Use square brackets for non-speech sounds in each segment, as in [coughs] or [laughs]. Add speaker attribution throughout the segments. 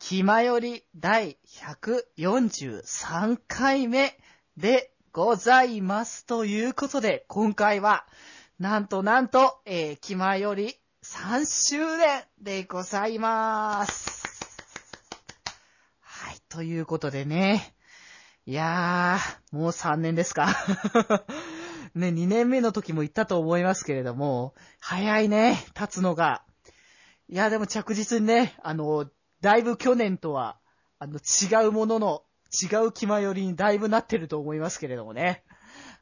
Speaker 1: 暇より第143回目でございます。ということで、今回は、なんとなんと、えー、暇より3周年でございます。はい、ということでね。いやー、もう3年ですか。 [laughs] ね、2年目の時も言ったと思いますけれども、早いね、経つのが。いや、でも着実にね、あの、だいぶ去年とは、あの、違うものの、違う気まよりにだいぶなってると思いますけれどもね。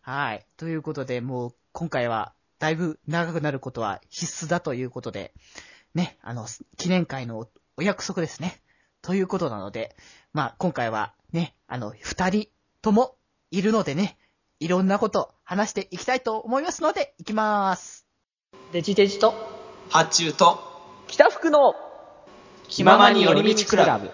Speaker 1: はい。ということで、もう、今回は、だいぶ長くなることは必須だということで、ね、あの、記念会のおお約束ですね。ということなので、まあ、今回は、ね、あの、二人ともいるのでね、いろんなこと話していきたいと思いますので、いきまーす。
Speaker 2: デジデジと
Speaker 3: 発注と
Speaker 2: 北福の
Speaker 3: 気ままに寄り道クラブ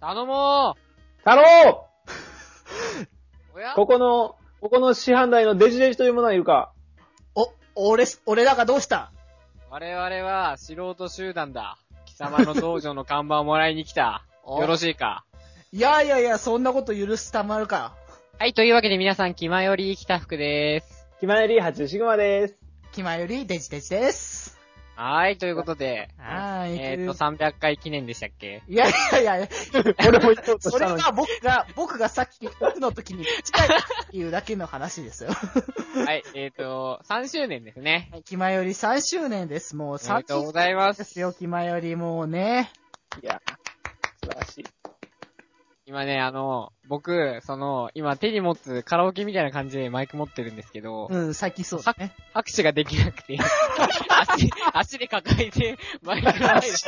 Speaker 4: 頼も
Speaker 5: 太郎
Speaker 4: う [laughs] おや
Speaker 5: ここの、ここの市販台のデジデジというものはいるか
Speaker 1: お、俺、俺らがどうした
Speaker 4: 我々は素人集団だ。貴様の道場の看板をもらいに来た。
Speaker 1: お
Speaker 4: よろしいか
Speaker 1: いやいやいや、そんなこと許すたまるか。
Speaker 4: はい、というわけで皆さん、気まより北福でーす。
Speaker 5: 気前より8シグマです。
Speaker 1: 気前よりデジデジです。
Speaker 4: はい、ということで、
Speaker 1: はーい。
Speaker 4: えっ、と、300回記念でしたっけ
Speaker 1: いやいやいや、
Speaker 5: 俺も言おうと
Speaker 1: そ
Speaker 5: し
Speaker 1: れ
Speaker 5: たのに。
Speaker 1: が僕が、僕がさっき、僕の時に近いっていうだけの話ですよ。
Speaker 4: はい、えっ、と、3周年ですね。
Speaker 1: 気前より3周年です。もう
Speaker 4: おめ
Speaker 1: 3
Speaker 4: でとうございます
Speaker 1: ですよ、気前よりもうね。
Speaker 5: いや、素晴らしい。
Speaker 4: 今ね、あの、僕、その、今手に持つカラオケみたいな感じでマイク持ってるんですけど、
Speaker 1: うん、最近そうだね。
Speaker 4: 拍手ができなくて、足、足で抱えて、マイクがないです。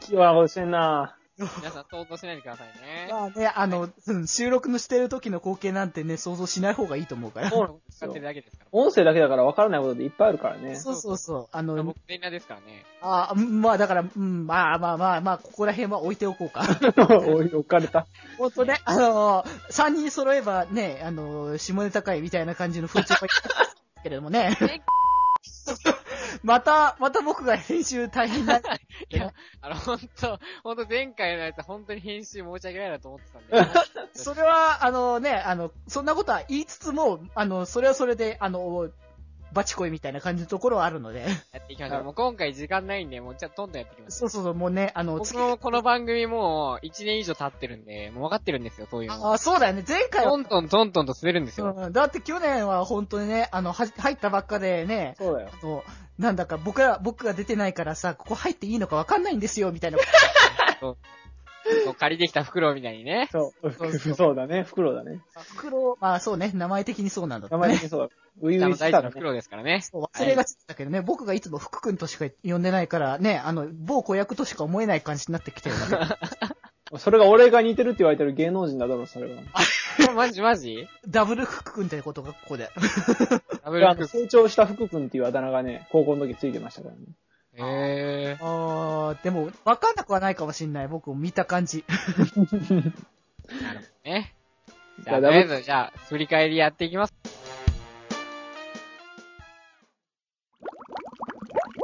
Speaker 5: 気は欲しいな
Speaker 4: 皆さん、想像しないでくださいね。
Speaker 1: まあね、あの、うん、収録のしてる時の光景なんてね、想像しない方がいいと思うから。
Speaker 4: もう使ってるだけですから。
Speaker 5: 音声だけだから分からないことでいっぱいあるからね。
Speaker 1: そうそうそう。あ
Speaker 4: 僕
Speaker 1: の、
Speaker 4: 全裸ですからね。
Speaker 1: あうんまあだから、うん、まあまあまあまあ、ここら辺は置いておこうか。
Speaker 5: [laughs] おい、置かれた。
Speaker 1: 本当ね、あのー、三人揃えばね、あのー、下ネタ会みたいな感じの風潮がいっぱいありますけれどもね。また、また僕が編集大変だ。
Speaker 4: あの、ほんと、ほんと前回のやつ、ほんとに編集申し訳ないなと思ってたんで。
Speaker 1: それは、あのね、あの、そんなことは言いつつも、あの、それはそれで、あの、バチコイみたいな感じのところはあるので。
Speaker 4: やっていきましょう。もう今回時間ないんで、もうじゃあどんどんやっていきましょ
Speaker 1: そうそうそう、もうね、あ
Speaker 4: う。
Speaker 1: の、
Speaker 4: 僕もこの番組もう1年以上経ってるんで、もう分かってるんですよ、そういうの。
Speaker 1: あ、そうだよね、前回は
Speaker 4: ト、ントントントンと滑るんですよ。
Speaker 1: うんだって去年は本当にね、あの、は入ったばっかでね、
Speaker 5: そうだよ。
Speaker 1: あの、なんだか僕ら、僕が出てないからさ、ここ入っていいのかわかんないんですよ、みたいな。
Speaker 4: こう借りてきた袋みたいにね。
Speaker 5: そう。
Speaker 1: そうそう
Speaker 5: そうだね。袋だね。
Speaker 1: 袋、まあそうね、名前的にそうなんだった
Speaker 5: 名
Speaker 1: ね。
Speaker 5: 前的にそうだ。ウイ
Speaker 4: あの
Speaker 5: ウイして
Speaker 4: 大
Speaker 5: た
Speaker 4: 事
Speaker 5: ら
Speaker 4: な
Speaker 5: ね。
Speaker 4: 袋ですからね。
Speaker 1: そう忘れがちだけどね、僕がいつも福君としか呼んでないから、ね、あの、某子役としか思えない感じになってきてる
Speaker 5: [laughs]
Speaker 1: から
Speaker 5: それが俺が似てるって言われてる芸能人だろ、それは。
Speaker 4: マジマジ
Speaker 1: ダブル福君ってことがここで。
Speaker 4: ダブ
Speaker 5: 俺
Speaker 4: ル
Speaker 5: あ
Speaker 4: 袋
Speaker 5: の、。成長した福君っていうあだ名がね、高校の時ついてましたからね。
Speaker 4: へー。
Speaker 1: [laughs] あー、でも、わかんなくはないかもしんない、僕も見た感じ。
Speaker 4: ね。じ
Speaker 5: い
Speaker 4: ゃあ、
Speaker 5: や
Speaker 4: と
Speaker 5: ダ
Speaker 4: り
Speaker 5: ブ
Speaker 4: あえず、じゃあ、振り返りやっていきます。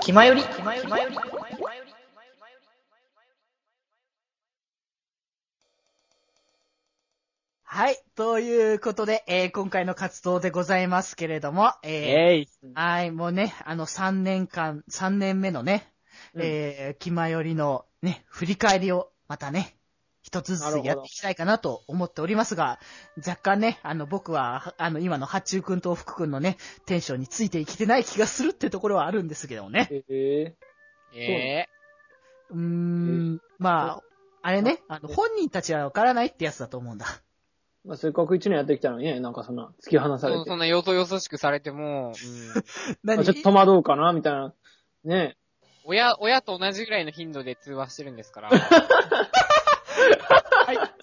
Speaker 2: 気まより気まより気まより
Speaker 1: はい、ということで、えー今回の活動でございますけれども、え
Speaker 4: えい。
Speaker 1: ーはい、もうね、あの、3年間、3年目のね、
Speaker 5: うん
Speaker 1: えー、気前よりのね、振り返りを、またね、一つずつやっていきたいかなと思っておりますが、若干ね、あの、僕は、あの、今の八中くんと福くんのね、テンションについていけてない気がするってところはあるんですけどもね。
Speaker 5: ええ
Speaker 4: え
Speaker 1: うーん、まあ、あれね、あの、本人たちはわからないってやつだと思うんだ。
Speaker 5: まあ、せっかく一年やってきたのにね、なんかそんな、突き放
Speaker 4: ー。
Speaker 5: さ
Speaker 4: そ
Speaker 5: れ
Speaker 4: う
Speaker 5: て
Speaker 4: そ。んなよそよそしくされても、うん。
Speaker 5: まあ
Speaker 1: 何 [laughs]
Speaker 5: ちょっと戸惑うかな、みたいな。ね
Speaker 4: 親、親と同じぐらいの頻度で通話してるんですから。ね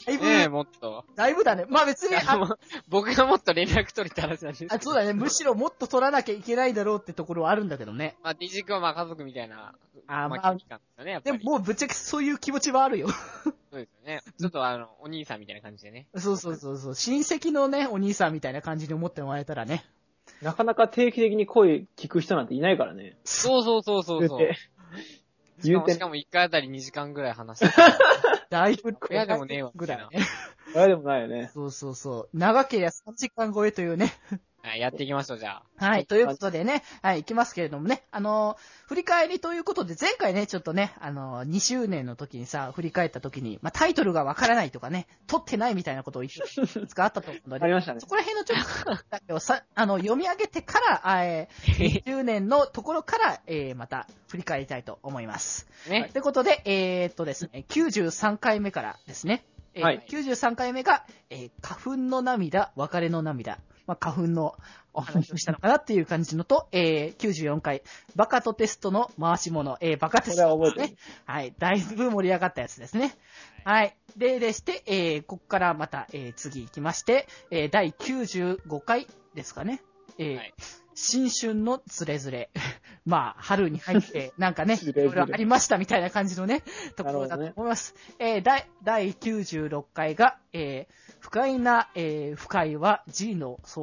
Speaker 1: だいぶ、
Speaker 4: え、もっと。
Speaker 1: だいぶだね。まあ別に、あ、
Speaker 4: 僕がもっと連絡取れたらじゃないで
Speaker 1: [laughs]
Speaker 4: す
Speaker 1: あ
Speaker 4: か。
Speaker 1: そうだね。むしろもっと取らなきゃいけないだろうってところはあるんだけどね。
Speaker 4: まあ、D 軸はまあ家族みたいな、
Speaker 1: あー
Speaker 4: ま
Speaker 1: まあ
Speaker 4: あ、距離感ですよね、やっ
Speaker 1: で
Speaker 4: ぱ
Speaker 1: も
Speaker 4: り。
Speaker 1: もうぶっちゃけそういう気持ちはあるよ。
Speaker 4: そうですよね。ちょっとあの、お兄さんみたいな感じでね。
Speaker 1: [laughs] そうそうそうそう。親戚のね、お兄さんみたいな感じに思ってもらえたら [laughs] ね。
Speaker 5: なかなか定期的に声聞く人なんていないからね。
Speaker 4: そうそうそうそうそう。しかも、し
Speaker 5: 言うて。言うて。
Speaker 4: かも1回あたり2時間ぐらい話して。
Speaker 1: だいぶ、
Speaker 4: 親でもねえわ
Speaker 1: ぐらいね。
Speaker 5: 誰でもないよね。
Speaker 1: そうそうそう。長ければ3時間超えというね。
Speaker 4: はい、やっていきましょう、じゃあ。
Speaker 1: はい。ということでね、はい、行きますけれどもね、あのー振り返りということで、前回ね、ちょっとね、あのー2周年の時にさ、振り返った時に、まあ、タイトルがわからないとかね、撮ってないみたいなことをいくつかあったと思うの
Speaker 5: あり
Speaker 1: で、
Speaker 5: ましたね
Speaker 1: そ。こら辺のちょっと、だけどさ、あの、読み上げてから、あえー、2周年のところから、えー、また振り返りたいと思います。
Speaker 4: ね。
Speaker 1: ということで、えー、っとですね、93回目からですね。えー
Speaker 5: はい
Speaker 1: 93回目が、えー花粉の涙、別れの涙。まあ、花粉のお話をしたのかなっていう感じのと、えー94回、バカとテストの回し物、えーバカテ
Speaker 5: こ
Speaker 1: ス
Speaker 5: れは
Speaker 1: ト
Speaker 5: 覚
Speaker 1: で
Speaker 5: えてる
Speaker 1: すね。。はい、だいぶ盛り上がったやつですね。はい。で、でして、えーここからまた、えー次行きまして、えー第95回ですかね。えー
Speaker 4: はい
Speaker 1: 新春のつれづれ。 [laughs] まあ、春に入
Speaker 5: [laughs]
Speaker 1: って、なんかね、い
Speaker 5: つれづれ
Speaker 1: ろいろありましたみたいな感じの
Speaker 5: [laughs]
Speaker 1: ね、ところだと
Speaker 5: なるほ
Speaker 1: 思います。えー第、第96回が、えー不快な、えー不快は G の巣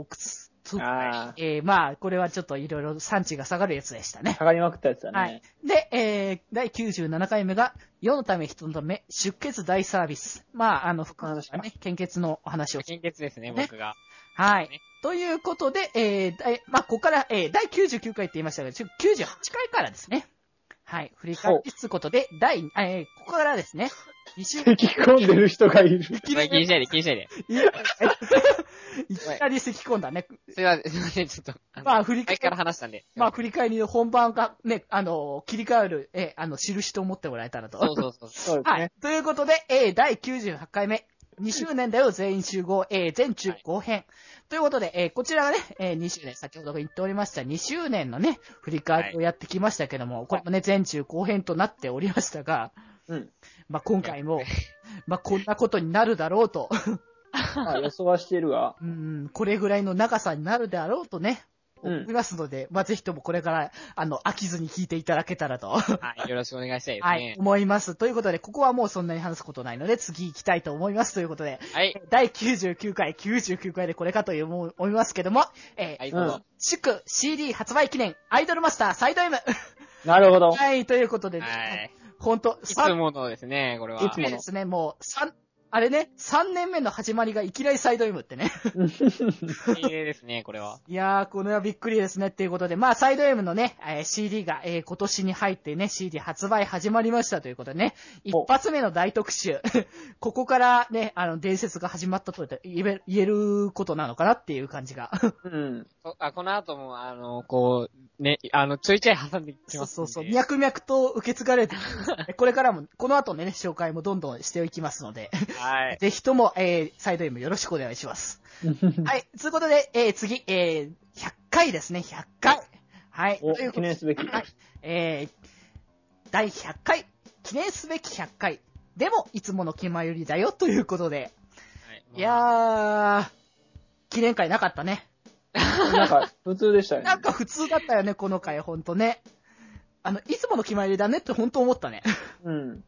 Speaker 1: 窟。
Speaker 5: あ
Speaker 1: えーまあ、これはちょっといろいろ産地が下がるやつでしたね
Speaker 5: あ、。下がりまくったやつだね。
Speaker 1: はい。で、えー、第97回目が、世のため人のため、出血大サービス。まあ、あの、福
Speaker 5: あ
Speaker 1: 岡
Speaker 5: 確かに
Speaker 1: ね、献血のお話を。
Speaker 4: 献血ですね、
Speaker 1: ね
Speaker 4: 僕が。
Speaker 1: はい
Speaker 4: ね。
Speaker 1: ということで、えー、第まあ、ここから、えー、第99回って言いましたが、ちょ98回からですね。はい。振り返りつつことで、第、えー、ここからですね、2週
Speaker 5: 咳き込んでる人がいる。
Speaker 4: 気にしないで、気にしないで。
Speaker 1: [laughs] いきなり咳き込んだね。
Speaker 4: すいません、すいません、ちょっと。の
Speaker 1: まあ振り返
Speaker 4: 前から話したんで。
Speaker 1: まあ、振り返りの本番がね、あの、切り替える、えー、あの、印と思ってもらえたらと。
Speaker 4: そうそうそう。
Speaker 5: そうですね。
Speaker 1: はい。ということで、えー、第98回目、2周年だよ、全員集合、えー、全中後編。ということで、えー、こちらがね、えー、2周年、先ほど言っておりました2周年のね、振り返りをやってきましたけども、これもね、全中後編となっておりましたが、
Speaker 5: うん。
Speaker 1: まあ、今回も、まあ、こんなことになるだろうと、
Speaker 5: まあ予想はしてるが。
Speaker 1: うん、これぐらいの長さになるだろうとね、
Speaker 5: うん
Speaker 1: 思いますので、まあ、ぜひともこれから、あの、飽きずに聞いていただけたらと。
Speaker 4: はい、よろしくお願いしたいです
Speaker 1: はい
Speaker 4: ね、。
Speaker 1: 思います。ということで、ここはもうそんなに話すことないので、次行きたいと思います。ということで、
Speaker 4: はい。
Speaker 1: 第99回、99回でこれかという思いますけども、えー
Speaker 4: はい、
Speaker 5: う
Speaker 4: ど
Speaker 5: ん
Speaker 4: うぞ。
Speaker 1: 祝 CD 発売記念、アイドルマスター、サイド M!
Speaker 5: なるほど。
Speaker 1: はい、ということで、
Speaker 4: はい。
Speaker 1: ほんと、
Speaker 4: いつ
Speaker 1: 3
Speaker 4: ものですね、これ
Speaker 1: [laughs]
Speaker 4: は。
Speaker 5: いつもの
Speaker 1: ですね、もう、三あれね、3年目の始まりがいきなりサイド M ってね。 [laughs]
Speaker 4: いいですね、これは。
Speaker 1: いやー、これはびっくりですね。っていうことで、まあ、サイド M のね、えー CD が、えー今年に入ってね、CD 発売始まりましたということでね、一
Speaker 5: お
Speaker 1: 発目の大特集。 [laughs] ここからね、あの、伝説が始まったと言え言えることなのかなっていう感じが。
Speaker 5: うん。
Speaker 4: こあこの後も、あの、こう、ね、あの、ちょいちょい挟んでき
Speaker 1: そ
Speaker 4: ま
Speaker 1: う
Speaker 4: す
Speaker 1: そうそう。
Speaker 4: んで
Speaker 1: 脈々と受け継がれていくんですねこれからも、この後ね、紹介もどんどんしていきますので、
Speaker 4: はい。
Speaker 1: ぜひとも、えー、サイド M よろしくお願いします。はい。ということで、えー、次、えー、100回ですね、100回。はい。
Speaker 5: お、
Speaker 1: というこ
Speaker 5: 記
Speaker 1: とで
Speaker 5: 念すべき。
Speaker 1: はいえー、第100回、記念すべき100回。でも、いつもの気前よりだよ、ということで。いやー、記念会なかったね。
Speaker 5: なんか、普通でしたよね
Speaker 1: な。んか普通だったよね、この回、ほんとね。あの、いつもの気前よりだねってほんと思ったね。
Speaker 5: うん。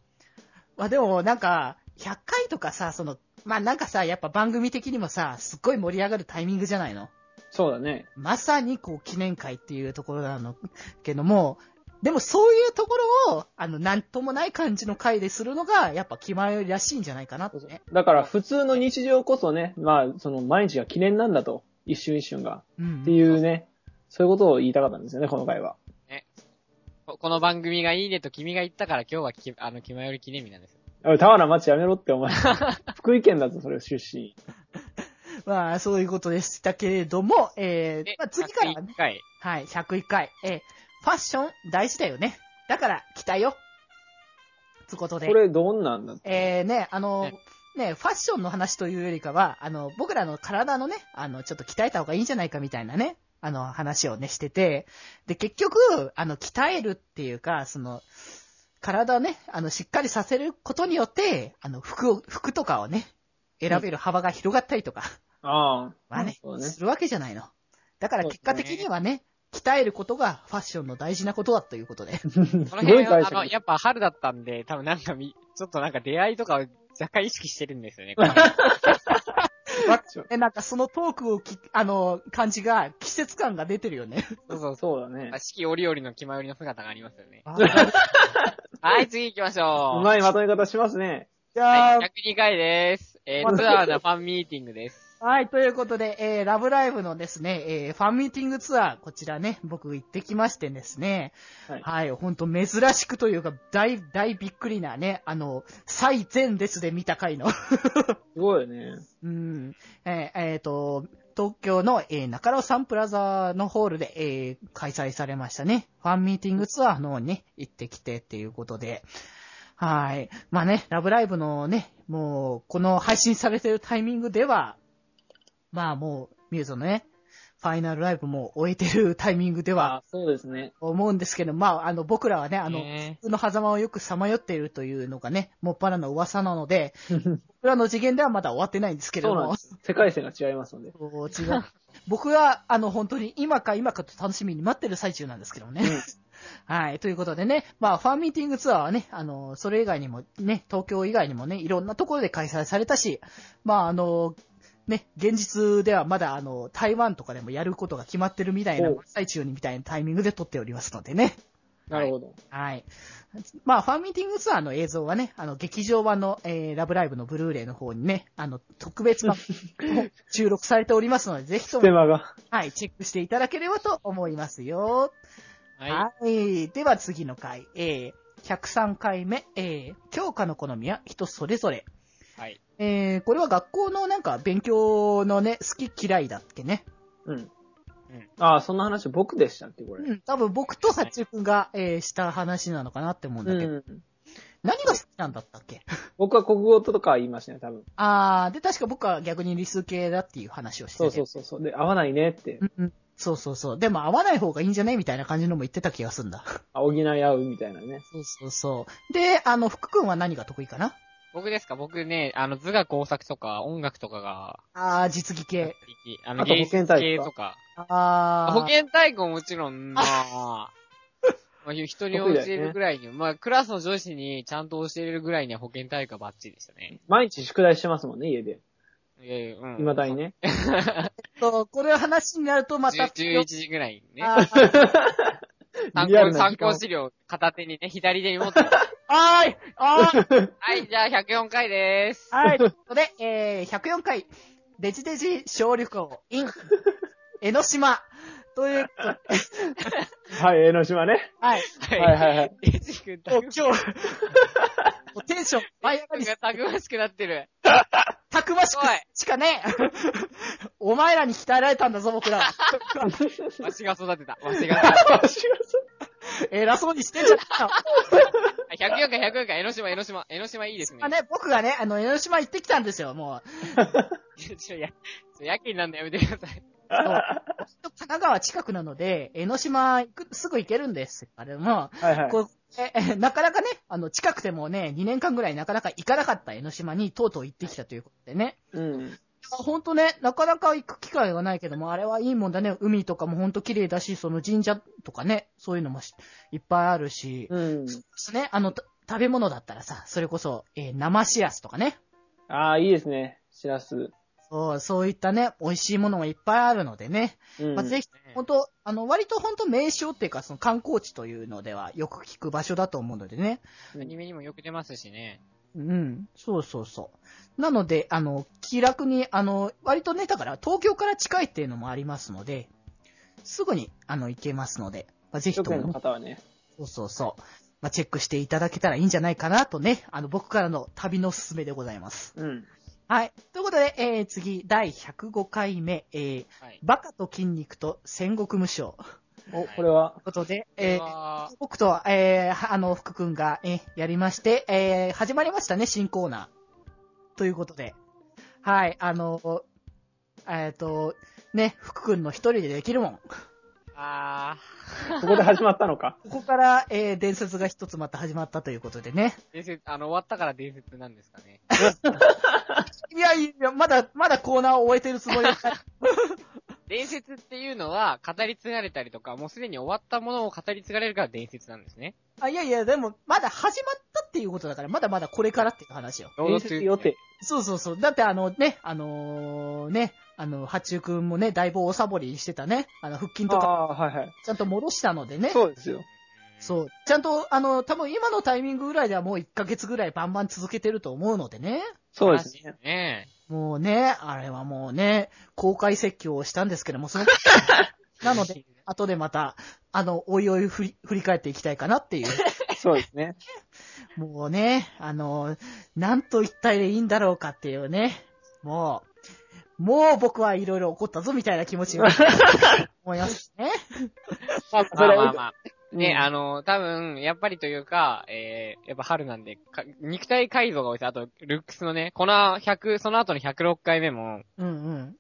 Speaker 1: まあでも、なんか、100回とかさ、その、まあなんかさ、やっぱ番組的にもさ、すっごい盛り上がるタイミングじゃないの
Speaker 5: そうだね。
Speaker 1: まさにこう記念会っていうところなのけども、でもそういうところを、あの、なんともない感じの会でするのが、やっぱ気前よりらしいんじゃないかなとね。
Speaker 5: だから、普通の日常こそね、まあ、その、毎日が記念なんだと。一瞬一瞬が。
Speaker 1: うん。
Speaker 5: っていうね、そういうことを言いたかったんですよね、この回は。
Speaker 4: ここの番組がいいねと君が言ったから今日はき、あの、気前より記念日なんですよ。
Speaker 5: おい、田原町やめろって、お前。福井県だぞ、それ、出身。
Speaker 1: まあ、そういうことでしたけれども、えー
Speaker 4: で、
Speaker 1: まあ、次からはね、
Speaker 4: 101回。
Speaker 1: はい、101回、えー、ファッション大事だよね。だから、着たよ。つうことで。
Speaker 5: これ、どんなんだ
Speaker 1: えー、ね、あの、ね、ファッションの話というよりかは、あの、僕らの体のね、あの、ちょっと鍛えた方がいいんじゃないかみたいなね、あの、話をね、してて、で、結局、あの、鍛えるっていうか、その、体をね、あの、しっかりさせることによって、あの、服を、服とかをね、選べる幅が広がったりとか、
Speaker 5: ああ。
Speaker 1: はね
Speaker 5: そう、ね
Speaker 1: するわけじゃないの。だから結果的にはね、鍛えることがファッションの大事なことだということで。
Speaker 4: そ
Speaker 5: す
Speaker 4: の
Speaker 5: ごい
Speaker 4: 辺は
Speaker 5: 会
Speaker 4: あの、
Speaker 5: 社。
Speaker 4: やっぱ春だったんで、多分なんかみ、ちょっとなんか出会いとかを若干意識してるんですよね。こ
Speaker 5: [laughs]
Speaker 4: れ
Speaker 1: え、なんかそのトークをき、あの、感じが季節感が出てるよね。
Speaker 4: そうそうそ
Speaker 5: そうだね
Speaker 4: う。。四季折々の気まよりの姿がありますよね。
Speaker 1: あー
Speaker 4: はい、次行きましょ
Speaker 5: う
Speaker 4: う。
Speaker 5: まいまとめ方しますね。
Speaker 1: じ
Speaker 4: は
Speaker 1: ゃ
Speaker 4: い
Speaker 1: あ、、
Speaker 4: 102回です。えー、ツアーのファンミーティングです。
Speaker 1: はい、ということで、えー、ラブライブのですね、えー、ファンミーティングツアー、こちらね、僕行ってきましてですね、
Speaker 5: はい
Speaker 1: はい、ほんと珍しくというか、大、大びっくりなね、あの、最前列で見た回の、
Speaker 5: すごいよね。
Speaker 1: うん、えー、えーと、東京の、えー、中野サンプラザのホールで、えー、開催されましたね。ファンミーティングツアーの方にね、行ってきてっていうことで。はい。まあね、ラブライブのね、もう、この配信されてるタイミングでは、まあもう、ミューズのね、ファイナルライブも終えてるタイミングでは
Speaker 5: あ、そうです [laughs] ね。
Speaker 1: 思うんですけど、まあ、あの、僕らはね、あの、
Speaker 4: ね
Speaker 1: 普通の狭間をよくさまよっているというのがね、もっぱらの噂なので、僕らの次元ではまだ終わってないんですけれ
Speaker 5: そ
Speaker 1: ど
Speaker 5: うなん
Speaker 1: も
Speaker 5: で。す。世界線が違いますので。
Speaker 1: そう違う。 [laughs] 僕は、あの、本当に今か今かと楽しみに待ってる最中なんですけどもね。 [laughs] はい。ということでね、まあ、ファンミーティングツアーはね、あの、それ以外にもね、東京以外にもね、いろんなところで開催されたし、まあ、あの、ね、現実ではまだ、あの、台湾とかでもやることが決まってるみたいな
Speaker 5: おう、
Speaker 1: 最中にみたいなタイミングで撮っておりますのでね。
Speaker 5: なるほど。
Speaker 1: はい。まあ、ファンミーティングツアーの映像はね、あの、劇場版の、えー、ラブライブのブルーレイの方にね、あの、特別 [laughs] 版も収録されておりますので、ぜひと
Speaker 5: ステ
Speaker 1: も、
Speaker 5: マが。
Speaker 1: はい、チェックしていただければと思いますよ。
Speaker 4: は
Speaker 1: はい。では次の回、えー、103回目、えー、教科の好みは人それぞれ。
Speaker 4: い。はい。
Speaker 1: えー、これは学校のなんか勉強のね、好き嫌いだっけね。
Speaker 5: うん。ああ、そんな話僕でしたっけ、これ。
Speaker 1: うん、多分僕とサチュくんが、えー、した話なのかなって思うんだけど、
Speaker 5: うん。
Speaker 1: 何が好きなんだったっけ
Speaker 5: 僕は国語とか言いましたね、多分。
Speaker 1: あー、で、確か僕は逆に理数系だっていう話をしてて。
Speaker 5: そうそうそうそう。で、合わないねって、
Speaker 1: うんうんそうそうそう。でも合わない方がいいんじゃねみたいな感じのも言ってた気がするんだ。
Speaker 5: 補い合うみたいなね。
Speaker 1: そうそうそう。で、あの、福君は何が得意かな
Speaker 4: 僕ですか僕ね、あの、図画工作とか音楽とかが、
Speaker 1: あー、実技系。
Speaker 4: いいあの、
Speaker 5: あと
Speaker 4: 芸
Speaker 5: 保健
Speaker 4: 術
Speaker 5: 体育
Speaker 4: 系
Speaker 5: か
Speaker 4: とか。
Speaker 1: あー。
Speaker 4: 保健体育ももちろん、ま
Speaker 5: [laughs]
Speaker 4: あ、まあ、人に教えるぐらいに、まあ、クラスの女子にちゃんと教えれるぐらいには保健体育はバッチリでしたね。
Speaker 5: 毎日宿題してますもんね、家で。
Speaker 4: いやいや、うん。
Speaker 5: 未だにね。
Speaker 1: と、これ話になるとまた。
Speaker 4: 10 11時ぐらいにね。
Speaker 1: あー
Speaker 4: 参
Speaker 5: リアル
Speaker 4: 考、
Speaker 5: な
Speaker 4: 参
Speaker 5: 時間を
Speaker 4: 考資料片手にね、左手に持って。
Speaker 1: あーあー
Speaker 4: はい、じゃあ104回です。
Speaker 1: はい。ということで、えー、104回、デジデジ小旅行 in 江ノ島。という、
Speaker 5: [laughs] はい、江ノ島ね。
Speaker 1: はい。
Speaker 4: は
Speaker 5: はいはいはい。
Speaker 4: い。デジ君、た
Speaker 1: もう
Speaker 4: く
Speaker 1: [laughs] 今日、もうテンション、前上がり
Speaker 4: 君がたくましくなってる。
Speaker 1: たくましくしかね、 [laughs] お前らに鍛えられたんだぞ、僕ら。
Speaker 5: [laughs]
Speaker 4: わしが育てた。わしが育てた。
Speaker 1: 偉そうにしてんじゃない
Speaker 5: [laughs]
Speaker 1: の
Speaker 4: はい104回、104回、江ノ島、江ノ島。江ノ島いいですね
Speaker 1: まあ。ね、僕がね、あの、江ノ島行ってきたんですよ、もう。
Speaker 4: [laughs] ちょ、や、ちょやけになんのやめてください。
Speaker 1: そう私と神奈川近くなので、江ノ島行く、すぐ行けるんです。あれも、
Speaker 5: はいはい。
Speaker 1: こうえなかなかね、あの、近くてもね、2年間ぐらいなかなか行かなかった江ノ島にとうとう行ってきたということでね。
Speaker 5: うん。
Speaker 1: ほんとね、なかなか行く機会はないけども、あれはいいもんだね。海とかもほんと綺麗だし、その神社とかね、そういうのもしいっぱいあるし、
Speaker 5: うん。
Speaker 1: ね、あの、た食べ物だったらさ、それこそ、えー生シラスとかね。
Speaker 5: ああ、いいですね。しらす。
Speaker 1: そう、そういったね、美味しいものもいっぱいあるのでね。
Speaker 5: うん。
Speaker 1: まあ、ぜひ、本当あの、割と本当名所っていうか、その観光地というのではよく聞く場所だと思うのでね。
Speaker 4: アニメにもよく出ますしね。
Speaker 1: うん、そうそうそう。なので、あの、気楽に、あの、割とね、だから東京から近いっていうのもありますので、すぐに、あの、行けますので、まあ、ぜひ
Speaker 5: 初
Speaker 1: とも
Speaker 5: 見
Speaker 1: ね
Speaker 5: の方はね。
Speaker 1: そうそうそう。まあ、チェックしていただけたらいいんじゃないかなとね、あの、僕からの旅のすすめでございます。
Speaker 5: うん。
Speaker 1: はい。ということで、えー、次、第105回目、えー、
Speaker 4: はい。
Speaker 1: バカと筋肉と戦国無双。とい
Speaker 5: お、これは、
Speaker 1: うことで、
Speaker 4: え
Speaker 1: えー、僕と、えー、はあの、福くんが、えーやりまして、えー、始まりましたね、新コーナー。ということで。はい、あの、えっ、と、ね、福君の一人でできるもん。
Speaker 4: あ
Speaker 5: そこで始まったのか。
Speaker 1: ここから、えー、伝説が一つまた始まったということでね。
Speaker 4: ー、伝説、あの、終わったから伝説なんですかね。
Speaker 1: いやいや、まだ、まだコーナーを終えてるつもりは [laughs] ない
Speaker 4: 伝説っていうのは、語り継がれたりとか、もうすでに終わったものを語り継がれるから伝説なんですね。
Speaker 1: あ、いやいや、でも、まだ始まったっていうことだから、まだまだこれからっていう話よ。
Speaker 5: 面接予定。
Speaker 1: そうそうそう。だってあのね、あのーね、あの、八中くんもね、だいぶおさぼりしてたね。あの、腹筋
Speaker 5: あ
Speaker 1: とか、
Speaker 5: あ、はいはい。
Speaker 1: ちゃんと戻したのでね。
Speaker 5: そうですよ。
Speaker 1: そう。ちゃんと、あの、多分今のタイミングぐらいではもう1ヶ月ぐらいバンバン続けてると思うのでね。
Speaker 5: そうですね。
Speaker 4: ね
Speaker 1: もうね、あれはもうね、公開説教をしたんですけども、その、なので、後でまた、あの、おいおい振り振り返っていきたいかなっていう。
Speaker 5: そうですね。
Speaker 1: もうね、あの、なんと一体でいいんだろうかっていうね。もう、もう僕はいろいろ怒ったぞみたいな気持ちが思いますね。
Speaker 5: まあ、
Speaker 4: え。
Speaker 5: そ
Speaker 4: まあ
Speaker 5: れ
Speaker 4: まあ
Speaker 5: は、
Speaker 4: まあ。
Speaker 5: うん
Speaker 4: ね、あの、多分、やっぱりというか、えー、やっぱ春なんで、か肉体改造が多いです。あと、ルックスのね、この100、その後の106回目も、
Speaker 1: うんうん。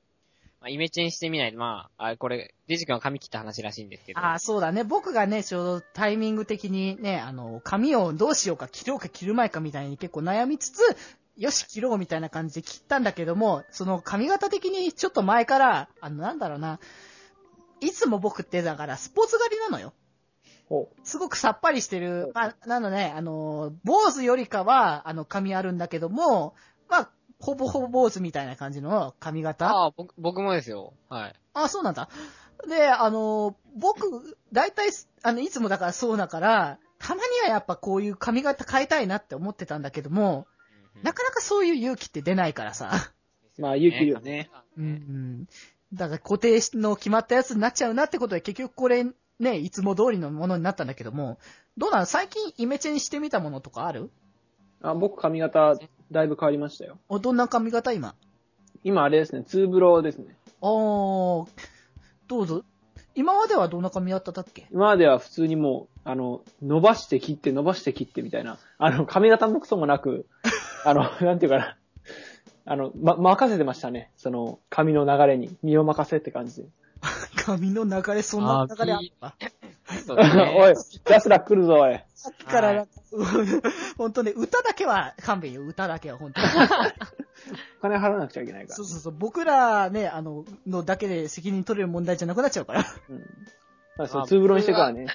Speaker 4: まあ、イメチェンしてみないと、まあ、あこれ、デジ君が髪切った話らしいんですけど。
Speaker 1: ああ、そうだね。僕がね、ちょうどタイミング的にね、あの、髪をどうしようか、切ろうか、切る前かみたいに結構悩みつつ、よし、切ろうみたいな感じで切ったんだけども、その髪型的にちょっと前から、あの、なんだろうな、いつも僕ってだからスポーツ狩りなのよ。
Speaker 5: ほう
Speaker 1: すごくさっぱりしてる。まあ、なのね、あの、坊主よりかは、あの、髪あるんだけども、まあ、ほぼほぼ坊主みたいな感じの髪型。あ
Speaker 4: ああ、僕、僕もですよ。はい。
Speaker 1: そうなんだ。で、あの、僕、大体、あの、いつもだからそうだから、たまにはやっぱこういう髪型変えたいなって思ってたんだけども、なかなかそういう勇気って出ないからさ。 [laughs]
Speaker 5: まあ、勇気いるよね。
Speaker 1: う
Speaker 4: ね
Speaker 1: ん。だから固定の決まったやつになっちゃうなってことで、結局これ、ね、いつも通りのものになったんだけども、どうなの最近イメチェンしてみたものとかある
Speaker 5: あ僕、髪型、だいぶ変わりましたよ。
Speaker 1: お、どんな髪型今
Speaker 5: 今、あれですね、ツーブローですね。
Speaker 1: あー、どうぞ。今まではどんな髪型だっけ
Speaker 5: 今までは普通にもう、あの、伸ばして切って、伸ばして切ってみたいな。あの、髪型のクソもなく、あの、なんていうかな。あの、ま、任せてましたね。その、髪の流れに。身を任せって感じで。
Speaker 1: [laughs] 髪の流れ、そんな流れあった。
Speaker 4: そうですね
Speaker 5: [laughs] おい、ラスラ来るぞ、おい。
Speaker 1: さっきからなんか、 [laughs] 本当ね、歌だけは勘弁よ、歌だけは本
Speaker 5: [laughs]
Speaker 1: 当に。
Speaker 5: お金払わなくちゃいけないか
Speaker 1: そうそうそう、僕らね、あの、のだけで責任取れる問題じゃなくなっちゃうから。
Speaker 5: ら。うん。まあ、そ
Speaker 4: あ
Speaker 5: の、ツーブローにしてからね。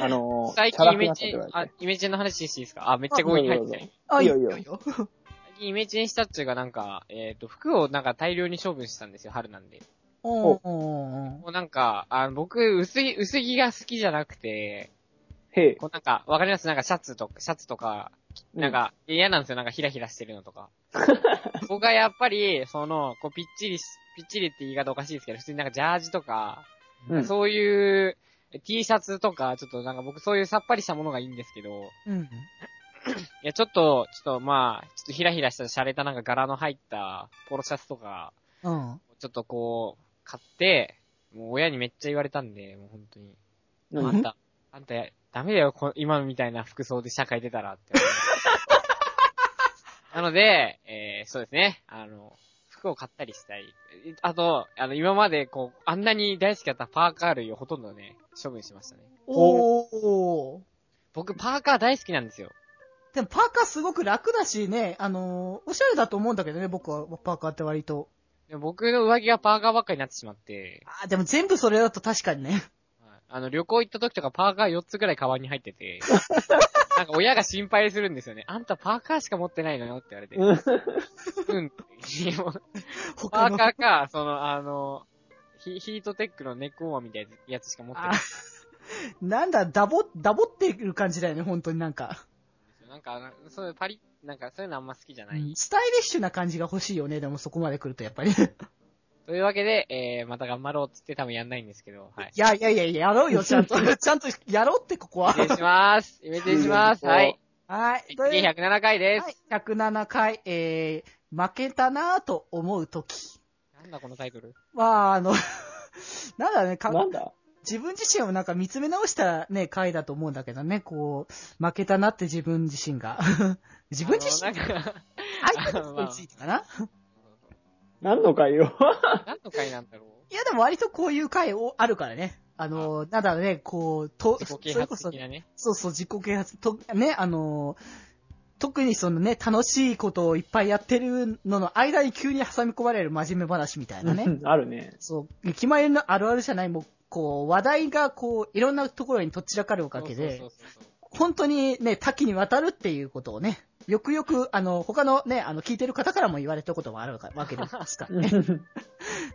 Speaker 5: あのー、
Speaker 4: 最
Speaker 5: チャラ
Speaker 4: 近イメ
Speaker 5: くなった
Speaker 4: チ
Speaker 5: って言
Speaker 4: ェ
Speaker 5: わ
Speaker 4: ン
Speaker 5: れ、
Speaker 4: あ
Speaker 5: て。、
Speaker 4: イメチェンの話していいですかあ、めっちゃ強引に入って
Speaker 5: どうぞどう
Speaker 4: る
Speaker 5: ぞ。
Speaker 1: あ
Speaker 5: いいよいいよ
Speaker 1: よ。
Speaker 4: 最近イメチェンしたっちゅうかなんか、えっ、と、服をなんか大量に処分してたんですよ、春なんで。
Speaker 1: おーおー。
Speaker 4: もうなんか、あの僕、薄着、薄着が好きじゃなくて、
Speaker 5: へえ。
Speaker 4: こうなんか、わかりますなんかシャツとか、シャツとか、なんか、嫌なんですよ、なんかヒラヒラしてるのと
Speaker 5: [laughs]
Speaker 4: か。僕はやっぱり、その、こう、ぴっちりし、ぴっちりって言い方おかしいですけど、普通になんかジャージとか、
Speaker 5: うん、うん。
Speaker 4: そういう、T シャツとか、ちょっとなんか僕そういうさっぱりしたものがいいんですけど、
Speaker 1: うん。
Speaker 4: いや、ちょっと、ちょっとまあ、ちょっとヒラヒラした洒落たなんか柄の入ったポロシャツとか、
Speaker 1: うん。
Speaker 4: ちょっとこう、買って、もう親にめっちゃ言われたんで、もう本当に。あん
Speaker 5: 何
Speaker 4: た、あんた、ダメだよ、こ今みたいな服装で社会出たら [laughs] って。なので、えー、そうですね。あの、服を買ったりしたり。あと、あの、今までこう、あんなに大好きだったパーカー類をほとんどね、処分しましたね。
Speaker 1: おー。
Speaker 4: 僕、パーカー大好きなんですよ。
Speaker 1: でもパーカーすごく楽だしね、あのー、おしゃれだと思うんだけどね、僕はパーカーって割と。
Speaker 4: でも僕の上着がパーカーばっかりになってしまって、
Speaker 1: あーでも全部それだと確かにね。 [laughs]
Speaker 4: はいあの、旅行行った時とかパーカー4つぐらいカバンに入って [laughs] て、なんか親が心配するんですよね。あんたパーカーしか持ってないのよって言 [laughs] われて。うん。 [laughs] いやもうパ
Speaker 1: 他
Speaker 4: ー
Speaker 1: の。
Speaker 4: カーか、その、あの、ヒヒートテックのネックウォーマーみたいなやつしか持ってないん
Speaker 1: あ
Speaker 4: で
Speaker 1: なんだ、ダボ、ダボってる感じだよね、本当になんか。
Speaker 4: すよ。なんかあの、そういうパリ、なんかそういうのあんま好きじゃない。
Speaker 1: スタイリッシュな感じが欲しいよね、でもそこまで来るとやっぱり。 [laughs] い
Speaker 4: というわけで、えー、また頑張ろうってって多分やんないんですけど、はい。
Speaker 1: やいやいや、やろうよ、ちゃんと。 [laughs] ちゃんとやろうって、ここは
Speaker 4: イ。メージします。イメージしま
Speaker 1: [laughs]
Speaker 4: す。はい。
Speaker 1: はい。と
Speaker 4: 次
Speaker 1: いう
Speaker 4: 107回です。
Speaker 1: はい、107回、えー、負けたなぁと思うとき。
Speaker 4: なんだこのタイトル。
Speaker 1: まあ、あの、 [laughs] なんだろうね、か
Speaker 5: なんだ
Speaker 1: 自分自身をなんか見つめ直したね、回だと思うんだけどね、こう、負けたなって自分自身が。自分自身 [laughs]
Speaker 4: あのなんか、
Speaker 1: 相手の人についてかな、
Speaker 4: そうそう
Speaker 5: 何の会よ。
Speaker 4: 何の回なんだろう
Speaker 1: [laughs] いや、でも割とこういう回をあるからね。あの、なんだろうね、こう、と、
Speaker 4: 自
Speaker 1: そ
Speaker 4: 己啓
Speaker 1: れこ
Speaker 4: 発
Speaker 1: そ
Speaker 4: 的、なね。
Speaker 1: そうそう、自己啓発、と、ね、あの、特にそのね、楽しいことをいっぱいやってるのの間に急に挟み込まれる真面目話みたいなね。
Speaker 5: うん [laughs] あるね。
Speaker 1: そう、駅前のあるあるじゃない、もう、こう、話題がこう、いろんなところにとっちらかるおかげで
Speaker 4: そ、うそうそうそう
Speaker 1: 本当にね、多岐にわたるっていうことをね、よくよく、あの、他のね、あの、聞いてる方からも言われたこともあるわけですから
Speaker 4: [laughs]
Speaker 1: ね。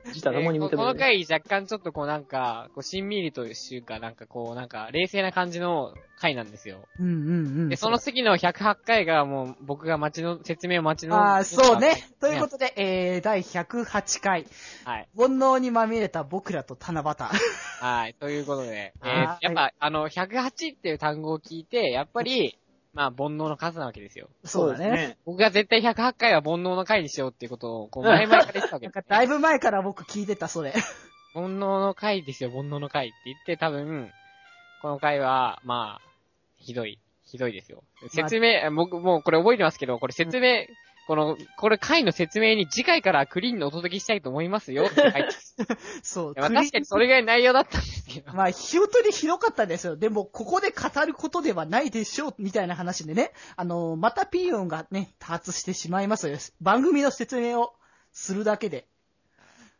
Speaker 5: 自他ともに認め
Speaker 4: えーここの
Speaker 5: るね。
Speaker 4: 回若干ちょっとこうなんか、こうしんみりというか、なんかこうなんか冷静な感じの回なんですよ。
Speaker 1: うんうんうん。
Speaker 4: で、その次の108回がもう僕が街の、説明を街の。
Speaker 1: ああ、そうね。ということで、えー、第108回、
Speaker 4: はい。
Speaker 1: 煩悩にまみれた僕らと七夕。
Speaker 4: はい。ということで、えー
Speaker 1: あー
Speaker 4: やっぱあの、108っていう単語を聞いて、やっぱり、まあ、煩悩の数なわけですよ。
Speaker 1: そうだね。。
Speaker 4: 僕が絶対108回は煩悩の回にしようっていうことを、こう、前々から言ってたわけ
Speaker 1: なんか、
Speaker 4: です、
Speaker 1: だ
Speaker 4: ね。
Speaker 1: いぶ前から僕聞いてた、それ。 [laughs]
Speaker 4: 煩悩の回ですよ、煩悩の回って言って、多分、この回は、まあ、ひどい、ひどいですよ。説明、僕もうこれ覚えてますけど、これ説明、この、これ回の説明に次回からクリーンにお届けしたいと思いますよって書いてます
Speaker 1: そう。
Speaker 4: まあ確かにそれぐらい内容だったんですけ
Speaker 1: [laughs]
Speaker 4: ど。
Speaker 1: まあ、日本当にひどかったですよ。でも、ここで語ることではないでしょう、みたいな話でね。あの、またピーヨンがね、多発してしまいますよ。番組の説明をするだけで。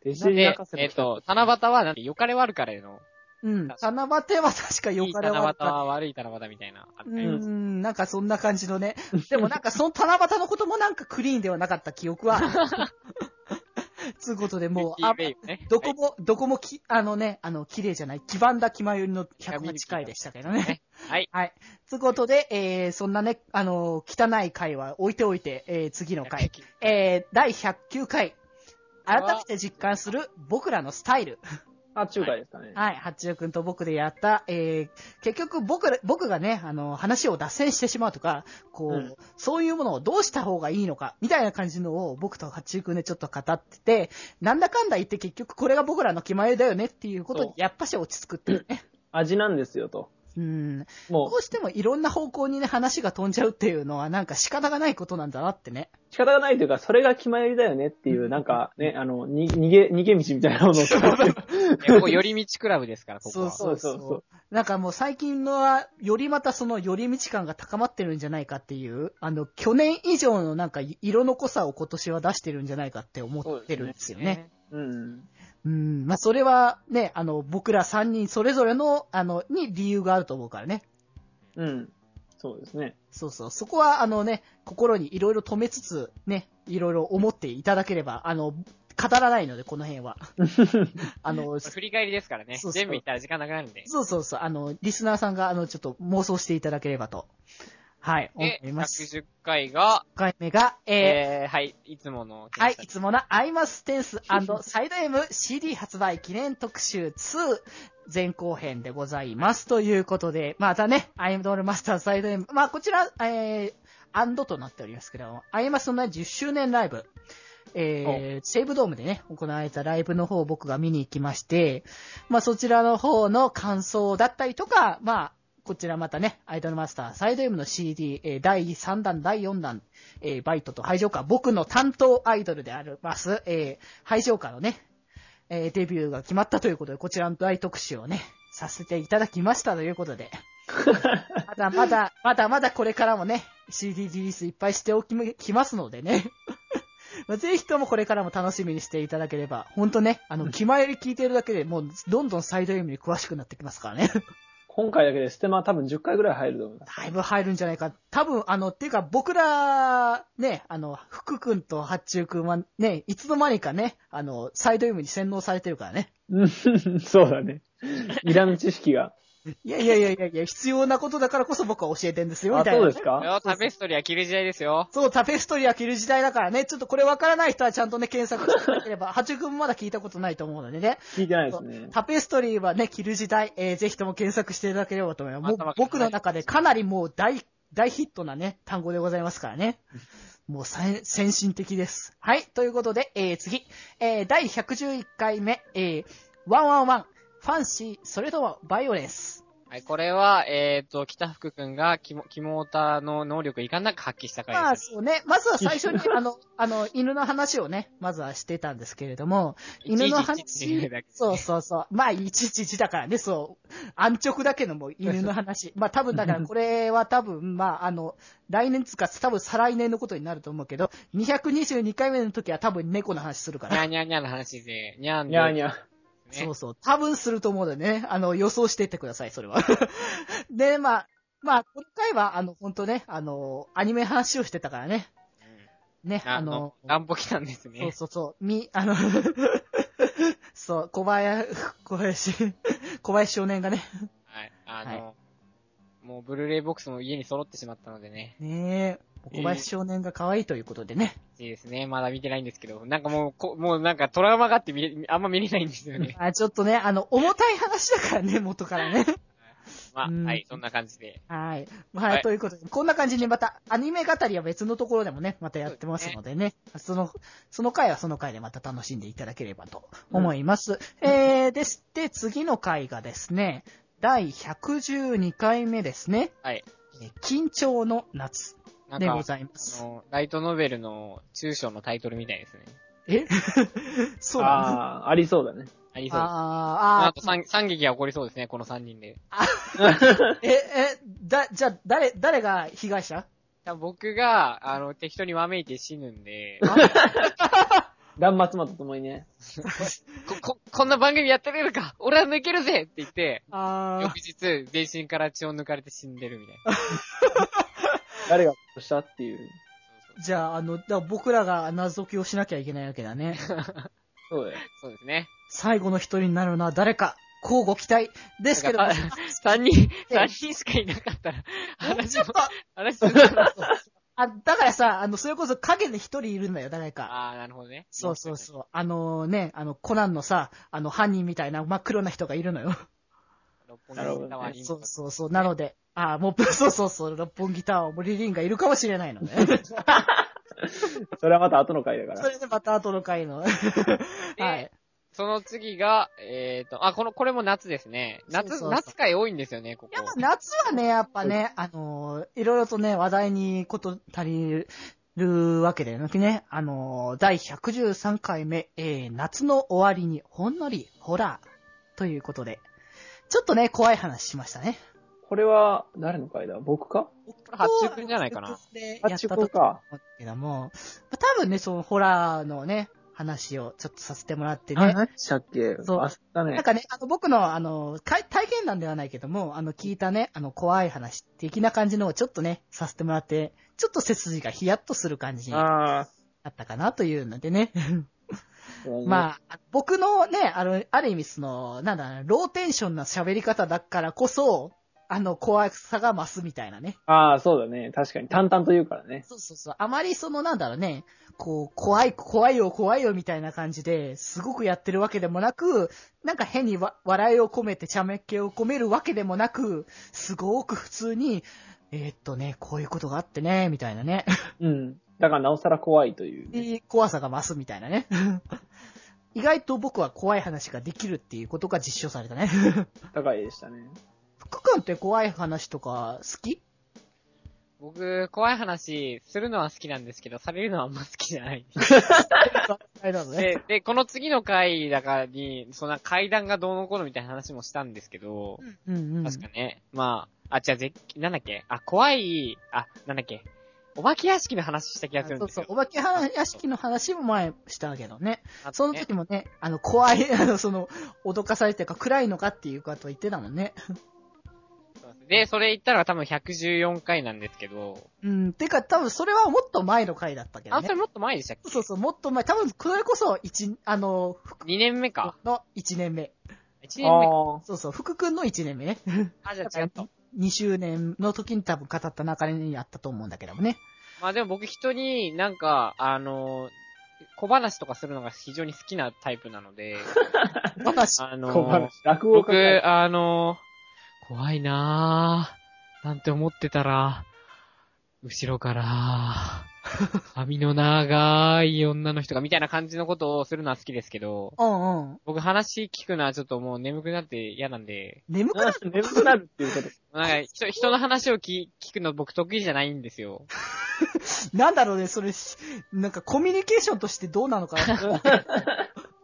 Speaker 5: デジ
Speaker 4: で
Speaker 5: デジ博士の
Speaker 4: えっ、と、七夕はなんて、よかれ悪かれの、
Speaker 1: うん。七夕は確かよ
Speaker 4: いい
Speaker 1: か
Speaker 4: 七
Speaker 1: れ
Speaker 4: 夕
Speaker 1: 悪か
Speaker 4: は悪い七夕みたいな。あった
Speaker 1: れ。う
Speaker 4: よ
Speaker 1: ん、なんかそんな感じの
Speaker 4: [laughs]
Speaker 1: ね。でもなんかその七夕のこともなんかクリーンではなかった記憶は。
Speaker 4: [laughs]
Speaker 1: つうことで、もう、
Speaker 4: ユッ
Speaker 1: あ
Speaker 4: キーウェイブね
Speaker 1: どこも、どこもき、あのね、あの、綺麗じゃない、黄ばんだ気まよりの108回でしたけどね。
Speaker 4: はい。
Speaker 1: はい。つうことで、えー、そんなね、あのー汚い回は置いておいて、えー、次の回。えー、第109回。改めて実感する僕らのスタイル。
Speaker 5: あ、中華ですかね。
Speaker 1: はい。八代くんと僕でやった、えー、結局僕ら、僕がね、あのー話を脱線してしまうとか、こう、
Speaker 5: うん
Speaker 1: そういうものをどうした方がいいのか、みたいな感じのを僕と八代くんでちょっと語ってて、なんだかんだ言って結局これが僕らの気前だよねっていうことに
Speaker 5: そう、
Speaker 1: やっぱし落ち着くっていう
Speaker 5: [laughs]
Speaker 1: ね。
Speaker 5: 味なんですよと。
Speaker 1: うん。
Speaker 5: も
Speaker 1: ど
Speaker 5: う、
Speaker 1: うしてもいろんな方向にね、話が飛んじゃうっていうのは、なんか仕方がないことなんだなってね。
Speaker 5: 仕方がないというか、それが決まりだよねっていう、なんかね、あの、に逃げ、逃げ道みたいなものを
Speaker 4: えここ、寄り道クラブですから、ここは。
Speaker 5: そうそうそう
Speaker 1: なんかもう最近のは、よりまたその寄り道感が高まってるんじゃないかっていう、あの、去年以上のなんか色の濃さを今年は出してるんじゃないかって思ってるんですよね。
Speaker 5: うん。
Speaker 1: うん。まあそれはね、あの、僕ら3人それぞれの、あの、に理由があると思うからね。
Speaker 5: うん。そうですね。
Speaker 1: そうそう。そこは、あのね、心にいろいろ止めつつ、ね、いろいろ思っていただければ、あの、語らないので、この辺 [laughs] は。あの、
Speaker 4: 振り返りですからね。
Speaker 1: そうそう
Speaker 4: 全部言ったら時間なくなるんで。
Speaker 1: そうそうそう、あの、リスナーさんが、あの、ちょっと妄想していただければと。はい、思
Speaker 4: で、
Speaker 1: います。
Speaker 4: 110回が、
Speaker 1: 1回目が、え
Speaker 4: えー、はい、いつもの。
Speaker 1: ー、はい、いつものアイマステンスサイド M CD 発売記念特集2前後編でございます。ということで、またね、アイドルマスターサイド M、まあこちら、えー、アンドとなっておりますけども、アイマスのね10周年ライブ、えー、西武ドームでね、行われたライブの方を僕が見に行きまして、まあそちらの方の感想だったりとか、まあ、こちらまたね、アイドルマスターサイド M の CD、えー第3弾、第4弾、えーバイトと排除歌、僕の担当アイドルであります、えー、排除歌のね、えーデビューが決まったということで、こちらの大特集をね、させていただきましたということで、まだまだ、まだまだこれからもね、CD リリースいっぱいしておききますのでね。 [laughs] まあぜひともこれからも楽しみにしていただければ、ほんとね、あの、気前より聞いてるだけでもう、どんどんサイド M に詳しくなってきますからね。
Speaker 5: 今回だけでステマ多分10回ぐらい入ると思います。
Speaker 1: だいぶ入るんじゃないか。多分、あの、っていうか僕ら、ね、あの、福くんと八中くんはね、いつの間にかね、あの、サイド M に洗脳されてるからね。
Speaker 5: うん [laughs] そうだね。いらぬ知識が。
Speaker 1: いやいやいやいやいや、必要なことだからこそ僕は教えてんですよ、み
Speaker 5: あ、
Speaker 1: たいな。
Speaker 5: そうです
Speaker 4: これ
Speaker 5: か
Speaker 4: はタペストリーは着る時代ですよ。
Speaker 1: そう、タペストリーは着る時代だからね、ちょっとこれわからない人はちゃんとね、検索していただければ、八中くんもまだ聞いたことないと思うのでね、
Speaker 5: 聞いてないですね。
Speaker 1: タペストリーはね、着る時代、えーぜひとも検索していただければと思います。もう
Speaker 4: 頭から
Speaker 1: 僕の中でかなりもう大、大ヒットなね、単語でございますからね。もう先先進的です。はい、ということで、えー次、えー第111回目、えー、111、ファンシー、それとはバイオレンス。
Speaker 4: はい、これは、えっ、と、北福くんがキモ、キモータの能力をいかんなく発揮した回
Speaker 1: まあ
Speaker 4: です。
Speaker 1: そうね、まずは最初にあの、あの、犬の話をね、まずはしてたんですけれども、犬の話
Speaker 4: いちいちいちいちだけ
Speaker 1: そうそうそう。まあ、111だからね、そう。安直だけども、犬の
Speaker 4: [laughs]
Speaker 1: 話。まあ、多分だから、これは多分、まあ、あの、来年つうか、多分再来年のことになると思うけど、222回目の時は多分猫の話するか
Speaker 4: にゃ
Speaker 1: ら。
Speaker 4: ーにゃーにゃーの話で、にゃーんで
Speaker 5: にゃーにゃー。
Speaker 4: ね
Speaker 1: そうそう。多分すると思うのでね、あの、予想していってください、それは。 [laughs] で、まあ、まあ、今回は、あの、本当ね、あの、アニメ話をしてたからね。ね、
Speaker 4: あ
Speaker 1: あ
Speaker 4: の
Speaker 1: の、、
Speaker 4: 乱暴来たんです
Speaker 1: そう
Speaker 4: ね。
Speaker 1: そうそう。み、あの、 [laughs] そう、小林、小林、小林少年がね。
Speaker 4: はい。あの、もうブルーレイボックスも家に揃ってしまったのでね。
Speaker 1: ねえ、小林少年が可愛いということでね。
Speaker 4: いいですね。まだ見てないんですけど、なんかもう、こもうなんかトラウマがあって見れ、あんま見れないんですよね。
Speaker 1: あちょっとね、あの、重たい話だからね、元からね。
Speaker 4: まあ、
Speaker 1: うん
Speaker 4: はい、そんな感じで。
Speaker 1: はい。まあ、
Speaker 4: はい
Speaker 1: ということで、こんな感じにまた、アニメ語りは別のところでもね、またやってますのでね、その、その回はその回でまた楽しんでいただければと思います。えー、でして、次の回がですね、第112回目ですね。
Speaker 4: はい
Speaker 1: えー。緊張の夏
Speaker 4: なん
Speaker 1: で
Speaker 4: か、
Speaker 1: ご
Speaker 4: あ
Speaker 1: ざいます。
Speaker 4: の、ライトノベルの中小のタイトルみたいですね。
Speaker 1: [laughs] えそうなの
Speaker 5: ああー、ありそうだね。
Speaker 4: ありそうで
Speaker 1: あ
Speaker 4: す。
Speaker 1: ーあー
Speaker 4: あと、三三劇が起こりそうですね、この三人で。
Speaker 1: え、え、だ、じゃあ、誰、誰が被害者
Speaker 4: 僕が、あの、適当にわめいて死ぬんで、
Speaker 5: 断末魔とともにね。
Speaker 4: こ、 [laughs] こ、こんな番組やってれるか [laughs] 俺は抜けるぜって言って、
Speaker 1: あ
Speaker 4: 翌日、全身から血を抜かれて死んでるみたいな。
Speaker 5: 誰が殺したっていう。
Speaker 1: あ、じゃあ、あの、だから僕らが謎解きをしなきゃいけないわけだ [laughs] ね。
Speaker 5: そうだよ。
Speaker 4: そうですね。
Speaker 1: 最後の一人になるのは誰か、交互期待ですけど、
Speaker 4: なんか
Speaker 1: ち [laughs]
Speaker 4: 三人、三人しかいなかったら、話
Speaker 1: ょっ
Speaker 4: も
Speaker 1: と、、
Speaker 4: 話すんだろう。
Speaker 1: あ、だからさ、あの、それこそ影で一人いるんだよ、誰か。
Speaker 4: ああ、なるほどね。
Speaker 1: そうそうそう。あのね、あの、コナンのさ、あの、犯人みたいな真っ黒な人がいるのよ。
Speaker 4: 六本木タワーに。
Speaker 1: そうそうそう。なので、あーもう、 [laughs] そうそうそう、六本ギターを森リンがいるかもしれないのね。
Speaker 5: それはまた後の回
Speaker 1: [laughs]
Speaker 5: だか
Speaker 1: そ
Speaker 5: ら。
Speaker 1: れでまた後の回 [laughs] の。はい。
Speaker 4: その次が、えっ、と、あ、この、これも夏ですね。夏、
Speaker 1: そうそうそう
Speaker 4: 夏回多いんですよね、ここ
Speaker 1: い。や、まあ夏はね、やっぱね、あのーいろいろとね、話題にこと足りるわけでね、あのー第113回目、えー、夏の終わりにほんのりホラーということで、ちょっとね、怖い話しましたね。
Speaker 5: これは、誰の回だ僕か
Speaker 4: これ発注くんじゃないかな。
Speaker 1: で
Speaker 5: あ
Speaker 1: や
Speaker 5: っ
Speaker 1: っ
Speaker 5: ち
Speaker 1: たと
Speaker 5: こ
Speaker 1: 思う
Speaker 5: か。
Speaker 1: けども、まあ多分ね、そのホラーのね、話をちょっとさせてもらって
Speaker 5: あ、
Speaker 1: ね。
Speaker 5: 何でしたっけ
Speaker 1: そう
Speaker 5: あった
Speaker 1: なん
Speaker 5: ね。
Speaker 1: かね、あの、僕の、あの、かい体験談ではないけども、あの、聞いたね、あの、怖い話的な感じのをちょっとね、させてもらって、ちょっと背筋がヒヤッとする感じにな
Speaker 5: あ
Speaker 1: ったかなというのでね。
Speaker 5: あ。あ。
Speaker 1: [laughs] まあ、僕のね、あの、ある意味その、なんだろうな、ローテンションな喋り方だからこそ、あの、怖さが増すみたいなね。
Speaker 5: ああ、そうだね。確かに。淡々と言うからね。
Speaker 1: そうそうそう。あまりその、なんだろうね、こう、怖い、怖いよ、怖いよ、みたいな感じで、すごくやってるわけでもなく、なんか変にわ笑いを込めて、茶目っ気を込めるわけでもなく、すごく普通に、えーっとね、こういうことがあってね、みたいなね。
Speaker 5: うん。だからなおさら怖いというね。
Speaker 1: で怖さが増すみたいなね。意外と僕は怖い話ができるっていうことが実証されたね。
Speaker 5: 高いでしたね。
Speaker 1: 福君って怖い話とか好
Speaker 4: [laughs]
Speaker 1: き
Speaker 4: 僕、怖い話、するのは好きなんですけど、されるのはあんま好きじゃない。
Speaker 1: あれだろうね。
Speaker 4: で、で、この次の回だからに、そんな階段がどうのこうのみたいな話もしたんですけど、
Speaker 1: うんうん。
Speaker 4: 確かね。まあ、あ、じゃあ、ぜ、なんだっけあ、怖い、あ、なんだっけお化け屋敷の話した気がするん
Speaker 1: そう
Speaker 4: です
Speaker 1: そ
Speaker 4: よ
Speaker 1: う。。お化け屋敷の話も前したけどね。
Speaker 4: あとね
Speaker 1: その時もね、あの、怖い、 [laughs] あの、その、脅かされてるか暗いのかっていうことを言ってたもんね。
Speaker 4: で、それ言ったら多分114回なんですけど、
Speaker 1: うん、てか多分それはもっと前の回だったけど
Speaker 4: あ、
Speaker 1: ね
Speaker 4: それ。もっと前でしたっけ
Speaker 1: そうそう、もっと前。多分、これこそ、一、あの、福
Speaker 4: ?2 年目か。
Speaker 1: の1年目。
Speaker 4: 1
Speaker 5: あ
Speaker 4: 年目か。
Speaker 5: ー
Speaker 1: そうそう、福くんの1年目ね。
Speaker 4: あ、じゃあ違った。
Speaker 1: 2周年の時に多分語った中にあったと思うんだけどもね。
Speaker 4: まあでも僕人になんか、あの、小話とかするのが非常に好きなタイプな
Speaker 1: [laughs]
Speaker 4: ので、
Speaker 1: 私、
Speaker 4: あ
Speaker 5: 小
Speaker 4: の、
Speaker 5: 話。落語家
Speaker 4: 僕、あの、怖いなぁ、なんて思ってたら、後ろから、
Speaker 1: [laughs]
Speaker 4: 髪の長い女の人が、みたいな感じのことをするのは好きですけど、
Speaker 1: うんうん。
Speaker 4: 僕話聞くのはちょっともう眠くなって嫌なんで、
Speaker 1: 眠くなる
Speaker 5: [laughs] 眠くなるっていうこと。
Speaker 4: なんか人人の話を聞聞くの僕得意じゃないんですよ。
Speaker 1: なんだろうね、それ、しなんかコミュニケーションとしてどうなのかな。
Speaker 4: [laughs]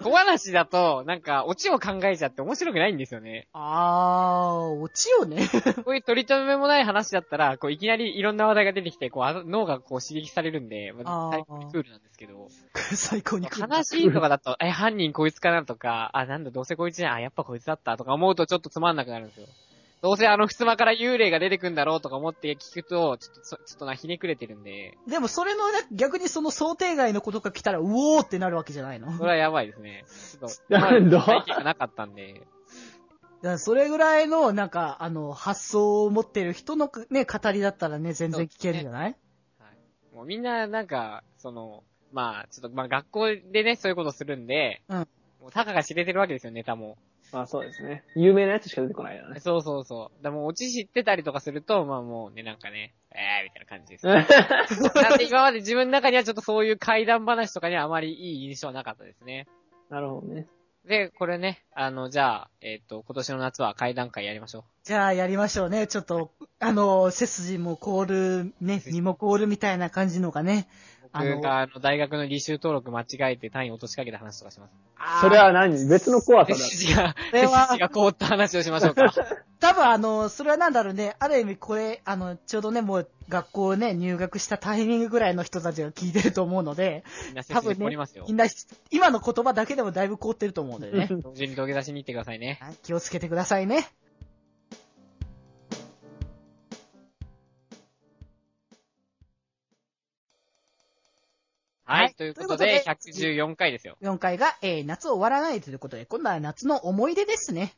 Speaker 4: 小話だと、なんかオチを考えちゃって面白くないんですよね。
Speaker 1: あー、落ちよね。 [laughs]
Speaker 4: こういう取り留めもない話だったら、こういきなりいろんな話題が出てきて、こうあ脳がこう刺激されるんで、ま
Speaker 1: あー
Speaker 4: あ、最高にクールなんですけど、
Speaker 1: 最高に来る。
Speaker 4: 話とかだと、え、犯人こいつかなとか、あ、なんだどうせこいつじゃん、あ、やっぱこいつだったとか思うとちょっとつまんなくなるんですよ。どうせあの襖から幽霊が出てくんだろうとか思って聞くと、ちょっとそ、ちょっとな、ひねくれてるんで、
Speaker 1: でもそれのね、逆にその想定外のことが来たら、うおーってなるわけじゃないの。だ
Speaker 4: そ
Speaker 1: か
Speaker 4: れはやばいですね。ちょっと、
Speaker 5: なんだ
Speaker 4: 体験がなかったんで。
Speaker 1: らそれぐらいの、なんか、あの、発想を持ってる人のね、語りだったらね、全然聞けるんじゃない
Speaker 4: はい。もうみんな、なんか、その、まあ、ちょっと、まあ学校でね、そういうことするんで、
Speaker 1: うん
Speaker 4: もう、たかが知れてるわけですよ、ネタも。
Speaker 5: まあそうですね。有名なやつしか出てこないよ [laughs] ね。
Speaker 4: そうそうそう。でも、オチ知ってたりとかすると、まあもうね、なんかね、えー、みたいな感じです。[laughs]
Speaker 5: [laughs]
Speaker 4: なんで今まで自分の中にはちょっとそういう怪談話とかにはあまりいい印象はなかったですね。
Speaker 5: なるほどね。
Speaker 4: で、これね、あの、じゃあ、えっ、と、今年の夏は怪談会やりましょ
Speaker 1: じゃあ、やりましょうね。ちょっと、あの、背筋も凍る、ね、身も凍るみたいな感じのがね。
Speaker 4: う。
Speaker 1: あの
Speaker 4: 僕があの、大学の履修登録間違えて単位落としかけた話とか
Speaker 1: [laughs]
Speaker 4: します。
Speaker 1: あー
Speaker 5: それは何別の怖
Speaker 4: 手
Speaker 5: さだ。
Speaker 4: 筋 [laughs] が、
Speaker 1: れ
Speaker 4: 手
Speaker 1: は
Speaker 4: 筋が凍った話をしましょう
Speaker 1: [laughs]
Speaker 4: か。
Speaker 1: 多分あの、それはなんだろうね。ある意味これ、あの、ちょうどね、もう学校ね、入学したタイミングぐらいの人たちが聞いてると思うので、
Speaker 4: みんな背
Speaker 1: 多
Speaker 4: 筋
Speaker 1: 分
Speaker 4: 凍
Speaker 1: ね
Speaker 4: りますよ、
Speaker 1: み。んな今の言葉だけでもだいぶ凍ってると思うので
Speaker 5: [laughs]
Speaker 1: ね。
Speaker 4: 同時に土下座しに行ってくださいね。
Speaker 1: はい気をつけてくださいね。
Speaker 4: はい。
Speaker 1: はい
Speaker 4: ということ
Speaker 1: という
Speaker 4: で、
Speaker 1: ことで
Speaker 4: 114回ですよ。
Speaker 1: 4回が、えー夏終わらないということで、今度は夏の思い出ですね。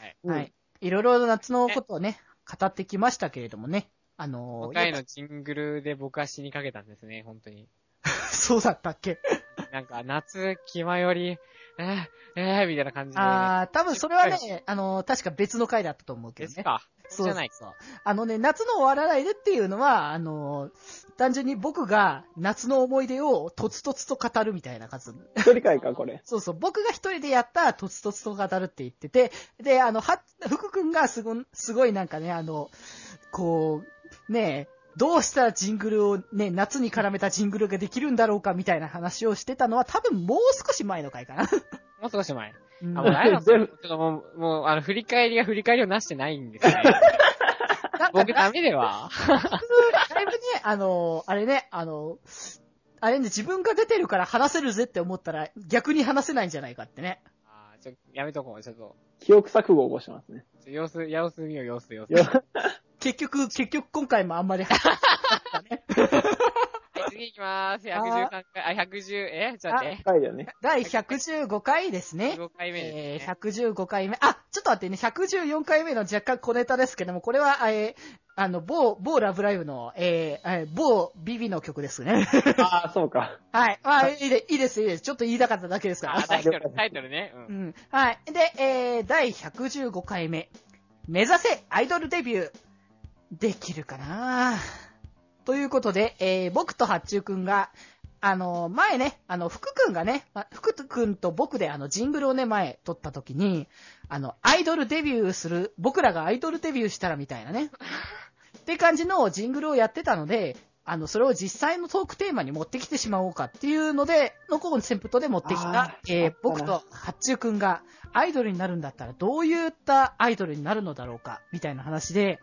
Speaker 4: はい。
Speaker 5: うん
Speaker 1: はい。いろいろ夏のことをね、語ってきましたけれどもね。あの
Speaker 4: 今
Speaker 1: ー
Speaker 4: 回のジングルで僕は死にかけたんですね、本当に。
Speaker 1: [laughs] そうだったっけ
Speaker 4: なんか、夏、気まより、えー、えー、みたいな感じで。
Speaker 1: あー、多分それは
Speaker 4: し
Speaker 1: ね、あのー確か別の回だったと思うけ
Speaker 4: で
Speaker 1: ど
Speaker 4: す
Speaker 1: ね。
Speaker 4: か。
Speaker 1: そう
Speaker 4: じゃない。
Speaker 1: そうそうあのね、夏の終わらないでっていうのは、あのー単純に僕が夏の思い出をとつとつと語るみたいな感じ。
Speaker 5: 一人会か、これ。
Speaker 1: そうそう、僕が一人でやったとつとつと語るって言ってて、で、あの、は、福くんがすごん、すごいなんかね、あの、こう、ねえ、どうしたらジングルをね、夏に絡めたジングルができるんだろうかみたいな話をしてたのは多分もう少し前の回かな。
Speaker 4: もう少し前。
Speaker 1: う
Speaker 4: あ、
Speaker 1: ん
Speaker 4: もう
Speaker 1: な
Speaker 4: ないのち
Speaker 5: 全
Speaker 1: [laughs]
Speaker 4: ょ
Speaker 5: 部
Speaker 4: っともう、もう、あの、振り返りが振り返りをなしてないんですね。
Speaker 1: [laughs] んか
Speaker 4: 僕ダメでは。
Speaker 1: だいぶね、あの、あれね、あの、あれね、自分が出てるから話せるぜって思ったら逆に話せないんじゃないかってね。
Speaker 4: あーちょ、やめとこう。ちょっと、
Speaker 5: 記憶錯誤を起こしてますね。
Speaker 4: ちょ様子、様子見よう、様子見よう、様
Speaker 5: よ
Speaker 4: 子
Speaker 1: 結局、結局今回もあんまり話せ [laughs] なかったね。
Speaker 4: はい、次行きまーす。113回、あ、110、えちょっと待って。
Speaker 5: 回だよね。
Speaker 1: 第115回ですね。
Speaker 4: 15回目です、
Speaker 1: え
Speaker 4: ね。
Speaker 1: ー、115回目。あ、ちょっと待ってね、114回目の若干小ネタですけども、これは、えー、あの、某、某ラブライブの、えー、えー某ビビの曲ですね。 [laughs]
Speaker 5: ああ、そうか。
Speaker 1: はい。まあ、いいでいいです、いいです。ちょっと言いたかっただけですから
Speaker 4: あ、。タイトル、タイトルね。
Speaker 1: う
Speaker 4: うん。
Speaker 1: ん。はい。で、えー、第115回目。目指せアイドルデビュー。できるかなということで、えー、僕と八中くんが、あの、前ね、あの、福くんがね、ま福くんと僕であの、ジングルをね、前撮った時に、あの、アイドルデビューする、僕らがアイドルデビューしたらみたいなね。って感じのジングルをやってたので、あの、それを実際のトークテーマに持ってきてしまおうかっていうので、のコンセプトで持ってきた
Speaker 5: あ、ー
Speaker 1: え
Speaker 5: あ
Speaker 1: ー
Speaker 5: ったな
Speaker 1: 僕と八中くんがアイドルになるんだったらどういったアイドルになるのだろうか、みたいな話で、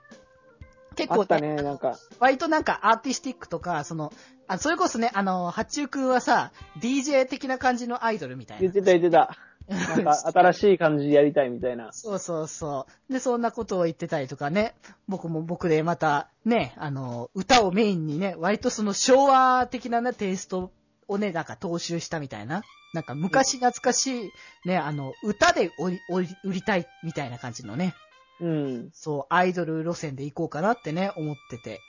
Speaker 1: 結
Speaker 5: あ
Speaker 1: 構
Speaker 5: ったね、なんか。
Speaker 1: 割となんかアーティスティックとか、その、あそれこそね、あの、八中くんはさ、DJ 的な感じのアイドルみたい
Speaker 5: 言っ
Speaker 1: な。
Speaker 5: てた言って [laughs] た。なんか、新しい感じでやりたいみたいな。
Speaker 1: そうそうそう。で、そんなことを言ってたりとかね、僕も僕でまた、ね、あの、歌をメインにね、割とその昭和的なね、テイストをね、なんか踏襲したみたいな。なんか昔懐かしい、ね、あの、歌で売り売り売りたいみたいな感じのね。
Speaker 5: うん。
Speaker 1: そう、アイドル路線で行こうかなってね、思ってて。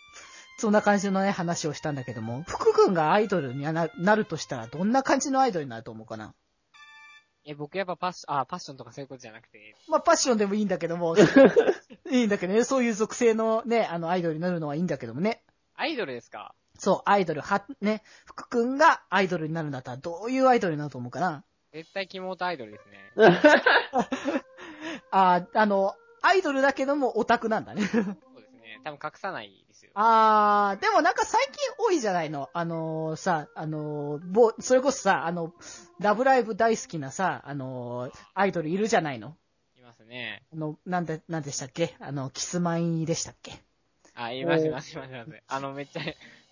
Speaker 1: そんな感じのね、話をしたんだけども、福君がアイドルにななるとしたら、どんな感じのアイドルになると思うかな
Speaker 4: え、僕やっぱパッション、あ、パッションとかそういうことじゃなくて、
Speaker 1: まあ、パッションでもいいんだけども、いいんだけどね、そういう属性のね、あの、アイドルになるのはいいんだけどもね。
Speaker 4: アイドルですか
Speaker 1: そう、アイドル、は、ね、福くんがアイドルになるんだったら、どういうアイドルになると思うかな
Speaker 4: 絶対キモートアイドルですね。
Speaker 1: あー、あの、アイドルだけどもオタクなんだね。
Speaker 4: そうですね。多分隠さないですよ。
Speaker 1: あー、でもなんか最近多いじゃないの。あのーさ、あのーぼ、それこそさ、あの、ラブライブ大好きなさ、あのーアイドルいるじゃないの。
Speaker 4: いますね。
Speaker 1: あの、なんで、なんでしたっけあの、キスマイでしたっけ
Speaker 4: あ、いますいますいますいます。あの、めっちゃ、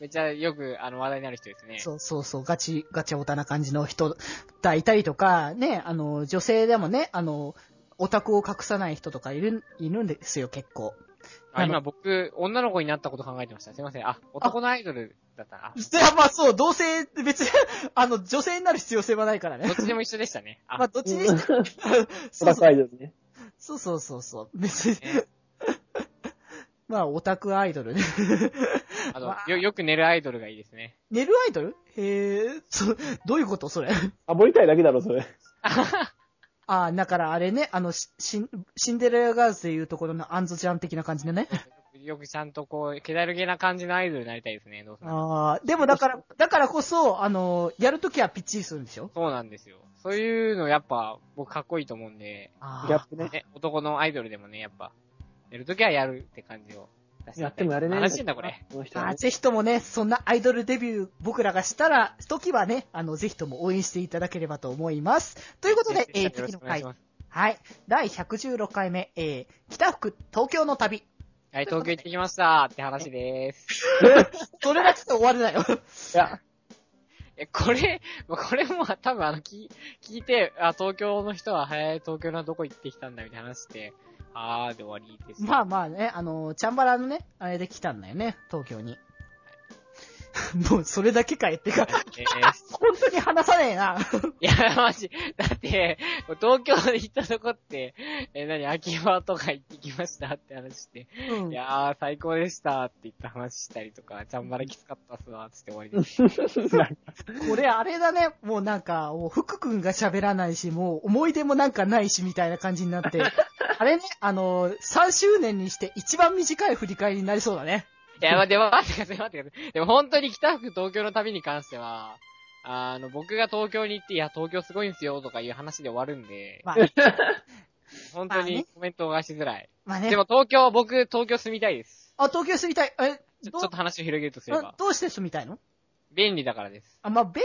Speaker 4: めっちゃよく、あの、話題になる人ですね。
Speaker 1: そうそうそう、ガチ、ガチオタな感じの人がいたりとか、ね、あの、女性でもね、あの、オタクを隠さない人とかいる、いるんですよ、結構。
Speaker 4: あ、
Speaker 1: あの
Speaker 4: 今僕、女の子になったこと考えてました。すいません。あ、男のアイドルだった。あ、
Speaker 1: いや、まあそう、同性、別に、あの、女性になる必要性はないから
Speaker 4: ど
Speaker 1: ね
Speaker 4: っ。ちでも一緒でしたね。あ、
Speaker 1: まあ、どっちにしてもそう
Speaker 5: ラ
Speaker 1: [laughs] そ
Speaker 5: スア
Speaker 1: う
Speaker 5: イドルね。
Speaker 1: そうそうそうそう。別に
Speaker 4: [laughs] ね。
Speaker 1: [laughs] まあ、オタクアイドルね。
Speaker 4: あ
Speaker 1: わあ
Speaker 4: の、よ、よく寝るアイドルがいいですね。
Speaker 1: 寝るアイドルへえ、そ、どういうことそれ。 [laughs]
Speaker 5: サボりたいだけだろ、それ。
Speaker 1: ああ、だからあれね、あの、しシンシンデレラガールズでいうところのアンゾちゃん的な感じでね。
Speaker 4: よくちゃんとこう、気だるげな感じのアイドルになりたいですね。どうせなら
Speaker 1: ああ、でもだから、だからこそ、あの、やるときはピッチリするんでしょ
Speaker 4: そうなんですよ。そういうのやっぱ、僕かっこいいと思うんで、
Speaker 1: あ
Speaker 5: ギャップね。
Speaker 4: ね、男のアイドルでもね、やっぱ、やるときはやるって感じを出してみたい。
Speaker 5: やってもやれない
Speaker 4: 話してんだ、これ。。
Speaker 5: この人は
Speaker 1: あ
Speaker 5: ね
Speaker 1: ーぜひともね、そんなアイドルデビュー僕らがしたら、時はね、あの、ぜひとも応援していただければと思います。ということで、えー
Speaker 4: よろ
Speaker 1: 次
Speaker 4: し
Speaker 1: の
Speaker 4: くお願い
Speaker 1: 回
Speaker 4: し、ます。
Speaker 1: はい、第116回目、えー、北福東京の旅。
Speaker 4: はい、東京行ってきましたって話でーす。
Speaker 1: それだけで終わるなよ。
Speaker 5: いや、
Speaker 4: え、これ、これも多分あの、聞い、聞いて、あ、東京の人は、早い東京のどこ行ってきたんだみたいな話して、あーで終わりで
Speaker 1: [laughs]
Speaker 4: す。
Speaker 1: まあまあね、あの、チャンバラのね、あれで来たんだよね、東京に。 [laughs] もう、それだけかえってか、
Speaker 4: えー
Speaker 1: 本当に話さねえ [laughs] な。
Speaker 4: いや、マジ。だって、東京で行ったとこって、え、何、秋葉とか行ってきましたって話して、
Speaker 1: うん
Speaker 4: いやー、最高でしたって言った話したりとか、ちゃんばらきつかったっすわ、つって終わりです。
Speaker 5: [laughs]
Speaker 1: これあれだね、もうなんか、もう福くんが喋らないし、もう思い出もなんかないしみたいな感じにな [laughs] って、あれね、あの、3周年にして一番短い振り返りになりそうだね。
Speaker 4: いや、ま、でも待ってください、待ってください。でも本当に北福東京の旅に関しては、あの、僕が東京に行って、いや、東京すごいんすよ、とかいう話で終わるん
Speaker 1: [laughs]
Speaker 4: で、
Speaker 1: まあ、
Speaker 4: 本当
Speaker 1: まあね
Speaker 4: にコメントがしづらい。
Speaker 1: まあ
Speaker 4: で
Speaker 1: ね。
Speaker 4: も東京、僕、東京住みたいです。
Speaker 1: あ、東京住みたい。え、
Speaker 4: ちょ
Speaker 1: ど
Speaker 4: ちょっと話を広げるとすれ
Speaker 1: あ
Speaker 4: ば、
Speaker 1: どうして住みたいの
Speaker 4: 便利だからです。
Speaker 1: あ、まあ、便利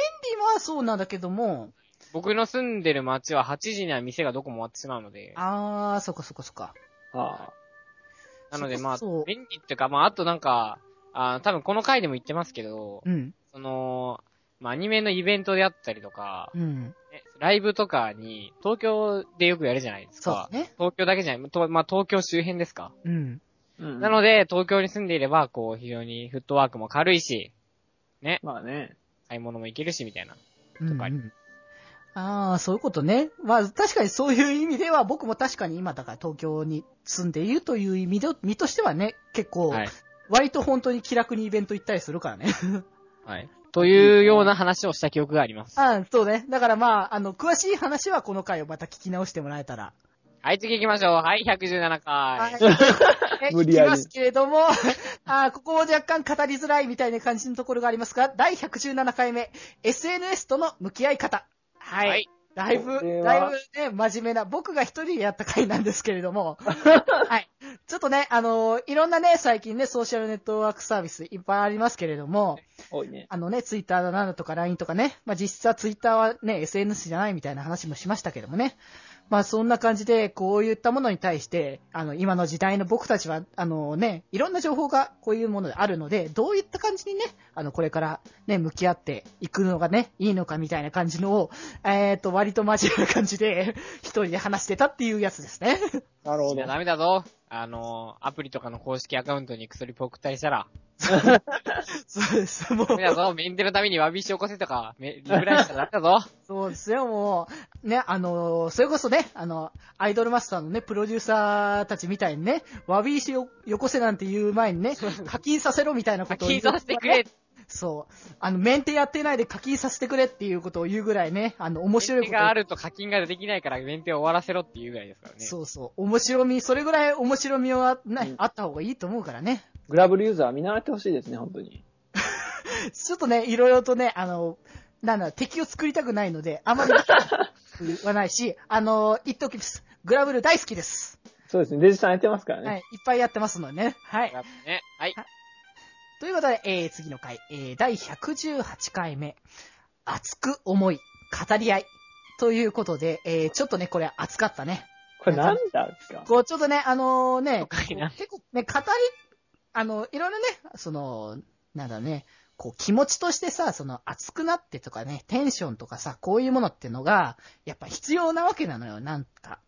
Speaker 1: はそうなんだけども、
Speaker 4: 僕の住んでる街は8時には店がどこも終わってしまうので、
Speaker 1: あー、そっかそっかそっか。
Speaker 5: あ
Speaker 4: なので
Speaker 1: そ
Speaker 4: まあ
Speaker 1: そう、
Speaker 4: 便利っていうか、まああとなんか、あー多分この回でも言ってますけど、
Speaker 1: うん、
Speaker 4: その、まあアニメのイベントであったりとか、
Speaker 1: うん。
Speaker 4: ねライブとかに、東京でよくやるじゃないです
Speaker 1: そう
Speaker 4: か
Speaker 1: だ。ね。
Speaker 4: 東京だけじゃない、とまあ東京周辺ですか。
Speaker 1: うん。
Speaker 5: あ。うん
Speaker 4: なので、東京に住んでいれば、こう、非常にフットワークも軽いし、
Speaker 5: まあね。
Speaker 4: 買い物も行けるし、みたいな。
Speaker 1: うん
Speaker 4: か
Speaker 1: う
Speaker 4: に
Speaker 1: ん、ああ、そういうことね。まあ、確かにそういう意味では、僕も確かに今、だから東京に住んでいるという意味で、身としてはね、結構、
Speaker 4: はい。
Speaker 1: 割と本当に気楽にイベント行ったりするからね。 [laughs]
Speaker 4: はい。というような話をした記憶があります。
Speaker 1: ああ、そうね。だからまあ、あの、詳しい話はこの回をまた聞き直してもらえたら。
Speaker 4: はい、次行きましょう。はい、117回。
Speaker 1: はい。
Speaker 5: [laughs] 無
Speaker 1: 無
Speaker 5: 理
Speaker 1: 理
Speaker 5: や
Speaker 1: や
Speaker 5: り
Speaker 1: り。ますけれども、 [laughs] あーここも若干語りづらいみたいな感じのところがありますが、第117回目、SNS との向き合い方。はい。
Speaker 4: はい
Speaker 1: だいぶ、
Speaker 5: これは
Speaker 1: だいぶね、真面目な、僕が一人でやった回なんですけれど
Speaker 5: [laughs]
Speaker 1: も、はい。ちょっとね、あのーいろんなね、最近ね、ソーシャルネットワークサービスいっぱいありますけれども、
Speaker 5: 多いね。
Speaker 1: あのね、ツイッターだなんだとか LINE とかね、まあ実質はツイッターはね、SNS じゃないみたいな話もしましたけどもね。まあそんな感じで、こういったものに対して、あの、今の時代の僕たちは、あのね、いろんな情報がこういうものであるので、どういった感じにね、あの、これからね、向き合っていくのがね、いいのかみたいな感じのを、えっ、と、割と真面目な感じで、一人で話してたっていうやつですね。 [laughs]
Speaker 5: なるほ
Speaker 4: い
Speaker 5: ど
Speaker 4: や、。ダメだぞ。あのー、アプリとかの公式アカウントにクソリプ送ったりしたら、
Speaker 1: そうです、もう
Speaker 4: ダメ
Speaker 1: [laughs]
Speaker 4: だぞ。メンテのために詫びし起こせとか、めリプライしたらダメだぞ。
Speaker 1: そうですよ、もう。ね、あのー、それこそね、あの、アイドルマスターのね、プロデューサーたちみたいにね、わび石をよこせなんて言う前にね、課金させろみたいなことを言う
Speaker 4: 聞いさせてくれ。
Speaker 1: そう。あの、メンテやってないで課金させてくれっていうことを言うぐらいね、あの、面白いこ
Speaker 4: メン
Speaker 1: と
Speaker 4: テがあると課金ができないから、メンテを終わらせろっていうぐらいですからね。
Speaker 1: そうそう。面白み、それぐらい面白みは、ね
Speaker 5: うん
Speaker 1: あった方がいいと思うからね。
Speaker 5: グラブルユーザー見習ってほしいですね、本当に。
Speaker 1: ちょっとね、いろいろとね、あの、なんだ、敵を作りたくないので、あまり言わないし、あの、言っときです。グラブル大好きです。
Speaker 5: そうですね。デジさんやってますからね。
Speaker 1: はい。いっぱいやってますのでね。はい。
Speaker 4: やっぱね。はい。
Speaker 1: ということで、えー、次の回、えー、第118回目、熱く思い、語り合い。ということで、えー、ちょっとね、これ熱かったね。
Speaker 5: これなんですか
Speaker 1: こう、ちょっとね、あのね、
Speaker 4: 深いな
Speaker 1: 結構ね、語り、あの、いろいろね、その、なんだろうね、こう気持ちとしてさ、その熱くなってとかね、テンションとかさ、こういうものってのが、やっぱ必要なわけなのよ、なんか。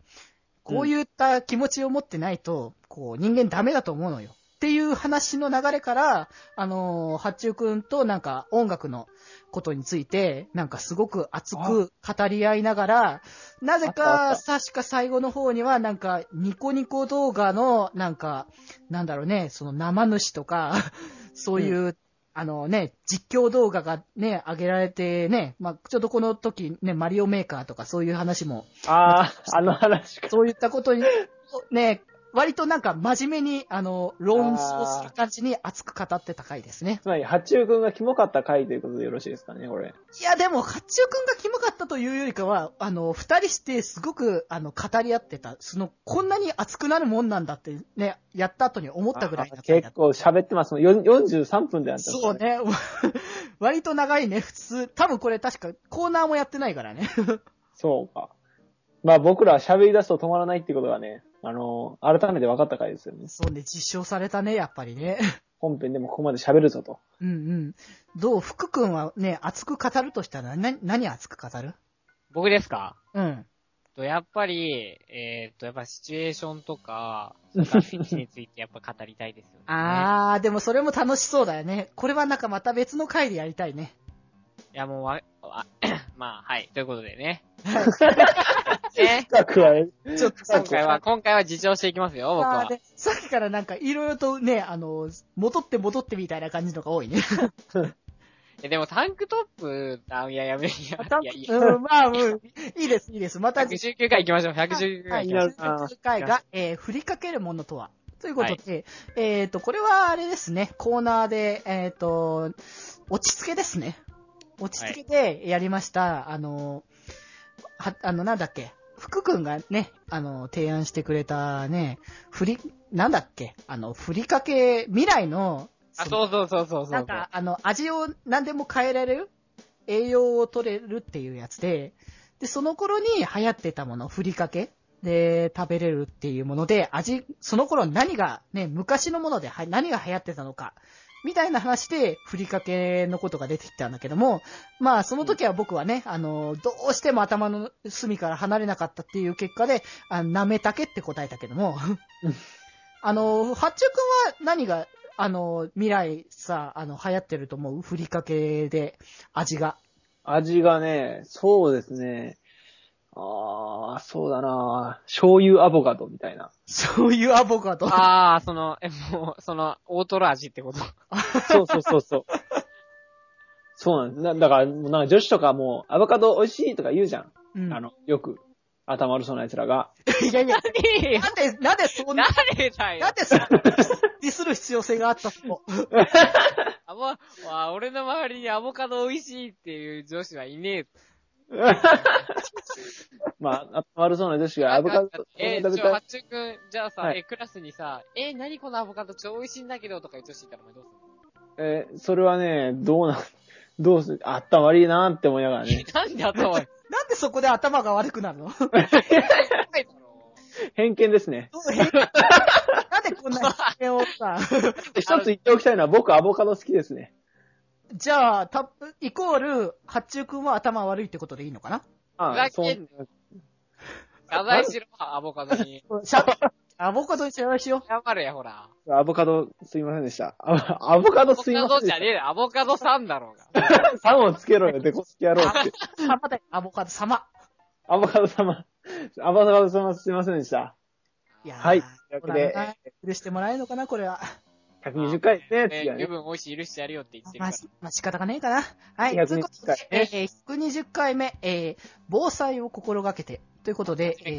Speaker 1: こういった気持ちを持ってないと、こう人間ダメだと思うのよ。っていう話の流れから、あのー、八中くんとなんか音楽のことについて、なんかすごく熱く語り合いながら、なぜ
Speaker 5: あ
Speaker 1: か、
Speaker 5: った
Speaker 1: 確か最後の方にはなんかニコニコ動画の、なんか、なんだろうね、その生主とか、 [laughs] そういう、あのね、実況動画がね、上げられてね、まあ、ちょっとこの時ね、マリオメーカーとかそういう話も、
Speaker 5: あ [laughs] あ、あの話か。
Speaker 1: そういった
Speaker 5: [laughs]
Speaker 1: ことに、ね、割となんか真面目に、あの、論争する感じに熱く語ってた回ですね。
Speaker 5: つまり、八中くんがキモかった回ということでよろしいですかね、これ。
Speaker 1: いや、でも、八中くんがキモかったというよりかは、あの、二人してすごく、あの、語り合ってた、その、こんなに熱くなるもんなんだってね、やった後に思ったぐらい
Speaker 5: あ
Speaker 1: だ
Speaker 5: ー結構喋ってます。よん43分でやってます、
Speaker 1: そう。ね。 [laughs] 割と長いね、普通。多分これ確かコーナーもやってないからね。 [laughs]
Speaker 5: そうか。まあ僕らは喋り出すと止まらないってことがね、あのー改めて分かった回ですよね。
Speaker 1: そうね、実証されたね、やっぱりね。
Speaker 5: 本編でもここまで喋るぞと。
Speaker 1: うんうん。どう福君はね、熱く語るとしたら、な、何熱く語る
Speaker 4: 僕ですか
Speaker 1: うん。
Speaker 4: と、やっぱり、えーっと、やっぱシチュエーションとか、それからフェチについてやっぱ語りたいですよね。
Speaker 1: [laughs] あー、でもそれも楽しそうだよね。これはなんかまた別の回でやりたいね。
Speaker 4: いや、もうわ、 [coughs] あまあ、はい。ということでね。ね。
Speaker 5: 深くはね、
Speaker 1: ちょっとさ
Speaker 4: [laughs] 今回は、今回は自重していきますよ、僕
Speaker 1: あー
Speaker 4: は。
Speaker 1: でさっきからなんかいろいろとね、あの、戻って戻ってみたいな感じの [laughs] が多いね。
Speaker 4: えでも、タンクトップ、あ、いや、やめ、いや、いや、いや、
Speaker 1: うん、まあ、うん。いいです、いいです。また次回
Speaker 4: 119回行きましょう、119
Speaker 1: は
Speaker 4: 回
Speaker 1: い、
Speaker 4: 行き
Speaker 5: 気
Speaker 4: ましょ
Speaker 5: な
Speaker 4: う。
Speaker 5: るな
Speaker 1: 119回が、えー振りかけるものとは。ということで、えっ、と、これはあれですね、コーナーで、えっ、と、落ち着けですね。落ち着けでやりました、あの、は、あの、なんだっけ、福くんがね、あの、提案してくれたね、振り、なんだっけ、あの、振りかけ、未来の、
Speaker 4: あ、
Speaker 1: その
Speaker 4: そうそうそうそうそう。
Speaker 1: なんか、あの、味を何でも変えられる栄養を取れるっていうやつで、で、その頃に流行ってたもの、ふりかけで食べれるっていうもので、味、その頃何が、ね、昔のものでは何が流行ってたのか、みたいな話で、ふりかけのことが出てきたんだけども、まあ、その時は僕はね、あの、どうしても頭の隅から離れなかったっていう結果で、あなめたけって答えたけども、あの、八中くんは何があの、未来さ、あの、流行ってると思うふりかけで、味が。
Speaker 5: 味がね、そうですね。ああ、そうだな醤油アボカドみたいな。
Speaker 1: そういうアボカド。
Speaker 4: ああ、その、え、もう、その、大トロ味ってこと。
Speaker 5: そうそうそうそう。そうなんです。なだから、もうなんか女子とかもう、アボカド美味しいとか言うじゃん。
Speaker 1: うん
Speaker 5: あの、よく、頭悪そうな奴
Speaker 4: [laughs]
Speaker 5: らが。
Speaker 1: いやいや、
Speaker 4: 誰よ
Speaker 1: なんで、なんでそんな、
Speaker 4: 誰だよ
Speaker 1: なんでそんな、ディスる必要性があったの
Speaker 4: アボ、わ俺の周りにアボカド美味しいっていう女子はいねえ。
Speaker 5: まあ、頭悪そうな女子がアボカド、
Speaker 4: え
Speaker 5: アボカド
Speaker 4: ー、ちょ、
Speaker 5: 食べた
Speaker 4: ハッ
Speaker 5: い
Speaker 4: チュ君、じゃあさ、
Speaker 5: はい
Speaker 4: え、クラスにさ、えー、何このアボカド超美味しいんだけどとか言う女子いたらお前どうす
Speaker 5: えーそれはね、どうなん、どうする、頭悪いなって思いながらね
Speaker 4: る。のなんで
Speaker 5: [laughs]
Speaker 4: 頭悪い
Speaker 1: なんでそこで頭が悪くなるの
Speaker 4: ないだろ
Speaker 5: 偏見ですね。
Speaker 1: どう変なんでこんな発見をさ、
Speaker 5: 一つ言っておきたいのは、僕アボカド好きですね。
Speaker 1: じゃあ、た、イコール、八中くんは頭悪いってことでいいのかな
Speaker 5: ああ
Speaker 4: ふざけん謝罪しろ、アボカド
Speaker 5: [laughs]
Speaker 4: に。
Speaker 1: しゃアボカドに謝罪しよ
Speaker 4: 謝れや、ほら。
Speaker 5: そうアボカド、すいませんでした。アアボカ
Speaker 4: ア
Speaker 5: ド
Speaker 4: ボ
Speaker 5: すいま
Speaker 4: カド
Speaker 5: せんでし
Speaker 4: じゃ
Speaker 5: た
Speaker 4: ね。えよ、アボカドさんだろうが。
Speaker 5: 3をつけろよ、デコスキ野郎って。
Speaker 1: う。様だよ、アボカド様。
Speaker 5: アボカド様、アボカド様すいませんでした。
Speaker 1: いやー
Speaker 5: はい。という
Speaker 1: そう
Speaker 5: わけ
Speaker 1: だ
Speaker 5: で
Speaker 1: な、許してもらえるのかな、これは。
Speaker 5: 120回ですね、
Speaker 4: え
Speaker 5: 次は
Speaker 4: ー、十
Speaker 5: ね。
Speaker 4: 分美味しい許してやるよって言ってる
Speaker 1: ま
Speaker 4: か
Speaker 1: あ
Speaker 4: ら。、
Speaker 1: まあ、仕方がねえかな。はい。
Speaker 5: 120
Speaker 1: ということで
Speaker 5: 回、
Speaker 1: えー120回目、えー防災を心がけて、ということで、え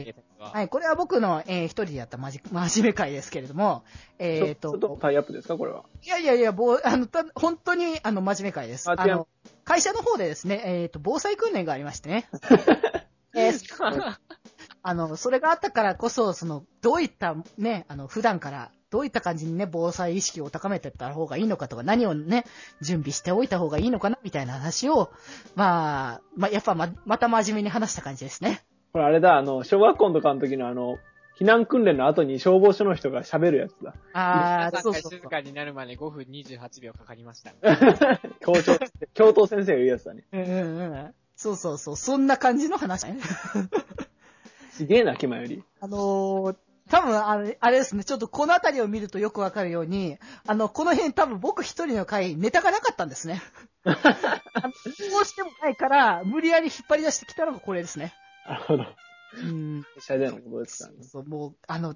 Speaker 1: ーはい、これは僕の、えー一人でやったまじ、真面目会ですけれども、えっ、
Speaker 5: ちょっと
Speaker 1: と、
Speaker 5: タイアップですかこれは。
Speaker 1: いやいやいや、ぼうあの、た本当に、あの、真面目会です。
Speaker 5: あ
Speaker 1: あ
Speaker 5: 違う
Speaker 1: の、会社の方でですね、えっ、と、防災訓練がありましてね。えー [laughs] あの、それがあったからこそ、その、どういった、ね、あの、普段から、どういった感じにね、防災意識を高めていった方がいいのかとか、何をね、準備しておいた方がいいのかな、みたいな話を、まあ、まあ、やっぱま、また真面目に話した感じですね。
Speaker 5: これあれだ、あの、小学校のとかの時のあの、避難訓練の後に消防署の人が喋るやつだ。
Speaker 4: [laughs]
Speaker 1: あー、そうそうそ
Speaker 4: 静
Speaker 1: う。
Speaker 4: かになるまで5分28秒かかりま
Speaker 5: [laughs]
Speaker 4: した。
Speaker 1: [laughs]
Speaker 5: 校長、教頭先生が言うやつだね。
Speaker 1: うんうんうん。そうそうそう。そんな感じの話ね。
Speaker 5: すげえな、気前より。
Speaker 1: あのー、多分あれ、あれですね、ちょっとこの辺りを見るとよくわかるように、あの、この辺多分僕一人の回、ネタがなかったんですね。どうしてもないから、無理やり引っ張り出してきたのがこれですね。
Speaker 5: なるほど。
Speaker 1: うん。
Speaker 5: 医者でのことですからね。
Speaker 1: そう、もう、あの、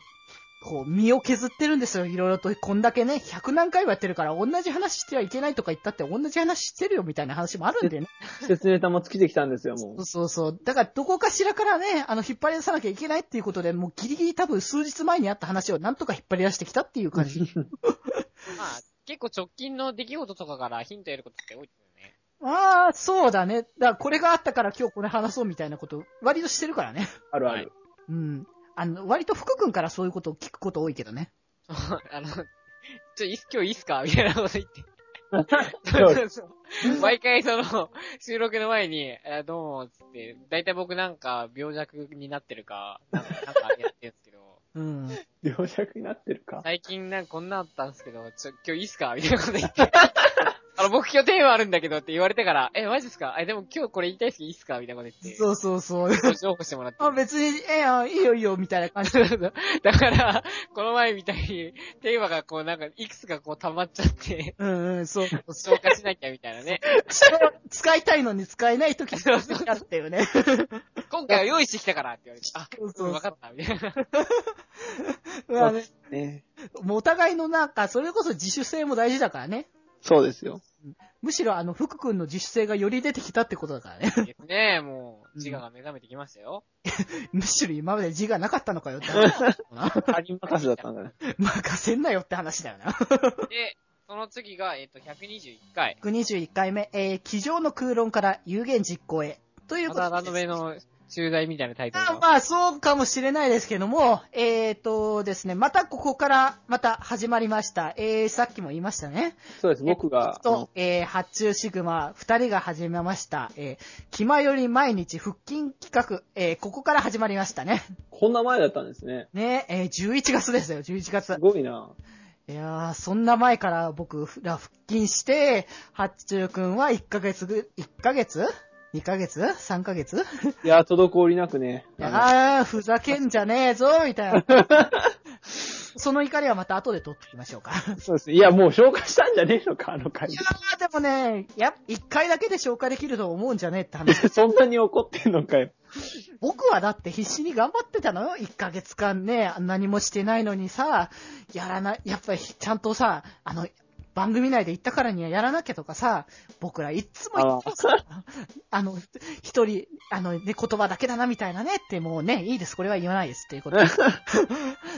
Speaker 1: こう、身を削ってるんですよ、いろいろと。こんだけね、100何回もやってるから、同じ話してはいけないとか言ったって、同じ話してるよみたいな話もあるんでね。
Speaker 5: 施設ネタも尽きてきたんですよ、も
Speaker 1: そうう。そうそう。だから、どこかしらからね、あの、引っ張り出さなきゃいけないっていうことで、もうギリギリ多分数日前にあった話をなんとか引っ張り出してきたっていう感じ。
Speaker 4: まあ、結構直近の出来事とかからヒント得ることって多いですよね。
Speaker 1: [laughs] ああ、そうだね。だから、これがあったから今日これ話そうみたいなこと、割としてるからね。
Speaker 5: あるある。
Speaker 1: うん。あの、割と福君からそういうことを聞くこと多いけどね。
Speaker 4: [laughs] あの、ちょ、いいっす今日いいっすかみたいなこと言って。
Speaker 5: そう
Speaker 4: [laughs]
Speaker 5: で
Speaker 4: 毎回その、収録の前に、あどうも、つって、だいたい僕なんか病弱になってるか、なんかなんかやってるんですけど、
Speaker 1: [laughs] うん。
Speaker 5: 病弱になってるか。
Speaker 4: 最近なんかこんなあったんですけど、ちょ、今日いいっすかみたいなこと言って。あの、僕今日テーマあるんだけどって言われてから、え、マジっすかえ、でも今日これ言いたいっすけどいいっすかみたいなこと言って。
Speaker 1: そうそうそう。 [laughs]
Speaker 4: う。情報してもらって。
Speaker 1: あ、別に、ええあいいよいいよ、みたいな感じ。
Speaker 4: [laughs] だから、この前みたいに、テーマがこうなんか、いくつかこう溜まっちゃって、
Speaker 1: [laughs] うんうん、そう。
Speaker 4: 消化しなきゃみたいなね。
Speaker 1: [laughs] 使いたいのに使えない [laughs] 時にあったよね。
Speaker 4: 今回は用意してきたからって言われて、あ、
Speaker 1: そうそう
Speaker 4: 分かった、みたいな。
Speaker 1: まあね
Speaker 5: ね。
Speaker 1: もうお互いのなんか、それこそ自主性も大事だからね。
Speaker 5: そうですよ。
Speaker 1: むしろあの、福君の自主性がより出てきたってことだから [laughs] ね。
Speaker 4: ですね、もう、自我が目覚めてきましたよ。
Speaker 1: むしろ今まで字がなかったのか [laughs] よって話
Speaker 5: 他人任せだったんだね。
Speaker 1: 任せんなよって話だよな。
Speaker 4: で、その次が、えっと、121回。
Speaker 1: 121回目、えー、机上の空論から有言実行へ。という
Speaker 4: ま
Speaker 1: こと
Speaker 4: た
Speaker 1: で。
Speaker 4: ラノベの中大みたいなタイトル
Speaker 1: あ
Speaker 4: の。
Speaker 1: まあ、そうかもしれないですけども、えーとですね、またここから、また始まりました。えー、さっきも言いましたね。
Speaker 5: そうです、僕が。あの
Speaker 1: と、えー、発注シグマ、二人が始めました。えー、気まより毎日腹筋企画、えー、ここから始まりましたね。
Speaker 5: こんな前だったんですね。
Speaker 1: ね、えー、11月ですよ、11月
Speaker 5: す。ごいな。
Speaker 1: いやー、そんな前から僕ら腹筋して、八中くんは1ヶ月ぐ、1ヶ月 ?2 ヶ月 ?3 ヶ月
Speaker 5: いや、滞りなくね。
Speaker 1: い
Speaker 5: あ
Speaker 1: やー、ふざけんじゃねえぞ、みたいな。その怒りはまた後で取ってきましょうか。
Speaker 5: のそうですね。いや、もう消化したんじゃねえのか、あの回
Speaker 1: いやー、でもね、や、1回だけで消化できると思うんじゃねえって話。
Speaker 5: [laughs] そんなに怒ってんのかよ。
Speaker 1: 僕はだって必死に頑張ってたのよ。1ヶ月間ね、何もしてないのにさ、やらな、やっぱりちゃんとさ、あの、番組内で言ったからにはやらなきゃとかさ、僕らいっつも言ってるさ、あの、一人、あのね、言葉だけだなみたいなねってもうね、いいです。これは言わないですっていう
Speaker 4: [laughs]
Speaker 1: ことで。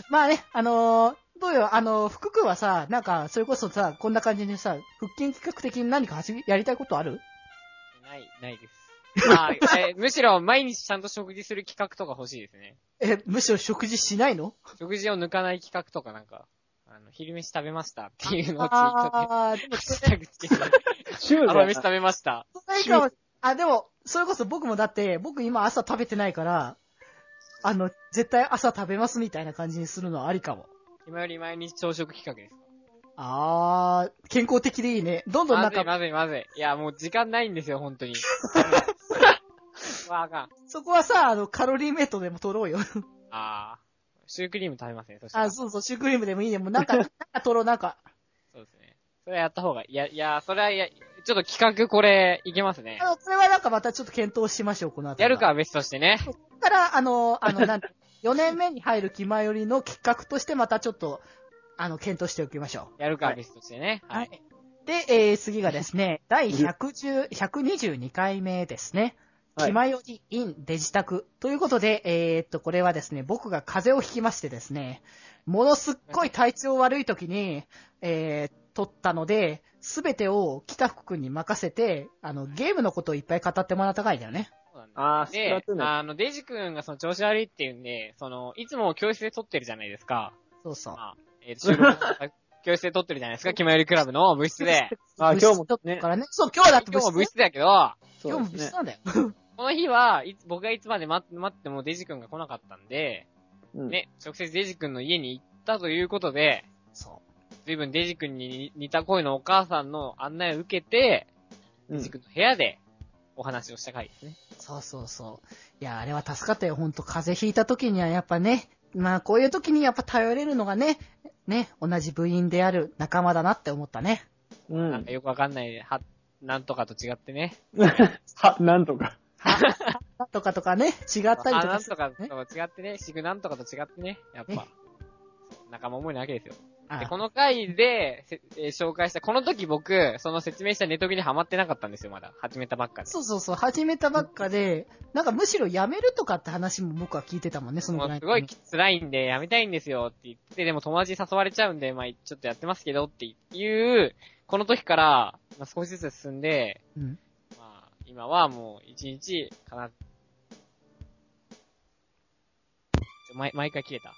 Speaker 1: まあね、あのーどうよ、あのー、福君はさ、なんか、それこそさ、こんな感じにさ、腹筋企画的に何か走りやりたいことある
Speaker 4: ない、ないです。まあ、えむしろ毎日ちゃんと食事する企画とか欲しいですね。
Speaker 1: え、むしろ食事しないの
Speaker 4: 食事を抜かない企画とかなんか、あの、昼飯食べましたっていうのをツイートで、
Speaker 1: あー、でも
Speaker 4: ハッシュタ
Speaker 1: [laughs]
Speaker 4: グつけて、
Speaker 5: 週
Speaker 4: あ
Speaker 5: だ
Speaker 4: の飯食べました。
Speaker 1: それ以下は、あ、でも、それこそ僕もだって、僕今朝食べてないから、あの、絶対朝食べますみたいな感じにするのはありかも。
Speaker 4: 今より毎日朝食企画です。
Speaker 1: あー、健康的でいいね。どんどんな
Speaker 4: ま
Speaker 1: ん
Speaker 4: ず
Speaker 1: か、
Speaker 4: いまずいまずい。いや、もう時間ないんですよ、本当に。 [laughs] わあかん。
Speaker 1: そこはさ、あの、カロリーメイトでも取ろうよ。
Speaker 4: あー。シュークリーム食べますね、そした
Speaker 1: [laughs]
Speaker 4: ら。
Speaker 1: あ、
Speaker 4: そ
Speaker 1: そうそう、シュークリームでもいいね。もう [laughs] なんか、なんか取ろう、なんか。
Speaker 4: うですね。それはやった方がいい。いや、いや、それはや、ちょっと企画これ、いけますね
Speaker 1: あ。の、それはなんかまたちょっと検討しましょう、この後。
Speaker 4: やるか。は別としてね。
Speaker 1: そっから、あの、あの、なんて、4年目に入る気前よりの企画としてまたちょっと、あの、検討しておきましょう。
Speaker 4: やるかは別としてね。はい。。
Speaker 5: [laughs]
Speaker 1: で、えー次がですね、第110 122回目ですね。
Speaker 5: はい
Speaker 1: 気まより in デジタク。ということで、えーっと、これはですね、僕が風邪をひきましてですね、ものすっごい体調悪い時に、えー、撮ったので、すべてを北福くんに任せて、あの、ゲームのことをいっぱい語ってもらった回だよね。
Speaker 4: そうなんです
Speaker 5: あー、スプラ
Speaker 4: で
Speaker 5: トゥーン、の。
Speaker 4: あの、デイジ君がその調子悪いっていうんで、その、いつも教室で撮ってるじゃないですか。
Speaker 1: そうそう。
Speaker 4: まあ、え [laughs] ー、収録教室で撮ってるじゃないです [laughs] か、キマよりクラブの部室 [laughs] で。
Speaker 5: あー、今日も
Speaker 1: 部室だった
Speaker 5: ね
Speaker 1: か。らね。そう、今日だって
Speaker 4: 今日も部
Speaker 1: 部室。
Speaker 4: 室だけど、
Speaker 1: 今
Speaker 5: そ
Speaker 1: 日
Speaker 5: う
Speaker 1: も
Speaker 5: で
Speaker 1: 部
Speaker 5: す
Speaker 1: 室
Speaker 5: ね。
Speaker 1: なんだよ。
Speaker 4: この日はいつ、僕がいつまで待って待ってもデイジ君が来なかったんで、
Speaker 5: うん
Speaker 4: ね、直接デイジ君の家に行ったということで、
Speaker 1: そ
Speaker 4: 随分デイジ君に似た声のお母さんの案内を受けて、
Speaker 5: う
Speaker 4: デ
Speaker 5: ん
Speaker 4: イジ君の部屋でお話をした回ですね。
Speaker 1: う。そうそうそう。いや、あれは助かったよ。ほんと、風邪ひいた時にはやっぱね、まあ、こういう時にやっぱ頼れるのがね、ね、同じ部員である仲間だなって思ったね。
Speaker 5: う
Speaker 4: なん
Speaker 5: ん
Speaker 4: か。よくわかんない、は、なんとかと違ってね。
Speaker 5: [laughs] は、なんとか。 [laughs]
Speaker 1: なんとかとかね、違ったりと
Speaker 4: あ、な
Speaker 1: か
Speaker 4: ん
Speaker 1: す
Speaker 4: と
Speaker 1: る。
Speaker 4: かと違ってね、シグなんとかと違ってね、やっぱ
Speaker 1: ね。
Speaker 4: 仲間思いなわけですよ。
Speaker 1: あ
Speaker 4: で、この回で、せえー紹介した、この時僕、その説明したネトゲにハマってなかったんですよ、まだ。始めたばっかで。
Speaker 1: そうそうそう、始めたばっかで、なんかむしろ辞めるとかって話も僕は聞いてたもんね、その
Speaker 4: も
Speaker 1: ぐ
Speaker 4: う
Speaker 1: らい。
Speaker 4: すごい辛いんで、やめたいんですよって言って、でも友達に誘われちゃうんで、まあちょっとやってますけどっていう、この時から、まあ少しずつ進んで、
Speaker 1: うん。
Speaker 4: まあ今はもう一日、かな、毎毎回切れた。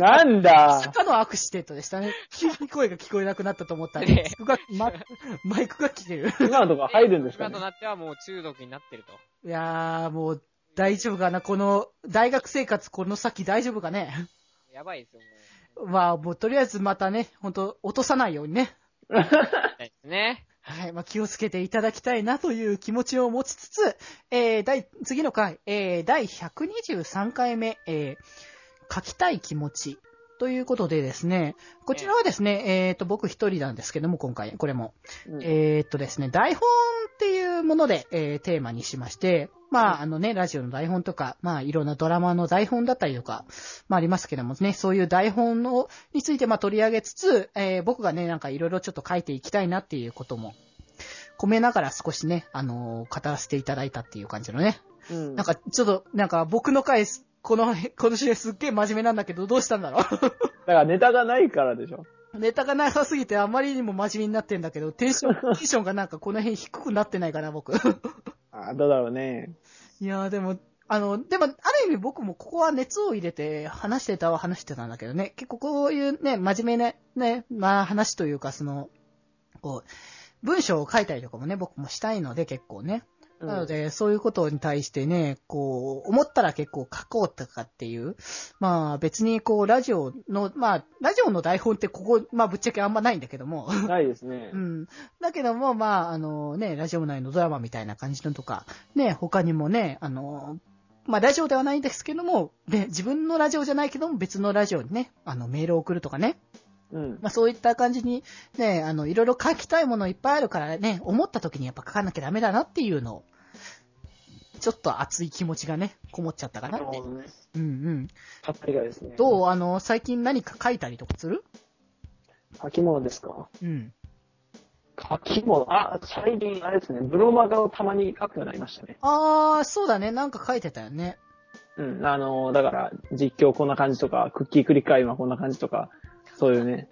Speaker 5: なんだ
Speaker 1: 坂のアクシデントでした
Speaker 4: [laughs]
Speaker 1: ね。急に声が聞こえなくなったと思ったら、
Speaker 4: ね
Speaker 1: マイクが、まマイクが切れる。
Speaker 5: 今のとか入るんですか
Speaker 4: 今
Speaker 5: ね
Speaker 4: となってはもう中毒になってると。
Speaker 1: いやー、もう、大丈夫かなこの、大学生活、この先大丈夫かね
Speaker 4: やばいですよ、もう。
Speaker 1: まあ、もう、とりあえずまたね、ほんと、落とさないようにね。
Speaker 4: ないですね。
Speaker 1: はい、まあ、気をつけていただきたいなという気持ちを持ちつつ、えー、第、次の回、えー、第123回目、えー、書きたい気持ち。ということでですね、こちらはですね、えっ、と、僕一人なんですけども、今回、これも。
Speaker 5: うん
Speaker 1: えーっとですね、台本っていうもので、えーテーマにしまして、まあ、あのね、ラジオの台本とか、まあ、いろんなドラマの台本だったりとか、まあ、ありますけどもね、そういう台本を、について、まあ、取り上げつつ、えー僕がね、なんかいろいろちょっと書いていきたいなっていうことも、込めながら少しね、あのー語らせていただいたっていう感じのね。
Speaker 5: うん
Speaker 1: なんか、ちょっと、なんか、僕の回、この、 [laughs] この週すっげえ真面目なんだけど、どうしたんだろう
Speaker 5: だからネタがないからでしょ。
Speaker 1: [laughs] ネタがなさすぎてあまりにも真面目になってんだけど、テンション、
Speaker 5: [laughs]
Speaker 1: テンションがなんかこの辺低くなってないかな、僕。 [laughs] い
Speaker 5: あーどうだろうね。
Speaker 1: やーでも、あの、でも、ある意味僕もここは熱を入れて話してたは話してたんだけどね、結構こういうね、真面目なね、まあ話というかその、こう、文章を書いたりとかもね、僕もしたいので結構ね。なので、そういうことに対してね、こう、思ったら結構書こうとかっていう。まあ別にこう、ラジオの、まあ、ラジオの台本ってここ、まあぶっちゃけあんまないんだけども。
Speaker 5: ないですね
Speaker 1: う。ん。だけども、まあ、あのね、ラジオ内のドラマみたいな感じのとか、ね、他にもね、あの、まあ、ラジオではないんですけども、ね、自分のラジオじゃないけども、別のラジオにね、あの、メールを送るとかね、
Speaker 5: うん。
Speaker 1: まあ、そういった感じに、ね、あの、いろいろ書きたいものいっぱいあるからね、思った時にやっぱ書かなきゃダメだなっていうのを、ちょっと熱い気持ちがね、こもっちゃったかなって。
Speaker 5: どね。
Speaker 1: うんうん。
Speaker 5: たったりがですね。
Speaker 1: どうあの、最近何か書いたりとかする
Speaker 5: 書き物ですか
Speaker 1: うん。
Speaker 5: 書き物あ、最近、あれですね、ブロマガをたまに書くようになりましたね。
Speaker 1: あー、そうだね、なんか書いてたよね。
Speaker 5: うん。あのー、だから、実況こんな感じとか、クッキークリックアイマンこんな感じとか、そういうね、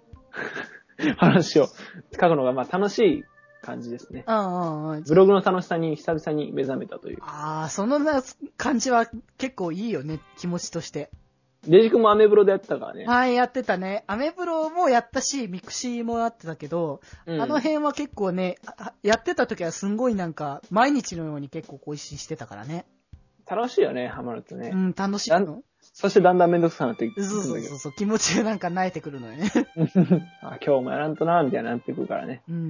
Speaker 5: [laughs] 話を書くのが、まあ、楽しい感じですね。
Speaker 1: うんうんうん。
Speaker 5: ブログの楽しさに久々に目覚めたという。
Speaker 1: ああ、そのな感じは結構いいよね、気持ちとして。
Speaker 5: デジ君もアメブロでやってたからね。
Speaker 1: はい、やってたね。アメブロもやったし、ミクシーもやってたけど、
Speaker 5: うん
Speaker 1: あの辺は結構ね、あやってた時はすんごいなんか、毎日のように結構更新してたからね。
Speaker 5: 楽しいよね、ハマるとね。
Speaker 1: うん、楽しいの。
Speaker 5: そしてだんだんめんどくさくなっていく
Speaker 1: そ
Speaker 5: ん
Speaker 1: う
Speaker 5: だけど。
Speaker 1: そうそうそう、気持ちがなんか慣れてくるのよね。
Speaker 5: [laughs] あ今日もやらんとな、みたいになってくるからね。
Speaker 1: うんうんう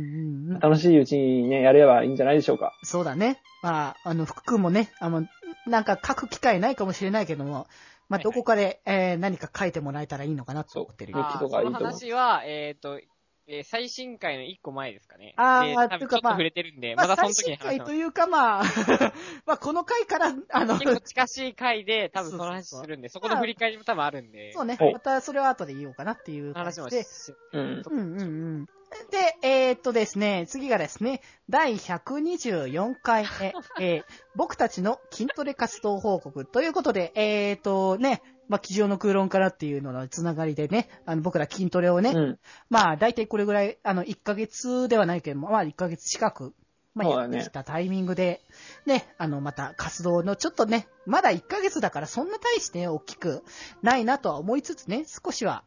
Speaker 1: ん。
Speaker 5: 楽しいうちにね、やればいいんじゃないでしょうか。
Speaker 1: そうだね。まあ、あの、福君もね、あの、なんか書く機会ないかもしれないけども、まあ、どこかで、えー何か書いてもらえたらいいのかなと思ってるよ。
Speaker 5: 日記とかいいと思
Speaker 4: あー
Speaker 5: う
Speaker 4: その話は、えっ、と、えー最新回の一個前ですかね。
Speaker 1: あー
Speaker 4: で
Speaker 1: まあ
Speaker 4: 多
Speaker 1: て
Speaker 4: 分
Speaker 1: いう
Speaker 4: ちょ
Speaker 1: か
Speaker 4: っと触れてるんで、
Speaker 1: ま
Speaker 4: ま
Speaker 1: あ、最
Speaker 4: たその時
Speaker 1: 新
Speaker 4: に
Speaker 1: 回
Speaker 4: 話
Speaker 1: と
Speaker 4: す。
Speaker 1: いうか、まあ、 [laughs] まあ、この回から、あの、
Speaker 4: 結構近しい回
Speaker 1: [laughs]
Speaker 4: で、多分その話するんで、そ
Speaker 1: そう
Speaker 4: この振り返りも多分あるんで、
Speaker 1: そうね
Speaker 5: は、い
Speaker 1: またそれは後で言おうかなっていう感
Speaker 4: 話
Speaker 1: じ
Speaker 4: もし
Speaker 1: で。
Speaker 5: うん。
Speaker 1: うんうんうん。で、えーっとですね、次がですね、第124回
Speaker 5: [laughs]
Speaker 1: 目、えー僕たちの筋トレ活動報告ということで、えーっとね、まあ、机上の空論からっていうののつながりでね、あの、僕ら筋トレをね、
Speaker 5: うん。
Speaker 1: まあ、大体これぐらい、あの、1ヶ月ではないけども、まあ、1ヶ月近く、まあ、
Speaker 5: そう
Speaker 1: や
Speaker 5: だ
Speaker 1: っ
Speaker 5: ね
Speaker 1: てきたタイミングで、ねあの、また活動のちょっとね、まだ1ヶ月だからそんな大してね、大きくないなとは思いつつね、少しは、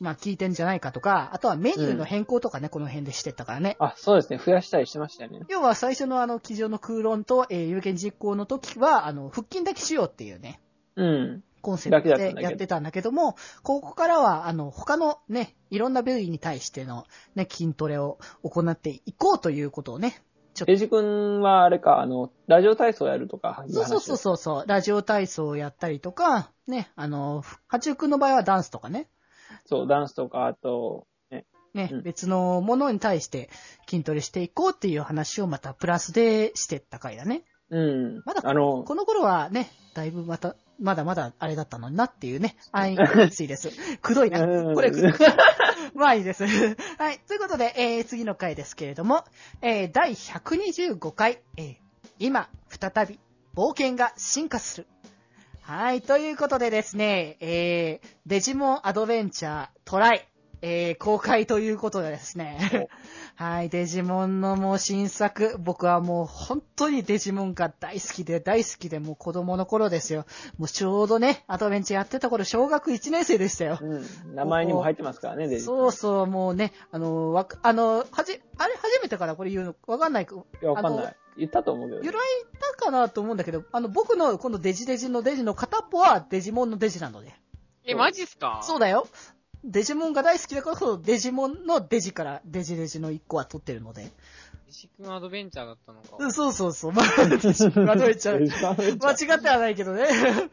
Speaker 1: まあ、聞いてんじゃないかとか、あとはメニューの変更とかね、この辺でしてったからね。
Speaker 5: あ、そうですね。増やしたりしてましたよね。
Speaker 1: 要は最初のあの、机上の空論と、えー有権実行の時は、あの、腹筋だけしようっていうね、
Speaker 5: うん。
Speaker 1: コンセプト
Speaker 5: だけだった
Speaker 1: で
Speaker 5: んだけど
Speaker 1: やってたんだけども、ここからは、あの、他のね、いろんな部位に対してのね、筋トレを行っていこうということをね、ちょっ
Speaker 5: デジ君はあれか、あの、ラジオ体操やるとか、
Speaker 1: と、そうそううそうそう、ラジオ体操をやったりとか、ね、あの、八中くんの場合はダンスとかね、
Speaker 5: 話をそう、ダンスとか、あと、
Speaker 1: ね、
Speaker 5: うん
Speaker 1: 別のものに対して筋トレしていこうっていう話をまたプラスでしてった回だね。
Speaker 5: うん。
Speaker 1: まだ
Speaker 5: あの、
Speaker 1: この頃はね、だいぶまた、まだまだあれだったのになっていう
Speaker 5: [laughs]
Speaker 1: ね、安易がついです。くどいな。
Speaker 5: うん
Speaker 1: これ、くどい。まあいいです。 [laughs] はい。ということで、えー、次の回ですけれども、えー、第125回、えー、今、再び、冒険が進化する。はい。ということでですね、えー、デジモンアドベンチャートライ、えー、公開ということでですね。はい。デジモンのもう新作、僕はもう本当にデジモンが大好きで大好きで、もう子供の頃ですよ。もうちょうどね、アドベンチャーやってた頃、小学1年生でしたよ。
Speaker 5: うん。名前にも入ってますからね、デジ君。
Speaker 1: そうそう、もうね、あの、わか、あの、はじ、あれ、初めてからこれ言うの、わかんない、言
Speaker 5: いや、わかん
Speaker 1: あ
Speaker 5: ない。言ったと思うけどね、
Speaker 1: 由来ったかなと思うんだけど、あの、僕のこのデジデジのデジの片っぽはデジモンのデジなので。
Speaker 4: え、マジっすか
Speaker 1: そうだよ。デジモンが大好きだからこそ、デジモンのデジからデジデジの一個は取ってるので。
Speaker 4: 石君アドベンチャーだったのか。
Speaker 1: うんそうそうそう。まあ、デジモンが取れちゃう
Speaker 5: デ。ジ君は [laughs] めっ
Speaker 1: [laughs]
Speaker 5: ち
Speaker 1: 間
Speaker 5: ゃ
Speaker 1: 違ってはないけどね。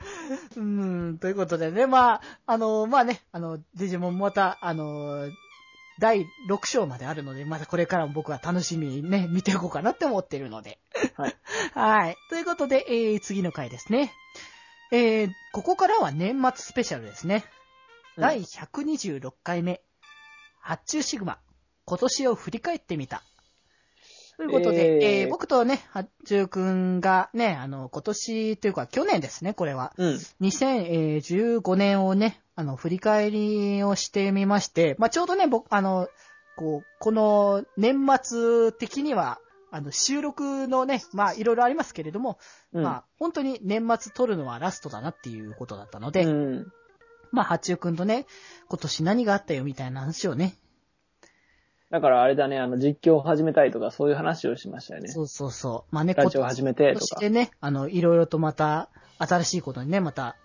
Speaker 1: [laughs] うん、ということでね、まあ、あの、まあね、あの、デジモンもまた、あの、第6章まであるので、またこれからも僕は楽しみにね、見ていこうかなって思ってるので。
Speaker 5: はい。
Speaker 1: [laughs] はい。ということで、えー、次の回ですね。えー、ここからは年末スペシャルですね。
Speaker 5: うん
Speaker 1: 第126回目、発注シグマ、今年を振り返ってみた。ということで、え
Speaker 5: えー
Speaker 1: ー僕とね、八中くんがね、あの、今年というか去年ですね、これは。
Speaker 5: うん。
Speaker 1: 2015年をね、あの、振り返りをしてみまして、まあ、ちょうどね、僕、あの、こう、この年末的には、あの、収録のね、まあ、いろいろありますけれども、
Speaker 5: うん。
Speaker 1: まあ、本当に年末撮るのはラストだなっていうことだったので、
Speaker 5: うん。
Speaker 1: まあ、八中くんとね、今年何があったよみたいな話をね、
Speaker 5: だからあれだね、あの、実況を始めたいとか、そういう話をしましたよね。
Speaker 1: そうそうそう、まあね、
Speaker 5: ラジオを始めてと
Speaker 1: そし
Speaker 5: か。
Speaker 1: てね、あの、いろいろとまた、新しいことにね、また、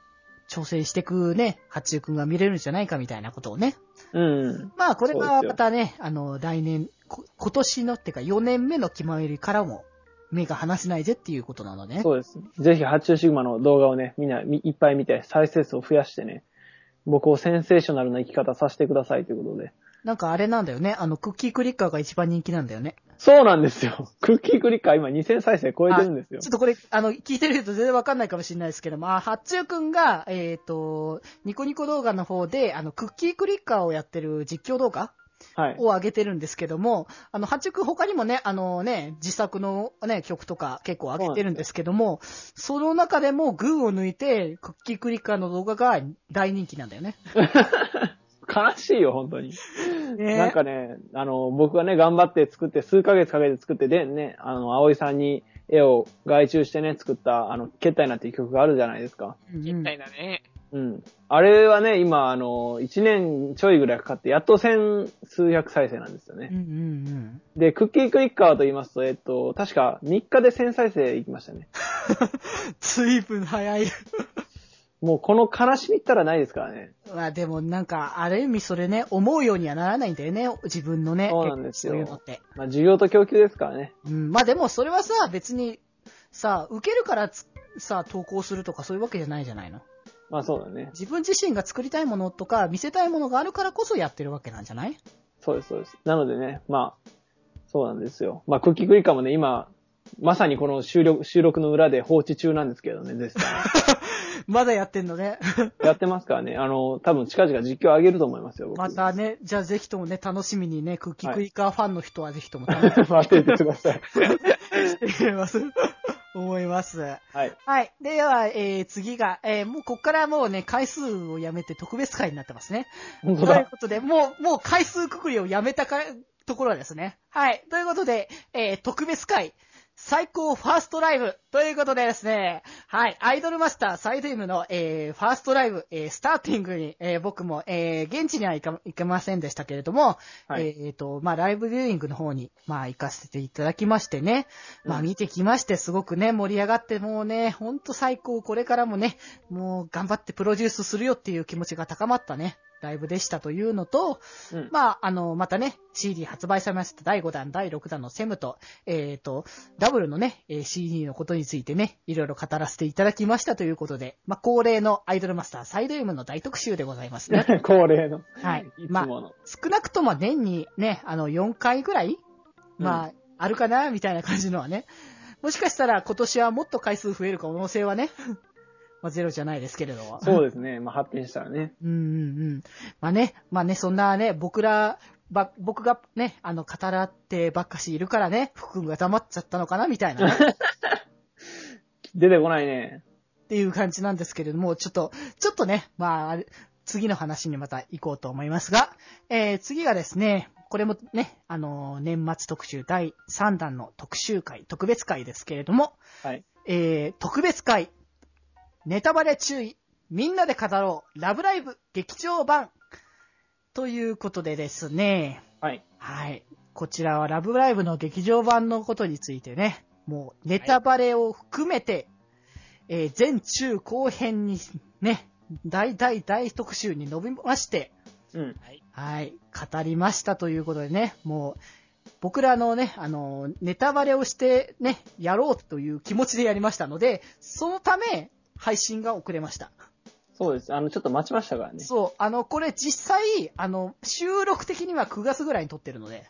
Speaker 1: 挑戦してくね、八中くんが見れるんじゃないかみたいなことをね。
Speaker 5: うん。
Speaker 1: まあ、これ
Speaker 5: そうで
Speaker 1: が
Speaker 5: すよ
Speaker 1: またね、あの、来年、こ今年のっていうか4年目の気まよりからも、目が離せないぜっていうことなのね。
Speaker 5: そうです。ぜひ、発注シグマの動画をね、みんなみいっぱい見て、再生数を増やしてね、僕をセンセーショナルな生き方させてくださいということで。
Speaker 1: なんかあれなんだよね、あの、クッキークリッカーが一番人気なんだよね。
Speaker 5: そうなんですよ。 [laughs] クッキークリッカー今2000再生超えてるんですよ
Speaker 1: ちょ。っとこれ、あの、聞いてる人全然わかんないかもしれないですけども、あ、八中くんが、えっ、と、ニコニコ動画の方で、あの、クッキークリッカーをやってる実況動画
Speaker 5: はい。
Speaker 1: を上げてるんですけども、あの、八中他にもね、あのね、自作のね、曲とか結構上げてるんですけども、その中でも群を抜いて、クッキークリッカーの動画が大人気なんだよね。
Speaker 5: 悲しいよ、本当に。
Speaker 1: ね
Speaker 5: なんかね、あの、僕がね、頑張って作って、数ヶ月かけて作って、でね、あの、葵さんに絵を外注してね、作った、あの、ケッタイなっていう曲があるじゃないですか。
Speaker 1: うん
Speaker 4: 絶対だね。
Speaker 5: うん。あれはね、今、あの、1年ちょいぐらいかかって、やっと千数百再生なんですよ
Speaker 1: う
Speaker 5: ね。
Speaker 1: んうん
Speaker 5: で、クッキークイッカーと言いますと、えっと、確か3日で1000再生いきましたね。
Speaker 1: うん。随分早い。
Speaker 5: もうこの悲しみったらないですからね。
Speaker 1: まあでもなんか、ある意味それね、思うようにはならないんだよね、自分のね。
Speaker 5: そうなんですよ
Speaker 1: そういうのって。
Speaker 5: まあ、需要と供給ですからね。
Speaker 1: うん、まあでもそれはさ、別に、さ、受けるからつさ、投稿するとかそういうわけじゃないじゃないの。
Speaker 5: まあそうだね。
Speaker 1: 自分自身が作りたいものとか、見せたいものがあるからこそやってるわけなんじゃない [laughs]
Speaker 5: そうです、そうです。なのでね、まあ、そうなんですよ。まあ、クッキークイッカーもね、今、まさにこの収録、収録の裏で放置中なんですけどね、絶対。
Speaker 1: まだやってんのね。
Speaker 5: [laughs] やってますからね。あの、多分近々実況上げると思いますよ、僕。
Speaker 1: またね、じゃあぜひともね、楽しみにね、クッキークイカーファンの人はぜひとも楽し
Speaker 5: 待っててくださ
Speaker 1: [laughs]
Speaker 5: い。 [laughs]
Speaker 1: みにしてます思います。
Speaker 5: はい。
Speaker 1: はい。では、えー、次が、えー、もうこっからもうね、回数をやめて特別回になってますね。
Speaker 5: 本当
Speaker 1: という
Speaker 5: だ。
Speaker 1: ことで、もう、もう回数くくりをやめたか、ところですね。はい。ということで、えー、特別会、最高ファーストライブ、ということでですね、はい。アイドルマスターサイド M の、えー、ファーストライブ、えー、スターティングに、えー、僕も、えー、現地には行か、行けませんでしたけれども、
Speaker 5: はい
Speaker 1: えーえーと、まあ、ライブビューイングの方に、まあ、行かせていただきましてね、まあ、見てきまして、すごくね、盛り上がって、もうね、ほんと最高、これからもね、もう頑張ってプロデュースするよっていう気持ちが高まったね、ライブでしたというのと、
Speaker 5: うん
Speaker 1: まあ、あの、またね、CD 発売されました第5弾、第6弾のセムと、えっ、と、ダブルのね、えー CD のことについてね、いろいろ語らせていただきましたということで、まあ、恒例のアイドルマスターサイド M の大特集でございます
Speaker 5: [laughs]
Speaker 1: ね。
Speaker 5: 恒例の。
Speaker 1: はい
Speaker 5: いつ
Speaker 1: まあ
Speaker 5: もの。
Speaker 1: 少なくとも年にね、あの、4回ぐらい、まあ、あるかな、みたいな感じのはね。もしかしたら今年はもっと回数増える可能性はね、 [laughs] まあ、ゼロじゃないですけれども。
Speaker 5: そうですね。まあ、発展したらね。
Speaker 1: [laughs] うんうんうん。まあね、まあね、そんなね、僕ら、ば、僕がね、あの、語らってばっかしいるからね、福君が黙っちゃったのかな、みたいな、ね、
Speaker 5: 出てこないね。
Speaker 1: っていう感じなんですけれども、ちょっと、ちょっとね、まああれ、次の話にまた行こうと思いますが、えー、次がですね、これもね、あのー年末特集第3弾の特集会、特別会ですけれども、
Speaker 5: はい。
Speaker 1: えー、特別会、ネタバレ注意、みんなで語ろう、ラブライブ劇場版、ということでですね、
Speaker 5: はい。
Speaker 1: はい。こちらはラブライブの劇場版のことについてね、もうネタバレを含めて、えー前中後編にね、大大大特集に伸びまして、
Speaker 5: うん。
Speaker 1: はい、語りましたということでね、もう、僕らのね、あの、ネタバレをしてね、やろうという気持ちでやりましたので、そのため、配信が遅れました。
Speaker 5: そうです。あの、ちょっと待ちましたからね。
Speaker 1: そう、あの、これ実際、あの、収録的には9月ぐらいに撮ってるので、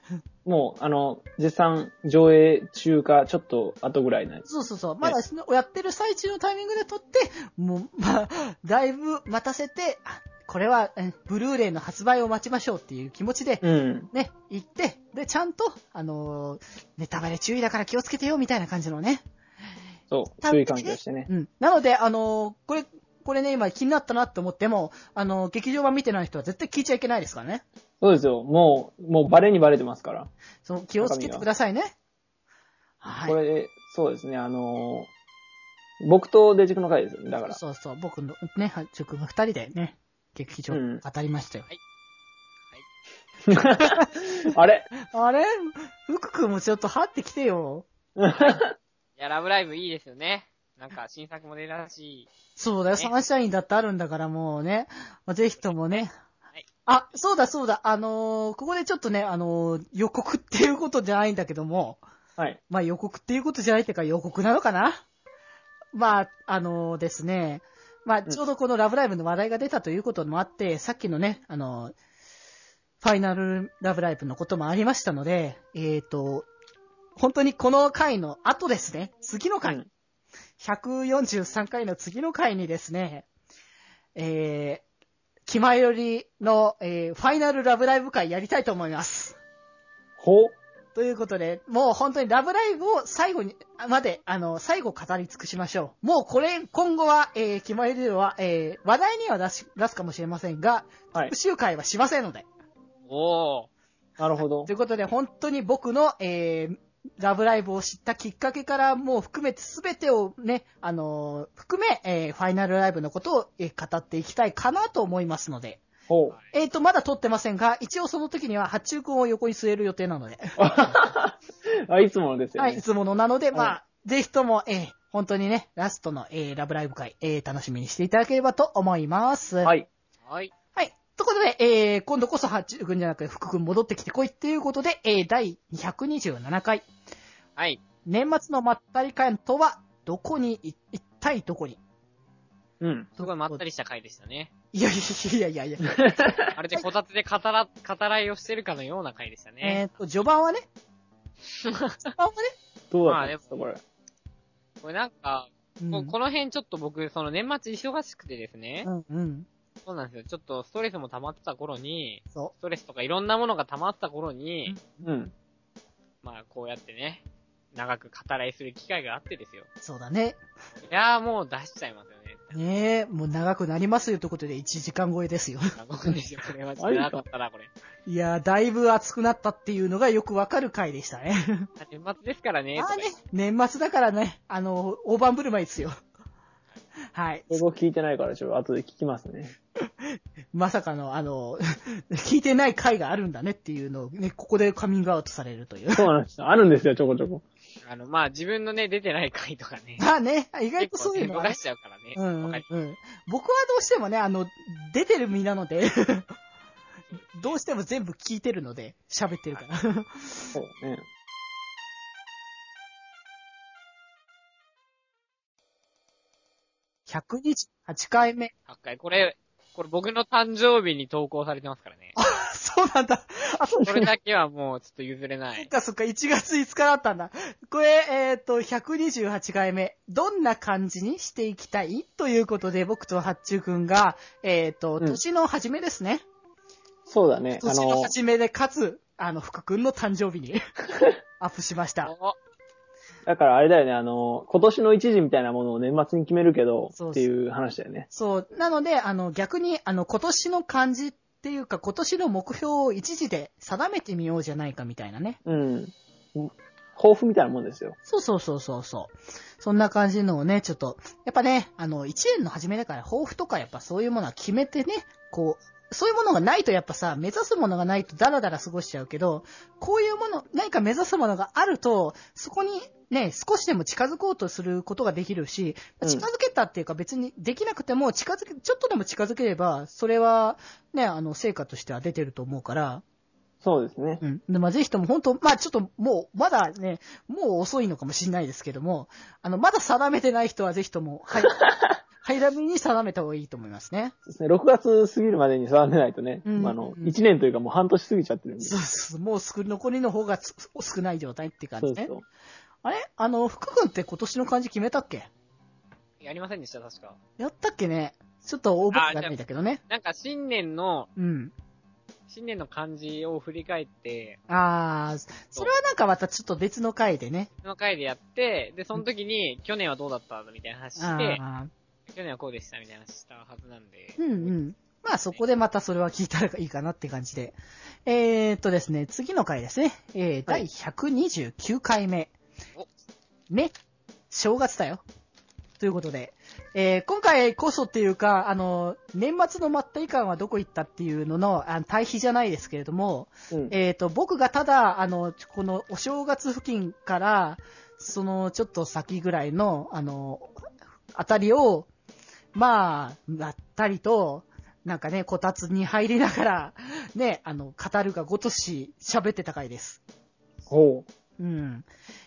Speaker 5: もう、あの、絶賛上映中か、ちょっと後ぐらいな
Speaker 1: そうそうそう。まだそのやってる最中のタイミングで撮って、もう、まあ、だいぶ待たせて、あこれは、えブルーレイの発売を待ちましょうっていう気持ちで、
Speaker 5: うん。
Speaker 1: ね、行って、で、ちゃんと、あのーネタバレ注意だから気をつけてよ、みたいな感じのね。
Speaker 5: そう。
Speaker 1: た
Speaker 5: 注意喚起をしてね。
Speaker 1: うん。なので、あのーこれ、これね、今気になったなって思っても、あのー劇場版見てない人は絶対聞いちゃいけないですからね。
Speaker 5: そうですよ。もう、もうバレにバレてますから。
Speaker 1: その気をつけてくださいね。はい。
Speaker 5: これ、そうですね。あのー僕とデジクの回ですよね。
Speaker 1: [laughs]
Speaker 5: だから。
Speaker 1: そうそう、僕のね、は塾の二人でね、劇場
Speaker 5: うん
Speaker 1: 当たりましたよ。
Speaker 5: あれ
Speaker 1: あれ福君もちょっとはってきてよ。
Speaker 4: いや、ラブライブいいですよね。なんか、新作も出た
Speaker 1: [laughs]
Speaker 4: し、
Speaker 1: そうだよ、
Speaker 4: ね
Speaker 1: サンシャインだってあるんだからもうね、まあぜひともね
Speaker 4: はい。
Speaker 1: あ、そうだそうだ、あのーここでちょっとね、あのー予告っていうことじゃないんだけども、
Speaker 5: はい。
Speaker 1: まあ予告っていうことじゃないっていうか予告なのかなまあ、あのーですね、まあ
Speaker 5: ん
Speaker 1: ちょうどこのラブライブの話題が出たということもあって、さっきのね、あのーファイナルラブライブのこともありましたので、えっ、と、本当にこの回の後ですね、次の回、
Speaker 5: うん
Speaker 1: 143回の次の回にですね、えー、気前よりの、えーファイナルラブライブ会やりたいと思います。
Speaker 5: ほ
Speaker 1: ということで、もう本当にラブライブを最後に、あまで、あの、最後語り尽くしましょう。もうこれ、今後は、えー、決まりでは、えー、話題には出し、出すかもしれませんが、
Speaker 5: はい
Speaker 1: 復。習会はしませんので。
Speaker 4: おー、
Speaker 5: なるほど
Speaker 1: とい。うことで、本当に僕の、えー、ラブライブを知ったきっかけからもう含めて全てをね、あのー含め、えー、ファイナルライブのことを、えー語っていきたいかなと思いますので。
Speaker 5: ほう。
Speaker 1: えっ、と、まだ撮ってませんが、一応その時には発注君を横に据える予定なので。
Speaker 5: [laughs] あ、いつものですよ
Speaker 1: はい、い
Speaker 5: ね。
Speaker 1: つものなので、ま
Speaker 5: は
Speaker 1: あ、ぜひとも、えー本当にね、ラストの、えーラブライブ会、えー楽しみにしていただければと思います。。
Speaker 5: はいい。
Speaker 4: はい。
Speaker 1: はい。ということで、えー今度こそ、八中君じゃなくて、福君戻ってきてこいっていうことで、えー第227回、
Speaker 4: はい。
Speaker 1: 年末のまったり会とは、どこにい、一体どこに
Speaker 5: うん。
Speaker 4: すごいまったりした回でしたね。
Speaker 1: いやいやいやいやいや。
Speaker 4: あれでこたつで語ら、語らいをしてるかのような回でした
Speaker 1: え
Speaker 4: ね。
Speaker 1: っと、序盤はね、序盤はね、
Speaker 5: どうだったんですか、これ。
Speaker 4: これなんか、
Speaker 1: うん
Speaker 4: ここの辺ちょっと僕、その年末忙しくてですね、
Speaker 1: うん、うん。
Speaker 4: そうなんですよ。ちょっとストレスも溜まってた頃に、
Speaker 1: そ
Speaker 4: ストレスとかいろんなものが溜まってた頃に、
Speaker 1: うん
Speaker 5: うん。
Speaker 4: まあこうやってね、長く語らいする機会があってですよ。
Speaker 1: う。そうだね。
Speaker 4: いやーもう出しちゃいますよね。
Speaker 1: ねえ、もう長くなりますよということで1時間超えですよ。
Speaker 4: 僕ですよ、これは。ちょっと長かったな、これ。
Speaker 1: いやー、だいぶ暑くなったっていうのがよくわかる回でしたね。
Speaker 4: あ年末ですからね、と
Speaker 1: ま
Speaker 4: か
Speaker 1: あ
Speaker 4: 言
Speaker 1: ね
Speaker 4: って、
Speaker 1: 年末だからね、あの、大盤振る舞いですよ。はい。
Speaker 5: 英語聞いてないから、ちょっと後で聞きますね。
Speaker 1: まさかの、あの、聞いてない回があるんだねっていうのをね、ここでカミングアウトされるという。
Speaker 5: そうなんですよ。あるんですよ、ちょこちょこ。
Speaker 4: あの、まあ自分のね、出てない回とかね。
Speaker 1: まあね、意外と
Speaker 4: 結
Speaker 1: そ
Speaker 4: 構
Speaker 1: うい
Speaker 4: ね、
Speaker 1: うのはね
Speaker 4: 逃しちゃうからね。
Speaker 1: う
Speaker 4: わ、
Speaker 1: んうん
Speaker 4: かり
Speaker 1: うん。僕はどうしてもね、あの、出てる身なので、 [laughs] どうしても全部聞いてるので、喋ってる [laughs] から。
Speaker 5: そうだね。
Speaker 1: 128回目。 [laughs]
Speaker 4: 8回。これ、これ僕の誕生日に投稿されてますからね。
Speaker 1: そうなんだ。あ、そう
Speaker 4: これだけはもうちょっと譲れな
Speaker 1: そっ [laughs]
Speaker 4: い。
Speaker 1: かそっか、1月5日だったんだ。これ、えっ、と、128回目。どんな感じにしていきたいということで、僕と八中くんが、えっ、と、
Speaker 5: うん
Speaker 1: 年の初めですね。
Speaker 5: そうだね。あ
Speaker 1: 年の
Speaker 5: の、
Speaker 1: 初めで、かつ、あの、福くんの誕生日
Speaker 5: [laughs]
Speaker 1: にアップしました。
Speaker 4: お
Speaker 5: だからあれだよね、あの、今年の一時みたいなものを年末に決めるけ
Speaker 1: そ
Speaker 5: ど
Speaker 1: うそう、
Speaker 5: っていう話だよね。
Speaker 1: そう。なので、あの、逆に、あの、今年の感じっていうか、今年の目標を一時で定めてみようじゃないかみたいなね。
Speaker 5: うん。抱負みたいなもんですよ。
Speaker 1: そうそうそうそうそう。そんな感じのをね、ちょっと、やっぱね、あの、一年の初めだから、抱負とかやっぱそういうものは決めてね、こう、そういうものがないとやっぱさ、目指すものがないとダラダラ過ごしちゃうけど、こういうもの、何か目指すものがあると、そこにね、少しでも近づこうとすることができるし、
Speaker 5: うん
Speaker 1: 近づけたっていうか別にできなくても近づけ、ちょっとでも近づければ、それはね、あの、成果としては出てると思うから、
Speaker 5: そうですね。
Speaker 1: うん。で、まあ、ぜひとも本当、まあ、ちょっともう、まだね、もう遅いのかもしれないですけども、あの、まだ定めてない人はぜひとも、はい。早めに定めた方がいいと思いますね。
Speaker 5: そうですね。6月過ぎるまでに定めないとね、
Speaker 1: うん
Speaker 5: まああ
Speaker 1: う、
Speaker 5: の
Speaker 1: ん
Speaker 5: 1年というかもう半年過ぎちゃってるんで。
Speaker 1: そうそう、もう少残りの方がつ少ない状態って感
Speaker 5: そ
Speaker 1: じ
Speaker 5: う
Speaker 1: ね。
Speaker 5: そう。
Speaker 1: あれあの、福君って今年の漢字決めたっけ
Speaker 4: やりませんでした、確か。
Speaker 1: やったっけねちょっと覚えてないんだけどね。
Speaker 4: なんか新年の、
Speaker 1: うん。
Speaker 4: 新年の漢字を振り返って、
Speaker 1: あー、それはなんかまたちょっと別の回でね。
Speaker 4: その回でやって、で、その時に、去年はどうだったみたいな話して、
Speaker 1: あ
Speaker 4: 去年はこうでしたみたいな話したはずなんで
Speaker 1: ー、うんうん。まあそこでまたそれは聞いたらいいかなって感じで。えーっとですね、次の回ですね。えー、第129回目。
Speaker 4: お
Speaker 1: ね。正月だよ。ということで。えー今回こそっていうか、あの、年末のまったり感はどこ行ったっていうのの、あの対比じゃないですけれども、
Speaker 5: うん。
Speaker 1: えっ、と、僕がただ、あの、このお正月付近から、その、ちょっと先ぐらいの、あの、あたりを、まあ、なったりと、なんかね、こたつに入りながら、ね、あの、語るがごとし喋ってた回です。
Speaker 5: ほう。
Speaker 1: うん。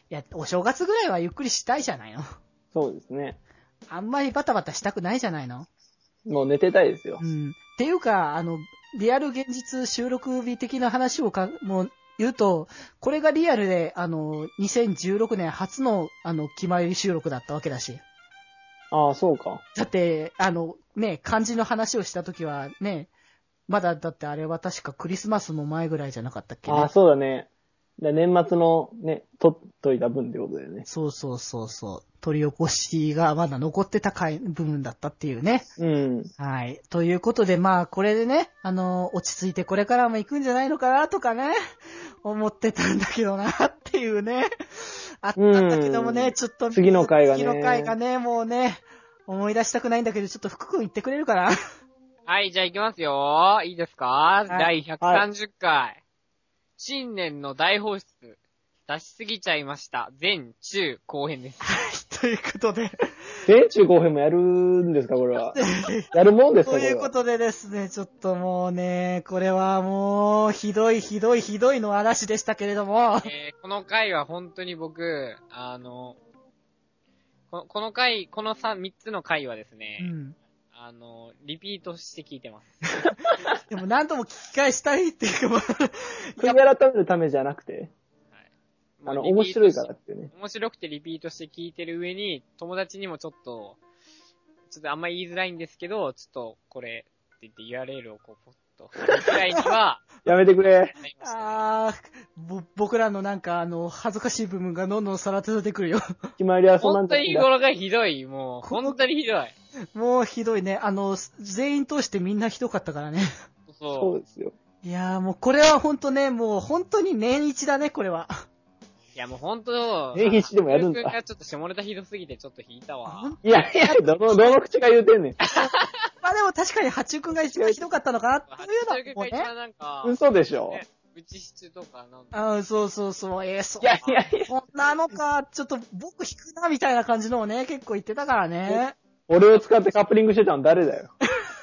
Speaker 1: いや、お正月ぐらいはゆっくりしたいじゃないの。
Speaker 5: そうですね。
Speaker 1: あんまりバタバタしたくないじゃないの。
Speaker 5: もう寝てたいですよ
Speaker 1: う。ん。っていうか、あの、リアル現実収録日的な話をか、もう言うと、これがリアルで、あの、2016年初の、あの、気前収録だったわけだし。
Speaker 5: ああ、そうか。
Speaker 1: だって、あの、ね、漢字の話をした時は、ね、まだ、だってあれは確かクリスマスも前ぐらいじゃなかったっけ、
Speaker 5: あ
Speaker 1: ね
Speaker 5: あ、、そうだね。だから年末のね、取っといた分ってことだよね。
Speaker 1: そうそうそうそう。取り起こしがまだ残ってた回部分だったっていうね。
Speaker 5: うん。
Speaker 1: はい。ということで、まあ、これでね、あの落ち着いてこれからも行くんじゃないのかなとかね、 [laughs] 思ってたんだけどな、っていうね。あったんだけども
Speaker 5: う
Speaker 1: ね、
Speaker 5: ん
Speaker 1: ちょっと。
Speaker 5: 次の回がね
Speaker 1: 次の回がね、もうね、思い出したくないんだけど、ちょっと福君言ってくれるかな [laughs]
Speaker 4: はい、じゃあ行きますよ。いいですか、
Speaker 1: い
Speaker 4: 第130回、新年の大放出。出しすぎちゃいました。前中後編です。
Speaker 1: はい。ということ
Speaker 5: [laughs]
Speaker 1: で、
Speaker 5: 米中後編もやるんですか、これ
Speaker 1: [laughs]
Speaker 5: は。やるもんですか、
Speaker 1: と
Speaker 5: これ
Speaker 1: いうこ。
Speaker 5: は
Speaker 1: とでですね、ちょっともうね、これはもう、ひどいひどいひどいの嵐でしたけれども。
Speaker 4: えーこの回は本当に僕、あの、ここの回、この3、3つの回はですね
Speaker 1: う、ん。
Speaker 4: あの、リピートして聞いてます。
Speaker 1: でも何度も聞き返したいっていうか、まあ
Speaker 5: 悔い改めるためじゃなくて。 [laughs] あの、
Speaker 4: リピート
Speaker 5: 面白いからってね。
Speaker 4: 面白くてリピートして聞いてる上に、友達にもちょっと、ちょっとあんま言いづらいんですけど、ちょっとこれって言って URL をこう、ポッと。ぐらいに
Speaker 5: [laughs]
Speaker 4: は、
Speaker 5: やめてくれ。
Speaker 4: なりましたね
Speaker 1: あー、ぼ、僕らのなんか、あの、恥ずかしい部分がどんどんさらって出てくるよ。 [laughs]
Speaker 5: 決まりはそんな
Speaker 4: 本
Speaker 5: ん
Speaker 4: 当に
Speaker 5: だ
Speaker 4: 語呂がひどい、もう。本当にひどい。
Speaker 1: もうひどいね。あの、全員通してみんなひどかったからね。 [laughs]
Speaker 4: そ
Speaker 5: そう
Speaker 4: う。
Speaker 5: ですよ。
Speaker 1: いやーもうこれはほんとね、もう本当に年一だね、これは。
Speaker 4: いや、もう本当
Speaker 5: 年一でもやるんだ
Speaker 4: くんがちょっと下ネタひどすぎてちょっと引いたわ。
Speaker 5: いやいや、どの、どの口が言うてんねん。
Speaker 1: [laughs] まあでも確かに八中くんが一番ひどかったのかなっていうのは
Speaker 4: 中
Speaker 1: もう
Speaker 4: が一
Speaker 1: ね。
Speaker 4: 番なんか、
Speaker 5: 嘘でしょ。
Speaker 4: ねうちシチューとかなんか、
Speaker 1: うん、そうそうそう、えー、そう
Speaker 5: い。やいやいや、
Speaker 1: こんなのか、ちょっと僕引くな、みたいな感じのをね、結構言ってたからね。
Speaker 5: 俺を使ってカップリングしてたの誰だよ。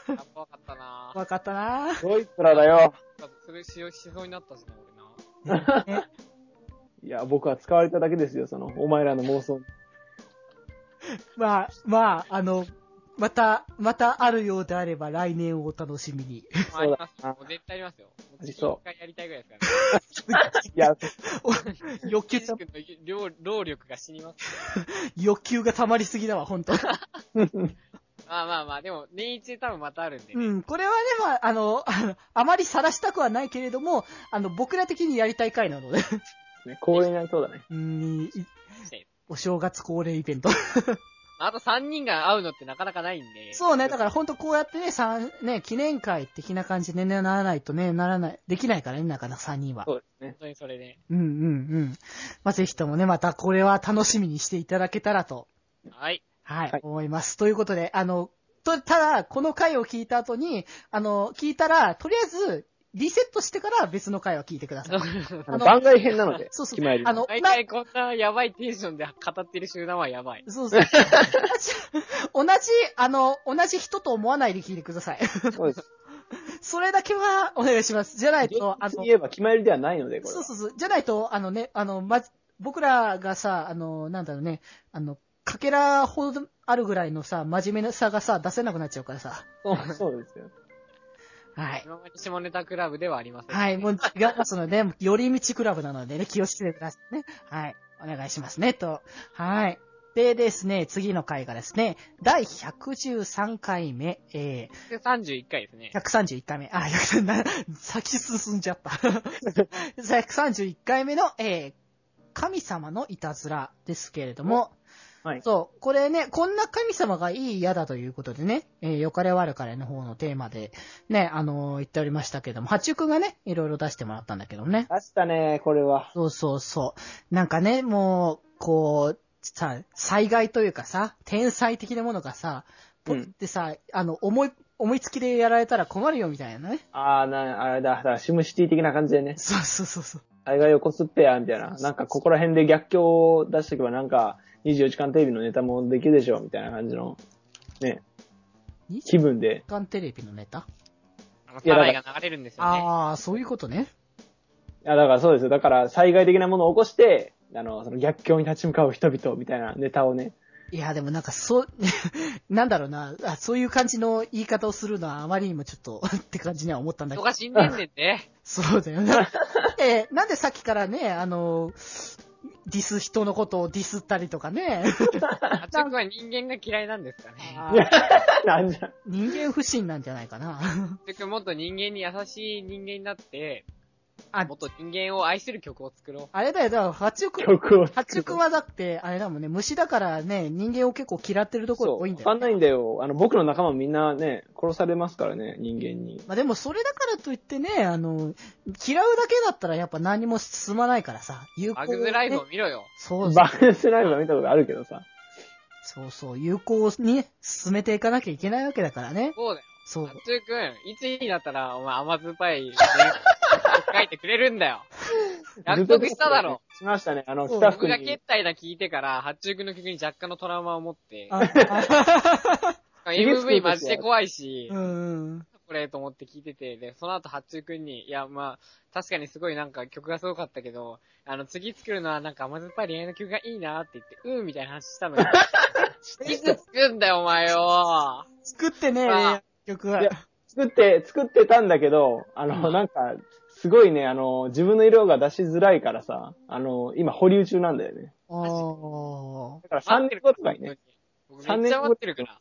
Speaker 4: やっぱわかったなぁ。
Speaker 1: わかったな
Speaker 5: どいつらだよ。
Speaker 4: それしようしそうになったしな、俺な。
Speaker 5: いや、僕は使われただけですよ、その、お前らの妄想に。
Speaker 1: まあ、まあ、あの、また、またあるようであれば来年をお楽しみに。
Speaker 4: まあ、ありますよ。もう絶対ありますよ。も
Speaker 5: ありそう
Speaker 4: 一回やりたいぐらいですからね。
Speaker 5: いや、 [laughs]
Speaker 1: 欲
Speaker 4: ケ
Speaker 1: [laughs] 求
Speaker 4: ン
Speaker 1: た
Speaker 4: 君の労労力が死にます。
Speaker 1: 欲求が溜まりすぎだわ、ほんと。
Speaker 4: まあまあまあ、でも、年一で多分またあるん
Speaker 1: [laughs]
Speaker 4: でね。
Speaker 1: うん、これはね、まあ、あの、 [laughs] あのあまり晒したくはないけれども、あの、僕ら的にやりたい回なので。
Speaker 5: ね、恒例になりそうだね。
Speaker 1: [laughs] うん、いお正月恒例イベント。
Speaker 4: あと3人が会うのってなかなかないん
Speaker 1: [laughs]
Speaker 4: で。
Speaker 1: そうね、だからほんとこうやってね、さんね、記念会的な感じでね、ならないとね、ならない、できないからね、なかなか3人は。
Speaker 5: そうですね
Speaker 4: 本。当にそれで。
Speaker 1: うんうんうん。まあ、ぜひともね、またこれは楽しみにしていただけたらと
Speaker 4: はい。
Speaker 1: はい、
Speaker 5: はい
Speaker 1: 思います。ということで、あの、と、ただ、この回を聞いた後に、あの、聞いたら、とりあえず、リセットしてから別の回を聞いてください。
Speaker 5: あ
Speaker 1: あ
Speaker 5: の、
Speaker 1: の
Speaker 5: 番外編なので、
Speaker 1: そうそう
Speaker 5: 決まり。
Speaker 1: あの、
Speaker 4: 大
Speaker 1: な
Speaker 4: 体こんなやばいテンションで語ってる集団はやばい。
Speaker 1: そうそう。同じ、あの、同じ人と思わないで聞いてください。 [laughs]
Speaker 5: そうです。
Speaker 1: それだけはお願いします。じゃない
Speaker 5: 厳
Speaker 1: と、あ
Speaker 5: 密に
Speaker 1: の、
Speaker 5: 言えば決まりではないので、これ
Speaker 1: そう
Speaker 5: は。
Speaker 1: そうそう。じゃないと、あのね、あの、ま、僕らがさ、あの、なんだろうね、あの、かけらほどあるぐらいのさ、真面目なさがさ、出せなくなっちゃうからさ。
Speaker 5: そうそうですよ。
Speaker 1: はい。
Speaker 4: 今まで下ネタクラブではありません。
Speaker 1: はい、もう違いますので、寄り道クラブなのでね、気をつけてくださいね。はい、お願いしますね、と。はい。でですね、次の回がですね、第113回目、え
Speaker 4: で31回ですね
Speaker 1: ー、。131回目、あ、100な先進んじゃった。131回目の、えー、神様のいたずらですけれども、
Speaker 5: はい
Speaker 1: そう、これね、こんな神様がいい嫌だということでね、えー、よかれ悪かれの方のテーマで、ね、あのー言っておりましたけども、八中くんがね、いろいろ出してもらったんだけどもね。
Speaker 5: 明日ね、これは。
Speaker 1: そうそうそう。なんかね、もう、こう、さ、災害というかさ、天災的なものがさ、ポンってさ、あの、思い、思いつきでやられたら困るよみたいなね。
Speaker 5: ああ、な、あれだ、だからシムシティ的な感じでね、
Speaker 1: そうそうそうそう。
Speaker 5: 災害を起こすっぺや、みたいな。なんか、ここら辺で逆境を出しておけば、なんか、24時間テレビのネタもできるでしょ、みたいな感じの、ね、
Speaker 1: 24
Speaker 5: 気分で。
Speaker 1: 時間テレビのネタ
Speaker 4: あの、サライが流れるんですよね。
Speaker 1: ああ、そういうことね。
Speaker 5: いや、だからそうですよ。だから、災害的なものを起こして、あの、その逆境に立ち向かう人々、みたいなネタをね。 [laughs]
Speaker 1: いや、でもなんか、そう、 [laughs] なんだろうなあ、そういう感じの言い方をするのはあまりにもちょっと、って感じには思ったんだけ
Speaker 4: 人
Speaker 1: ど。
Speaker 4: が死んでんねんで。
Speaker 1: そうだよな。 [laughs] えなんでさっきからね、あの、ディス、人のことをディスったりとかね。
Speaker 4: 八中君は人間が嫌いなんですかね。
Speaker 5: なんじゃ。
Speaker 1: 人間不信なんじゃないかな。 [laughs]
Speaker 4: 八中君もっと人間に優しい人間になって、
Speaker 1: あ
Speaker 4: もっと人間を愛する曲を作ろ
Speaker 1: あれだよ、だから、八中君、
Speaker 5: 曲を。
Speaker 1: 八中君はだって、あれだもんね、虫だからね、人間を結構嫌ってるところ
Speaker 5: そう、
Speaker 1: 多いん
Speaker 5: わ
Speaker 1: だ
Speaker 5: か
Speaker 1: よ。
Speaker 5: んないんだよ。あの、僕の仲間みんなね、殺されますからね、人間に。
Speaker 1: まあでもそれだからといってね、あの、嫌うだけだったらやっぱ何も進まないからさ、有
Speaker 4: う。
Speaker 1: 効
Speaker 4: マ
Speaker 1: を
Speaker 4: グ
Speaker 1: ね、
Speaker 4: ズライフを見ろよ。
Speaker 1: そうそう
Speaker 5: バーンスライブは見たことあるけどさ。
Speaker 1: そうそう、有効にね進めていかなきゃいけないわけだからね。
Speaker 4: そうだよ。
Speaker 1: そう
Speaker 4: [laughs] 八。中君、いつになったら、お前甘酸っぱい、ね、書いてくれるんだよ。
Speaker 5: [laughs]
Speaker 4: 約束しただろ。
Speaker 5: しましたね。あの、
Speaker 1: そう
Speaker 5: 北
Speaker 4: 僕
Speaker 5: 福
Speaker 4: が
Speaker 5: に
Speaker 4: 決。対だ聞いてから、八中君の曲に若干のトラウマを持って、
Speaker 1: ああ
Speaker 4: MV マジで怖いし、
Speaker 1: うん。
Speaker 4: これと思って聞いてて、で、その後、八中くんに、いや、まあ、確かにすごいなんか曲がすごかったけど、あの、次作るのはなんか甘酸っぱい恋愛の曲がいいなって言って、うん、みたいな話した
Speaker 5: [laughs]
Speaker 4: のに。 [laughs] いつ作るんだよ、お前よ。
Speaker 1: 作ってね
Speaker 4: あ、
Speaker 1: 曲
Speaker 5: い
Speaker 1: は
Speaker 5: や。作って、作ってたんだけど、あの、なんか、すごいね、あの、自分の色が出しづらいからさ、あの、今保留中なんだよね。
Speaker 1: あー。
Speaker 5: だから3年後とかにね、。
Speaker 4: 僕めっちゃ待ってるから。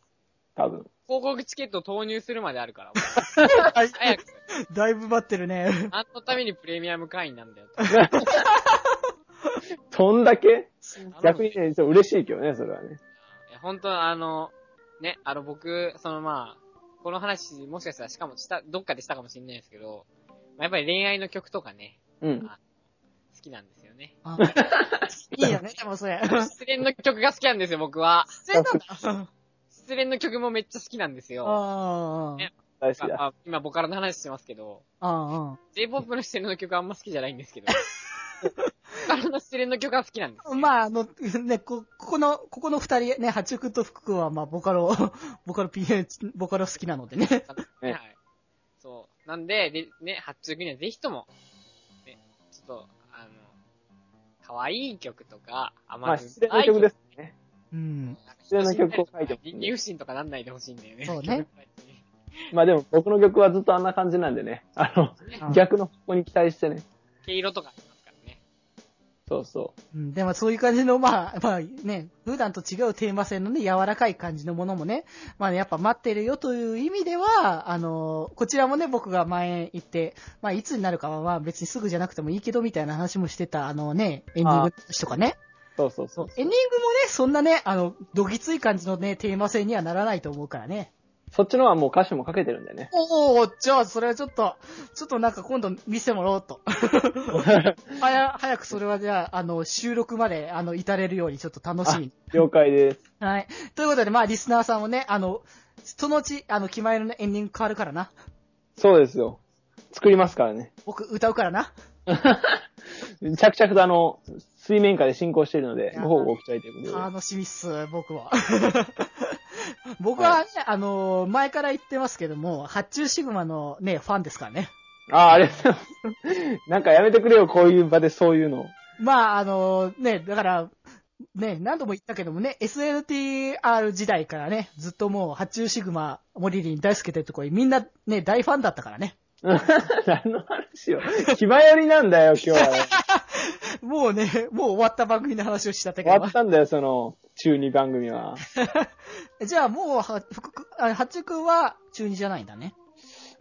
Speaker 5: 多分。
Speaker 4: 広告チケット投入するまであるから。
Speaker 1: [laughs]
Speaker 4: 俺早く、
Speaker 1: だいぶ待ってるね。
Speaker 4: あんのためにプレミアム会員なんだよ。
Speaker 5: そんだけ
Speaker 4: 頼
Speaker 5: 逆
Speaker 4: む
Speaker 5: に
Speaker 4: ね
Speaker 5: ね、ちょっと嬉しいけどね、それはね。
Speaker 4: いや本当あの、ね、あの僕、そのまあ、この話、もしかしたらしかもした、どっかでしたかもしれないですけど、まあ、やっぱり恋愛の曲とかね、
Speaker 5: うん。
Speaker 4: 好きなんですよね。
Speaker 1: あいいよね、でもそれ。
Speaker 4: 失恋の曲が好きなんですよ、
Speaker 1: [laughs]
Speaker 4: 僕は。
Speaker 1: それなんだ。
Speaker 4: 失恋の曲もめっちゃ好きなんですよ。
Speaker 1: あー。
Speaker 5: 大好きだ。
Speaker 4: あ今、ボカロの話してますけど、
Speaker 1: あ
Speaker 4: J-POP の失恋の曲あんま好きじゃないんですけ
Speaker 1: [laughs]
Speaker 4: ど、ボカロの失恋の曲は好きなんです
Speaker 1: あ。まあ、あの、ね、こ、ここの、ここの二人、ね、八中くんと福くんは、まあ、ボカロ、 [laughs] ボカロ PH、ボカロ好きなのでね。
Speaker 4: ね。[laughs]
Speaker 5: ね
Speaker 4: はい。そう。なんで、で、ね、発注にはぜひとも、ね、ちょっと、あの、可愛い曲とか、
Speaker 5: ま
Speaker 4: 甘
Speaker 5: あ、
Speaker 4: 酸っ
Speaker 5: 失恋
Speaker 4: ぱ
Speaker 5: の
Speaker 4: い
Speaker 5: 曲です。ね。
Speaker 1: うん。
Speaker 5: 失恋の曲を書いてほしい
Speaker 4: 人間不信とかなんないでほしいんだよね。
Speaker 1: そうね。
Speaker 5: まあでも、僕の曲はずっとあんな感じなんでね。あの、逆の方向に期待してね。
Speaker 4: 毛色とかありますからね。
Speaker 5: そうそう。
Speaker 1: うんでもそういう感じの、まあ、まあね、普段と違うテーマ性のね、柔らかい感じのものもね、まあね、やっぱ待ってるよという意味では、あの、こちらもね、僕が前言って、まあいつになるかは、まあ別にすぐじゃなくてもいいけどみたいな話もしてた、あのね、エンディングの話とかね。
Speaker 5: そうそうそう。
Speaker 1: エンディングもね、そんなね、あの、どぎつい感じのね、テーマ性にはならないと思うからね。
Speaker 5: そっちのはもう歌詞もかけてるん [laughs] でね。
Speaker 1: おおじゃあそれはちょっと、ちょっとなんか今度見せてもらおうと。はや、 [laughs] 早くそれはじゃあ、あの、収録まで、あの、至れるようにちょっと楽しみに。
Speaker 5: 了解です。
Speaker 1: はい。ということで、まあ、リスナーさんもね、あの、そのうち、あの、気前のエンディング変わるからな。
Speaker 5: そうですよ。作りますからね。
Speaker 1: 僕、歌うからな。
Speaker 5: 着々とあの、水面下で進行しているので
Speaker 1: い、や
Speaker 5: ご報告期待ということで。
Speaker 1: 楽しみっす、僕 [laughs] は。僕はね、あの、前から言ってますけども、発注シグマのね、ファンですからね。
Speaker 5: ああ、ありがとうございます。 [laughs] なんかやめてくれよ、こういう場でそういうの。 [laughs]
Speaker 1: まあ、あの、ね、だから、ね、何度も言ったけどもね、SNTR 時代からね、ずっともう、発注シグマ、モリリン大好きってとこにみんなね、大ファンだったからね。
Speaker 5: 何の話を。気前よりなんだよ、 [laughs] 今日は。
Speaker 1: もうね、もう終わった番組の話をしちゃったけ
Speaker 5: 終
Speaker 1: ど。
Speaker 5: わったんだよ、その、中2番組は。
Speaker 1: じゃあもう、は、ふくく、あ、八中くんは中2じゃないんだね。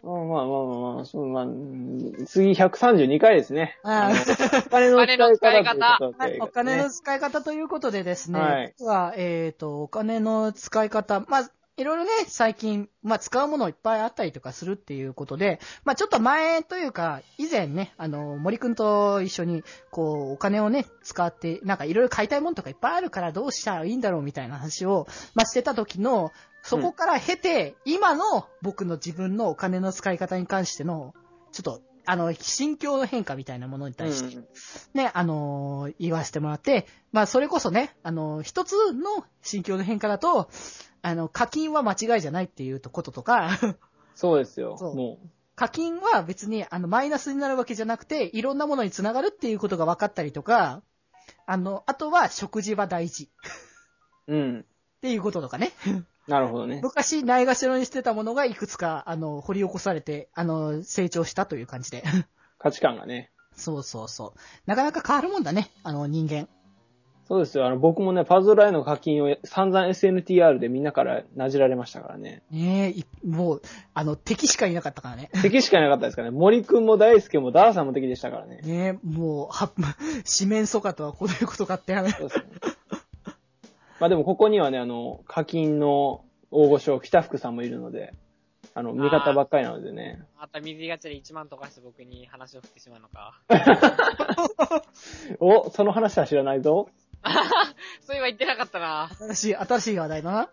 Speaker 5: うんまあまあまあまあ、そうまあ、うん次132回ですね。
Speaker 1: あ
Speaker 5: あのお金
Speaker 1: [laughs]
Speaker 4: お
Speaker 5: の
Speaker 4: 金の使い方
Speaker 5: ということ
Speaker 1: はい、お金の使い方ということ
Speaker 5: で
Speaker 1: でですね、
Speaker 5: はい
Speaker 1: 実は、えっ、と、お金の使い方、まあ、いろいろね、最近、まあ、使うものいっぱいあったりとかするっていうことで、まあ、ちょっと前というか、以前ね、あの、森くんと一緒に、こう、お金をね、使って、なんかいろいろ買いたいものとかいっぱいあるからどうしたらいいんだろうみたいな話を、まあ、してた時の、そこから経て、今の僕の自分のお金の使い方に関しての、ちょっと、あの、心境の変化みたいなものに対して、
Speaker 5: うん
Speaker 1: ね、あのー言わせてもらって、まあ、それこそね、あのー一つの心境の変化だと、あの、課金は間違いじゃないっていうこととか、 [laughs]
Speaker 5: そうですよ。
Speaker 1: そう
Speaker 5: も
Speaker 1: 課金は別に、あの、マイナスになるわけじゃなくて、いろんなものにつながるっていうことが分かったりとか、あの、あとは食事は大事っ
Speaker 5: う。うん。
Speaker 1: ていうこととかね。
Speaker 5: なるほどね。
Speaker 1: 昔、ないがしろにしてたものがいくつか、あの、掘り起こされて、あの、成長したという感じで。 [laughs]
Speaker 5: 価値観がね。
Speaker 1: そうそうそう。なかなか変わるもんだね、あの、人間。
Speaker 5: そうですよ。あの、僕もね、パズドラへの課金を散々 SNTR でみんなからなじられましたか
Speaker 1: [laughs]
Speaker 5: らね。
Speaker 1: ねえい、もう、あの、敵しかいなかったからね。
Speaker 5: 敵しかいなかったですからね。森くんも大輔もダーさんも敵でしたからね。
Speaker 1: ねえ、もう、は、 [laughs] 四面楚歌とはこういうことかって話。
Speaker 5: そうですね。まあでもここにはね、あの、課金の大御所、北福さんもいるので、あの、味方ばっかりなのでね。
Speaker 4: また水ガチャで1万とかして僕に話を振ってしまうのか。 [laughs]
Speaker 5: お、その話は知らないぞ。
Speaker 4: そういえば言ってなかったな。ちょ
Speaker 1: 新しい、新しい話題だな。
Speaker 4: っ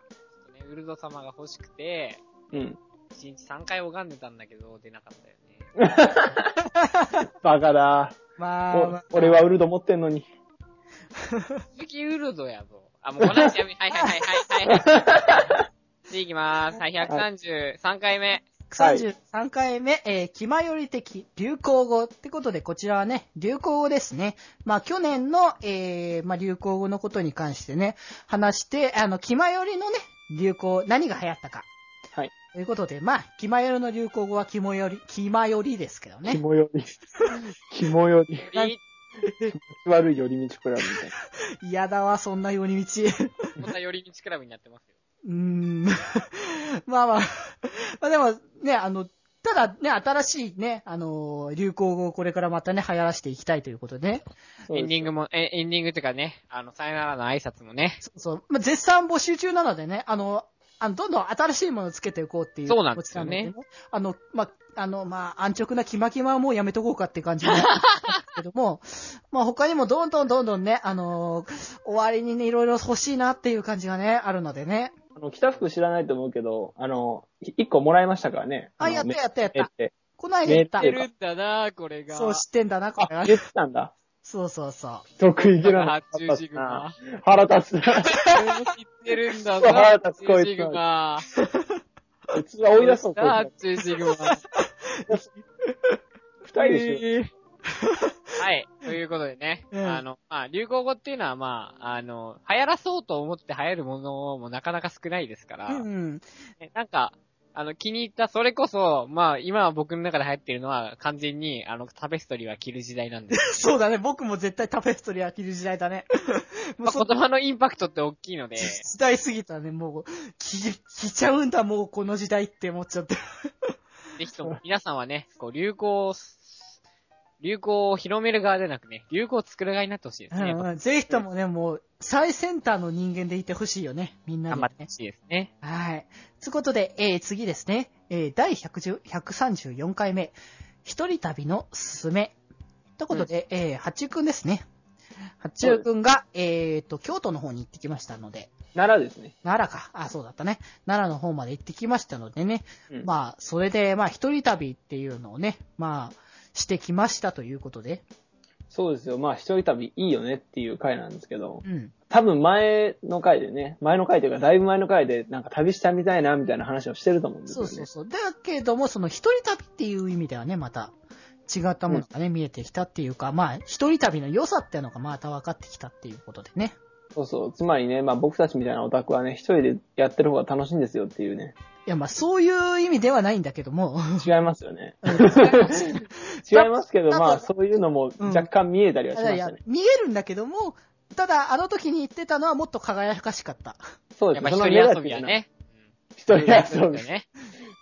Speaker 4: とね、ウルド様が欲しくて、
Speaker 5: うん。
Speaker 4: 1日3回拝んでたんだけど、出なかったよね。
Speaker 5: バカだ。
Speaker 1: まあ、まあ
Speaker 5: お俺はウルド持ってんのに。
Speaker 4: 鈴木ウルドやぞ。あ、もうこの話やめ、はいはいはいはいはい。次行きまーす。はい、133回目。
Speaker 1: 133回目、えー、気まより的流行語ってことで、こちらはね、流行語ですね。まあ、去年の、えー、まあ、流行語のことに関してね、話して、あの、気まよりのね、流行、何が流行ったか。
Speaker 5: はい。
Speaker 1: ということで、まあ、キマヨリの流行語はキモより、キマよりですけどね。[laughs]
Speaker 5: 肝より。肝より。
Speaker 4: いい
Speaker 5: 悪い寄り道クラブみたいな。
Speaker 1: 嫌だわ、そんな寄り道。
Speaker 4: こんな寄り道クラブになってますよ。
Speaker 1: うーん。 [laughs] まあまあ。まあでも、ね、あの、ただね、新しいね、あのー、流行語をこれからまたね、流行らしていきたいということでね。
Speaker 5: そう
Speaker 4: エ
Speaker 5: です
Speaker 4: ンディングも、え、エンディングというかね、あの、さよならの挨拶もね。
Speaker 1: そうそう。まあ、絶賛募集中なのでね、あの、あの、どんどん新しいものをつけていこうっていう。
Speaker 4: そうなんですよね
Speaker 1: こちらのね。あの、まあ、あの、まあ、安直なキマキマはもうやめとこうかって感じになってますけども、 [laughs] まあ、他にもどんどんどんどんね、あのー終わりにね、いろいろ欲しいなっていう感じがね、あるのでね。
Speaker 5: あの、北福知らないと思うけど、あの、い一個もらいましたからね。
Speaker 1: あ、
Speaker 5: の
Speaker 1: やった
Speaker 5: メ
Speaker 1: やったやっ
Speaker 5: メール
Speaker 1: た
Speaker 5: っ。て。
Speaker 1: こないで言った
Speaker 5: メ
Speaker 4: 知
Speaker 5: ー
Speaker 4: るんだなこれが。
Speaker 1: そう、知ってんだな、これ
Speaker 5: あ、
Speaker 1: は。
Speaker 5: 言ってたんだ。
Speaker 1: そうそうそ
Speaker 5: 得意げなの
Speaker 4: 発注シグマ。
Speaker 5: 腹立つな。
Speaker 4: 俺も知ってるんだぞ、
Speaker 5: そう腹
Speaker 4: 発
Speaker 5: 立つ
Speaker 4: 注シグマ。
Speaker 5: うちは追い出そう、こいつ
Speaker 4: 発注シグマ。
Speaker 5: 二人でし
Speaker 4: はい。ということでね、
Speaker 1: うん
Speaker 4: あの、まあ、流行語っていうのは、まあ、あの、流行らそうと思って流行るものもなかなか少ないですから、
Speaker 1: う。うん。
Speaker 4: ねなんか、あの、気に入った、それこそ、まあ、今は僕の中で流行ってるのは、完全に、あの、タペストリーは着る時代なんで
Speaker 1: [laughs]
Speaker 4: す。
Speaker 1: そうだね、僕も絶対タペストリー飽きる時代だ [laughs] ね。も
Speaker 4: ま
Speaker 1: う
Speaker 4: あ、
Speaker 1: そ
Speaker 4: 言葉のインパクトって大きい
Speaker 1: [laughs]
Speaker 4: ので、
Speaker 1: 時代すぎたね、もう。き、きちゃうんだ、もうこの時代って思っちゃって。
Speaker 4: ぜひとも皆さんはね、こう、流行を、流行を広める側でなくね、流行を作る側になってほしいですね。やっぱ
Speaker 1: うんぜひともね、もう、最先端の人間でいてほしいよね、みんな
Speaker 4: 頑
Speaker 1: で
Speaker 4: 張って
Speaker 1: ね
Speaker 4: ほ。しいですね。
Speaker 1: はい。ということで、えー次ですね。えー第110 134回目。一人旅のすすめ。ということで、えー、八中くんですね。八中くんが、えーと、京都の方に行ってきましたので、
Speaker 5: ょ奈良ですね。
Speaker 1: 奈良か。あ、そうだったね。奈良の方まで行ってきましたのでね。
Speaker 5: うん
Speaker 1: まあ、それで、まあ、一人旅っていうのをね、まあ、してきましたということで。
Speaker 5: そうですよ。まあ、一人旅いいよねっていう回なんですけど、
Speaker 1: うん。
Speaker 5: 多分前の回でね、前の回というか、だいぶ前の回で、なんか旅したみたいな、みたいな話をしてると思うんです
Speaker 1: そ
Speaker 5: よ
Speaker 1: う
Speaker 5: ね。
Speaker 1: そうそう。だけども、その一人旅っていう意味ではね、また違ったものがね、見えてきたっていうか、まあ、一人旅の良さっていうのがまた分かってきたっていうことでね。
Speaker 5: そうそう。つまりね、まあ僕たちみたいなオタクはね、一人でやってる方が楽しいんですよっていうね。
Speaker 1: いや、まあ、そういう意味ではないんだけども。
Speaker 5: 違います
Speaker 1: [laughs]
Speaker 5: よね。違い
Speaker 1: だ
Speaker 5: ますけど、
Speaker 1: だ
Speaker 5: まあそういうのも
Speaker 1: うん
Speaker 5: 若干見えたりはし
Speaker 1: い
Speaker 5: ま
Speaker 1: や
Speaker 5: し
Speaker 1: い
Speaker 5: た
Speaker 1: や
Speaker 5: ね。、
Speaker 1: 見えるんだけども、ただ、あの時に言ってたのはもっと輝かしかった。
Speaker 5: そう
Speaker 4: や
Speaker 5: で
Speaker 4: っ
Speaker 5: す
Speaker 4: ぱ
Speaker 5: ね。
Speaker 4: 一
Speaker 5: その
Speaker 4: 人遊びはね。
Speaker 5: 目
Speaker 4: うん
Speaker 5: 立つ
Speaker 1: [laughs]
Speaker 5: ような。一人遊び。
Speaker 4: ね。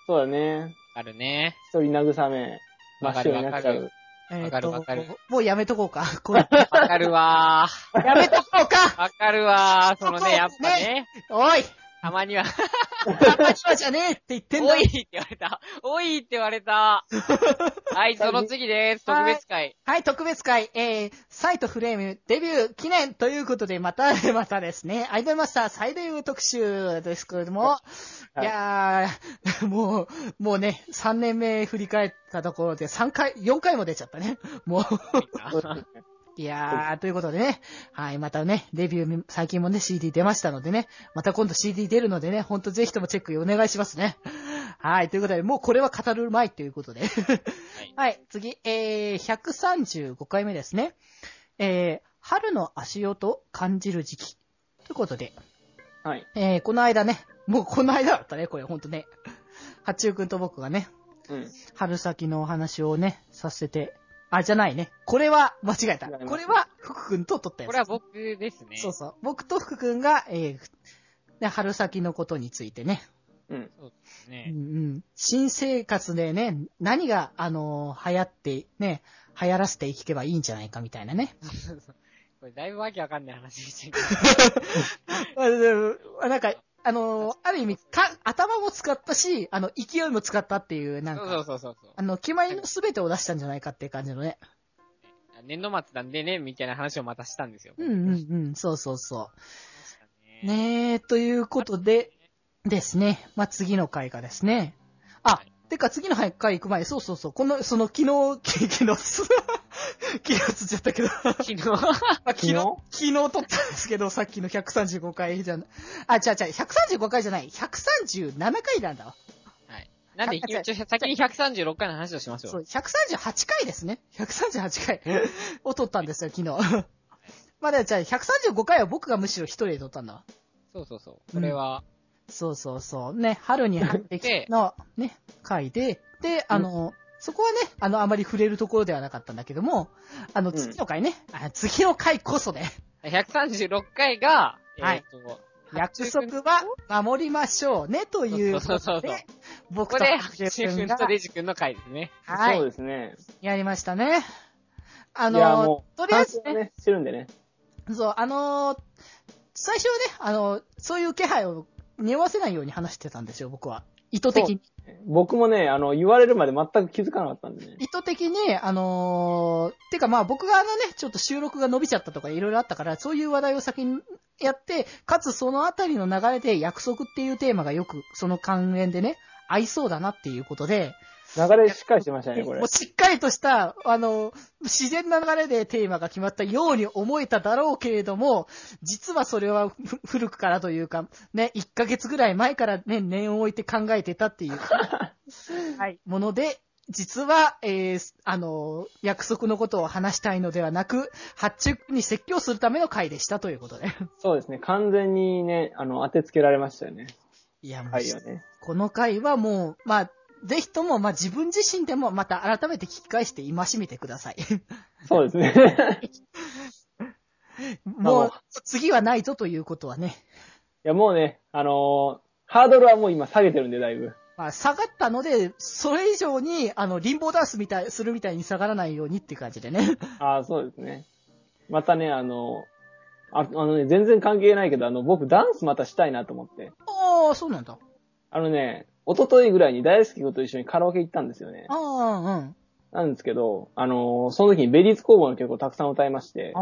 Speaker 5: そうだね。
Speaker 4: あるね。
Speaker 5: 一人慰め、真っ白になっち
Speaker 4: わか
Speaker 5: ゃ
Speaker 4: るわ
Speaker 5: う。
Speaker 1: え
Speaker 4: わ
Speaker 1: っ
Speaker 4: かる
Speaker 1: と
Speaker 4: わかる
Speaker 1: もうやめとこうか。これ
Speaker 4: わかるわ
Speaker 1: [laughs] やめとこうか
Speaker 4: ー。わかるわー。そのね、やっぱね、
Speaker 1: おい
Speaker 4: たまには、
Speaker 1: たまにはじゃねえって言ってん
Speaker 4: お
Speaker 1: だ
Speaker 4: いって言われた。おいって言われた。
Speaker 1: [laughs]
Speaker 4: はい、その次です。特別会。
Speaker 1: はい、特別会、えー、サイトフレームデビュー記念ということで、また、またですね、アイドルマスター最大特集ですけれども、い、
Speaker 5: い
Speaker 1: やー、 [laughs] もう、もうね、3年目振り返ったところで3回、4回も出ちゃったね。もう、
Speaker 5: そうですね
Speaker 1: いやー、ということでね、はい、またね、デビュー、最近もね、CD 出ましたのでね、また今度 CD 出るのでね、ほんとぜひともチェックお願いしますね。はい、ということで、もうこれは語るまいということで。はい、次、えー、135回目ですね。えー、春の足音感じる時期。ということで、
Speaker 5: はい。
Speaker 1: えー、この間ね、もうこの間だったね、これ、ほんとね。八中くんと僕がね、
Speaker 5: うん。
Speaker 1: 春先のお話をね、させて、あ、じゃないね。これは、間違えた。
Speaker 5: 違います
Speaker 1: これは、福くんと撮ったやつ。
Speaker 4: これは僕ですね。
Speaker 1: そうそう。僕と福くんが、えーね、春先のことについてね。
Speaker 5: うん。
Speaker 1: うん
Speaker 4: ね
Speaker 1: うん。新生活でね、何が、あのー流行って、ね、流行らせていけばいいんじゃないかみたいなね。
Speaker 4: これだいぶわけわかんない話でしたけど。
Speaker 1: なんか、あのーある意味、か、頭も使ったし、あの、勢いも使ったっていう、なん
Speaker 4: そう
Speaker 1: か、
Speaker 4: そうそうそう。
Speaker 1: あの、決まりの全てを出したんじゃないかっていう感じのね。
Speaker 4: 年度末なんでね、みたいな話をまたしたんですよ。
Speaker 1: うんうんうん、そうそうそ
Speaker 4: ね
Speaker 1: う。ねえ、ということで、ですね。まあ、次の回がですね。あ
Speaker 4: は、
Speaker 1: てか次の回行く前、そうそうそう、この、その昨日、 [laughs] き昨日、す昨日つっちゃったけど、まあ
Speaker 4: [laughs] 昨日、
Speaker 1: 昨日、昨日撮ったんですけど、さっきの135回じゃな、あ、違う違う、135回じゃない、137回なんだわ。
Speaker 4: なんで、一応先に136回の話をしましょ。
Speaker 1: そうう、138回ですね。138回を撮ったんですよ、昨日。まあ、でもじゃあ135回は僕がむしろ一人で撮ったんだわ。
Speaker 4: そうそうそう。これは、
Speaker 1: そうそうそう。ね、春に入ってきての、ね、回で、で、あの、そこはね、あの、あまり触れるところではなかったんだけども、あの、
Speaker 5: ん
Speaker 1: 次の回ね、あ次の回こ
Speaker 4: [laughs]
Speaker 1: そね、
Speaker 4: 136回が、
Speaker 1: はい
Speaker 4: えーと
Speaker 1: 約束は守りましょうね、ということで、
Speaker 4: そうそうそうそう
Speaker 1: 僕
Speaker 4: ことこで、
Speaker 1: 白
Speaker 4: 白
Speaker 1: 手
Speaker 4: 州
Speaker 1: 君
Speaker 4: 君
Speaker 1: が
Speaker 4: と、デジ君の回ですね。
Speaker 1: は
Speaker 5: そう
Speaker 1: い、
Speaker 5: ですね。
Speaker 1: やりましたね。あ
Speaker 5: いや、
Speaker 1: の
Speaker 5: も、う、
Speaker 1: とりあえず
Speaker 5: 反
Speaker 1: ね
Speaker 5: 省、ね、してるんでね。
Speaker 1: そう、あのー最初はね、あのーそういう気配を匂わせないように話してたんですよ、僕は。意図的に。
Speaker 5: 僕もね、あの、言われるまで全く気づかなかったんでね。
Speaker 1: 意図的に、あのーてかまあ僕があのね、ちょっと収録が伸びちゃったとかいろいろあったから、そういう話題を先にやって、かつそのあたりの流れで約束っていうテーマがよく、その関連でね、合いそうだなっていうことで、
Speaker 5: 流れしっかりしてましたね、これ
Speaker 1: もう。しっかりとした、あの、自然な流れでテーマが決まったように思えただろうけれども、実はそれはふ古くからというか、ね、1ヶ月ぐらい前からね、念を置いて考えてたっていう、 [laughs] はい、もので、実は、えー、あの、約束のことを話したいのではなく、発注に説教するための回でしたという [laughs] ことで。
Speaker 5: そうですね。完全にね、あの、当てつけられましたよね。
Speaker 1: いや、もう、
Speaker 5: はいよね。
Speaker 1: この回はもう、まあ、ぜひとも、まあ、自分自身でも、また改めて聞き返して戒めてください。
Speaker 5: そうですね。 [laughs] い
Speaker 1: もう、次はないぞということはね。
Speaker 5: や、もうね、あのーハードルはもう今下げてるんで、だいぶ。
Speaker 1: まあ、下がったので、それ以上に、あの、リンボーダンスみたい、するみたいに下がらないようにっていう感じでね。
Speaker 5: ああ、そうですね。またね、あのあ、あのね、全然関係ないけど、あの、僕ダンスまたしたいなと思って。
Speaker 1: [laughs] ああ、そうなんだ。
Speaker 5: あのね、一昨日ぐらいに大好き子と一緒にカラオケ行ったんですよね
Speaker 1: あ。あ、うん。
Speaker 5: なんですけど、あのーその時にベリーズ工房の曲をたくさん歌いまして、
Speaker 1: あ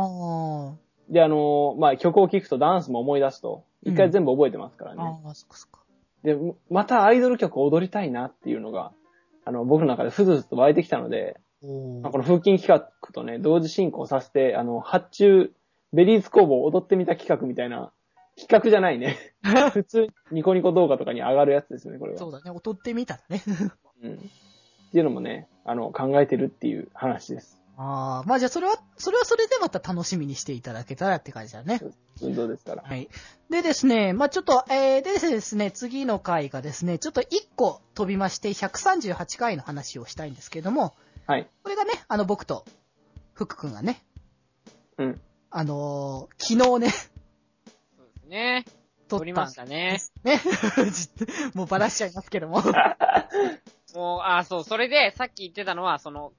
Speaker 5: で、あのーまあ、曲を聴くとダンスも思い出す
Speaker 1: う
Speaker 5: と、
Speaker 1: ん
Speaker 5: 一回全部覚えてますから
Speaker 1: あ、
Speaker 5: ね。
Speaker 1: ああ、そっかそっか。
Speaker 5: で、またアイドル曲を踊りたいなっていうのが、あの、僕の中でふずふずと湧いてきたので、
Speaker 1: お
Speaker 5: まあ
Speaker 1: ー
Speaker 5: この風琴企画とね、同時進行させて、あの、発注、ベリーズ工房を踊ってみた企画みたいな、企画じゃない [laughs] ね。普通、ニコニコ動画とかに上がるやつですね、これは。
Speaker 1: そうだね、踊ってみたらね。 [laughs]
Speaker 5: うん。っていうのもね、あの、考えてるっていう話です。
Speaker 1: ああ、まあじゃあそれは、それはそれでまた楽しみにしていただけたらって感じだね。
Speaker 5: 運動ですから。
Speaker 1: はい。でですね、まあちょっと、えー、でですね、次の回がですね、ちょっと1個飛びまして、138回の話をしたいんですけれども、
Speaker 5: はい。
Speaker 1: これがね、あの、僕と、福くんがね、
Speaker 5: うん。
Speaker 1: あのー昨日ね、
Speaker 4: そうですね。
Speaker 1: 撮
Speaker 4: 撮
Speaker 1: っ
Speaker 4: り
Speaker 1: たん
Speaker 4: ましたね。
Speaker 1: ね。 [laughs] もうバラしちゃいますけ
Speaker 5: [laughs]
Speaker 1: ども。
Speaker 4: もう、あ、そう、それで、さっき言ってたのは、その、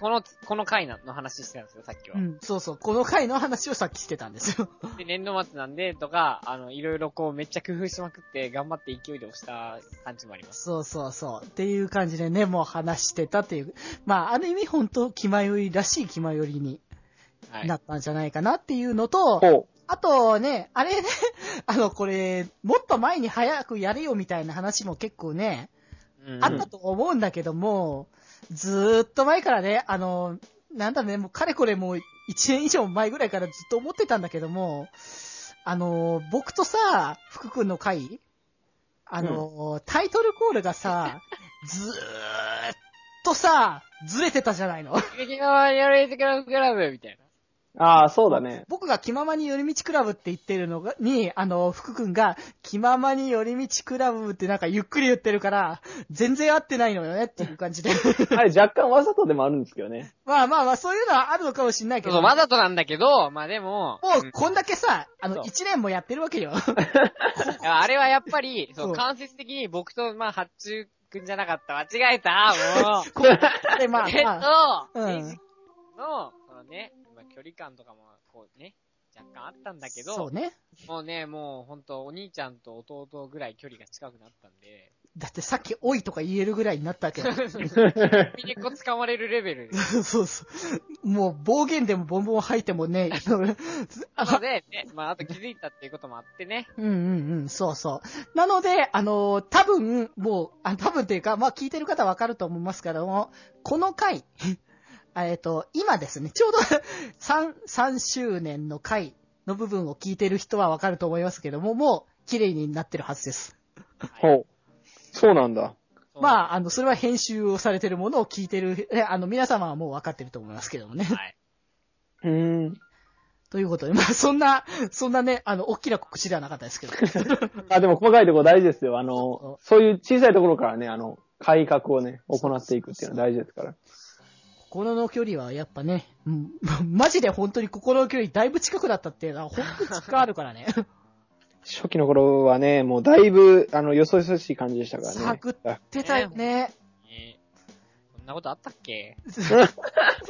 Speaker 4: この、この回の話してたんですよ、さっきは
Speaker 1: う。ん、そうそう、この回の話をさっきしてたんですよ。 [laughs]
Speaker 4: で、年度末なんで、とか、あの、いろいろこう、めっちゃ工夫しまくって、頑張って勢いで押した感じもあります。
Speaker 1: そうそうそう。っていう感じでね、もう話してたっていう。まあ、ある意味本当、気前よりらしい気前よりに
Speaker 4: はい。
Speaker 1: なったんじゃないかなっていうのと、
Speaker 5: ほ
Speaker 1: あとね、あれね、 [laughs] あの、これ、もっと前に早くやれよみたいな話も結構ね、
Speaker 4: うん
Speaker 1: あったと思うんだけども、ずーっと前からね、あの、なんだね、もうかれこれもう1年以上前ぐらいからずっと思ってたんだけども、あの、僕とさ、福くんの回、あの、タイトルコールがさ、ずーっとさ、ずれてたじゃないの。
Speaker 4: 劇側やられてからクラブみたいな。
Speaker 5: う。ああ、そうだね。
Speaker 1: 僕が気ままに寄り道クラブって言ってるのが、に、あの、福くんが、気ままに寄り道クラブってなんかゆっくり言ってるから、全然合ってないのよねっていう感
Speaker 4: [laughs]
Speaker 1: じで。
Speaker 5: あれ若干わざとでもあるんですけどね。
Speaker 1: まあまあまあ、そういうのはあるのかもしれないけ
Speaker 4: そう
Speaker 1: ど。
Speaker 4: そう、わざとなんだけど、まあでも、
Speaker 1: も
Speaker 4: うん
Speaker 1: う、こんだけさ、あ
Speaker 4: そ
Speaker 1: の、
Speaker 4: う
Speaker 1: 一年もやってるわけ
Speaker 4: [laughs]
Speaker 1: よ。
Speaker 4: いやあれはやっぱり、そ
Speaker 1: そう
Speaker 4: う、間接的に僕と、まあ、八中くんじゃなかった。間違えた、もう。
Speaker 1: こんだけ [laughs] まあ
Speaker 4: [laughs] えっ
Speaker 1: まあ。
Speaker 4: と、
Speaker 1: う
Speaker 4: うんん、の、このね、まあ、距離感とかも、こうね、若干あったんだけ
Speaker 1: そ
Speaker 4: ど
Speaker 1: う、ね。
Speaker 4: もうね、もうほんと、お兄ちゃんと弟ぐらい距離が近くなったんで、
Speaker 1: だってさっき、おいとか言えるぐらいになったわけよ。
Speaker 4: ピネコ掴まれるレベ [laughs] ルで。
Speaker 1: そうそう。もう、暴言でもボンボン吐いてもね、
Speaker 4: [laughs] なので、ね、まあ、あと気づいたっていうこともあって [laughs] ね、
Speaker 1: うんうんうん、そうそう。なので、あのー多分、もう、あ多分というか、まあ聞いてる方はわかると思いますけども、この回、 [laughs] えっと、今ですね、ちょうど [laughs] 3、3周年の回の部分を聞いてる人はわかると思いますけども、もう綺麗になってるはずです。
Speaker 4: はい
Speaker 5: ほう。そうなんだ。
Speaker 4: そう
Speaker 1: まあ、あの、それは編集をされてるものを聞いてる、ねあの、皆様はもうわかってると思いますけどもね。
Speaker 4: はい。
Speaker 5: うーん。
Speaker 1: ということで、まあ、そんな、そんなね、あの、大きな告知ではなかったですけど。
Speaker 5: あ、でも細かいところ大事ですよ。あの、そういう小さいところからね、あの、改革をね、行っていくっていうのは大事ですから。
Speaker 1: 心の距離はやっぱね、うん [laughs] まマジで本当に心の距離だいぶ近くだったっていうのは、本当に近くあるから
Speaker 4: [laughs]
Speaker 1: ね。
Speaker 5: 初期の頃はね、もうだいぶ、あの、よそよそしい感じでしたからね。
Speaker 1: 探ってたよね。
Speaker 4: えーそんなことあったっけ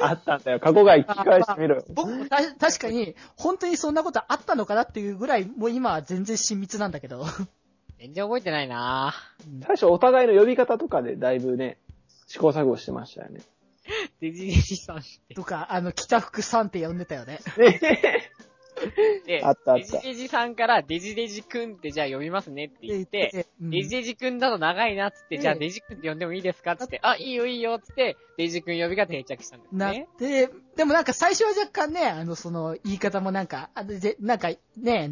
Speaker 5: あったんだよ。過去が聞き返してみろよ。
Speaker 1: 僕もた確かに、本当にそんなことあったのかなっていうぐらい、もう今は全然親密なんだけど。
Speaker 4: 全然覚えてないな
Speaker 5: 最初お互いの呼び方とかでだいぶね、試行錯誤してました [laughs] よね。
Speaker 4: ぁデジデジさんって。
Speaker 1: とか、あの、北福さんって呼んでたよね。
Speaker 4: で
Speaker 5: あったあっ
Speaker 4: デ
Speaker 5: た
Speaker 4: ジデジさんからデジデジくんってじゃあ呼びますねって言って、
Speaker 1: うん
Speaker 4: デジデジくんだと長いなっつって、
Speaker 1: うん
Speaker 4: じゃあデジくんって呼んでもいいですかっつって、あ、いいよいいよっつって、デジくん呼びが定着したんです
Speaker 1: なっ
Speaker 4: ね。
Speaker 1: て、でもなんか最初は若干ね、あの、その、言い方もなんか、あでなんかね、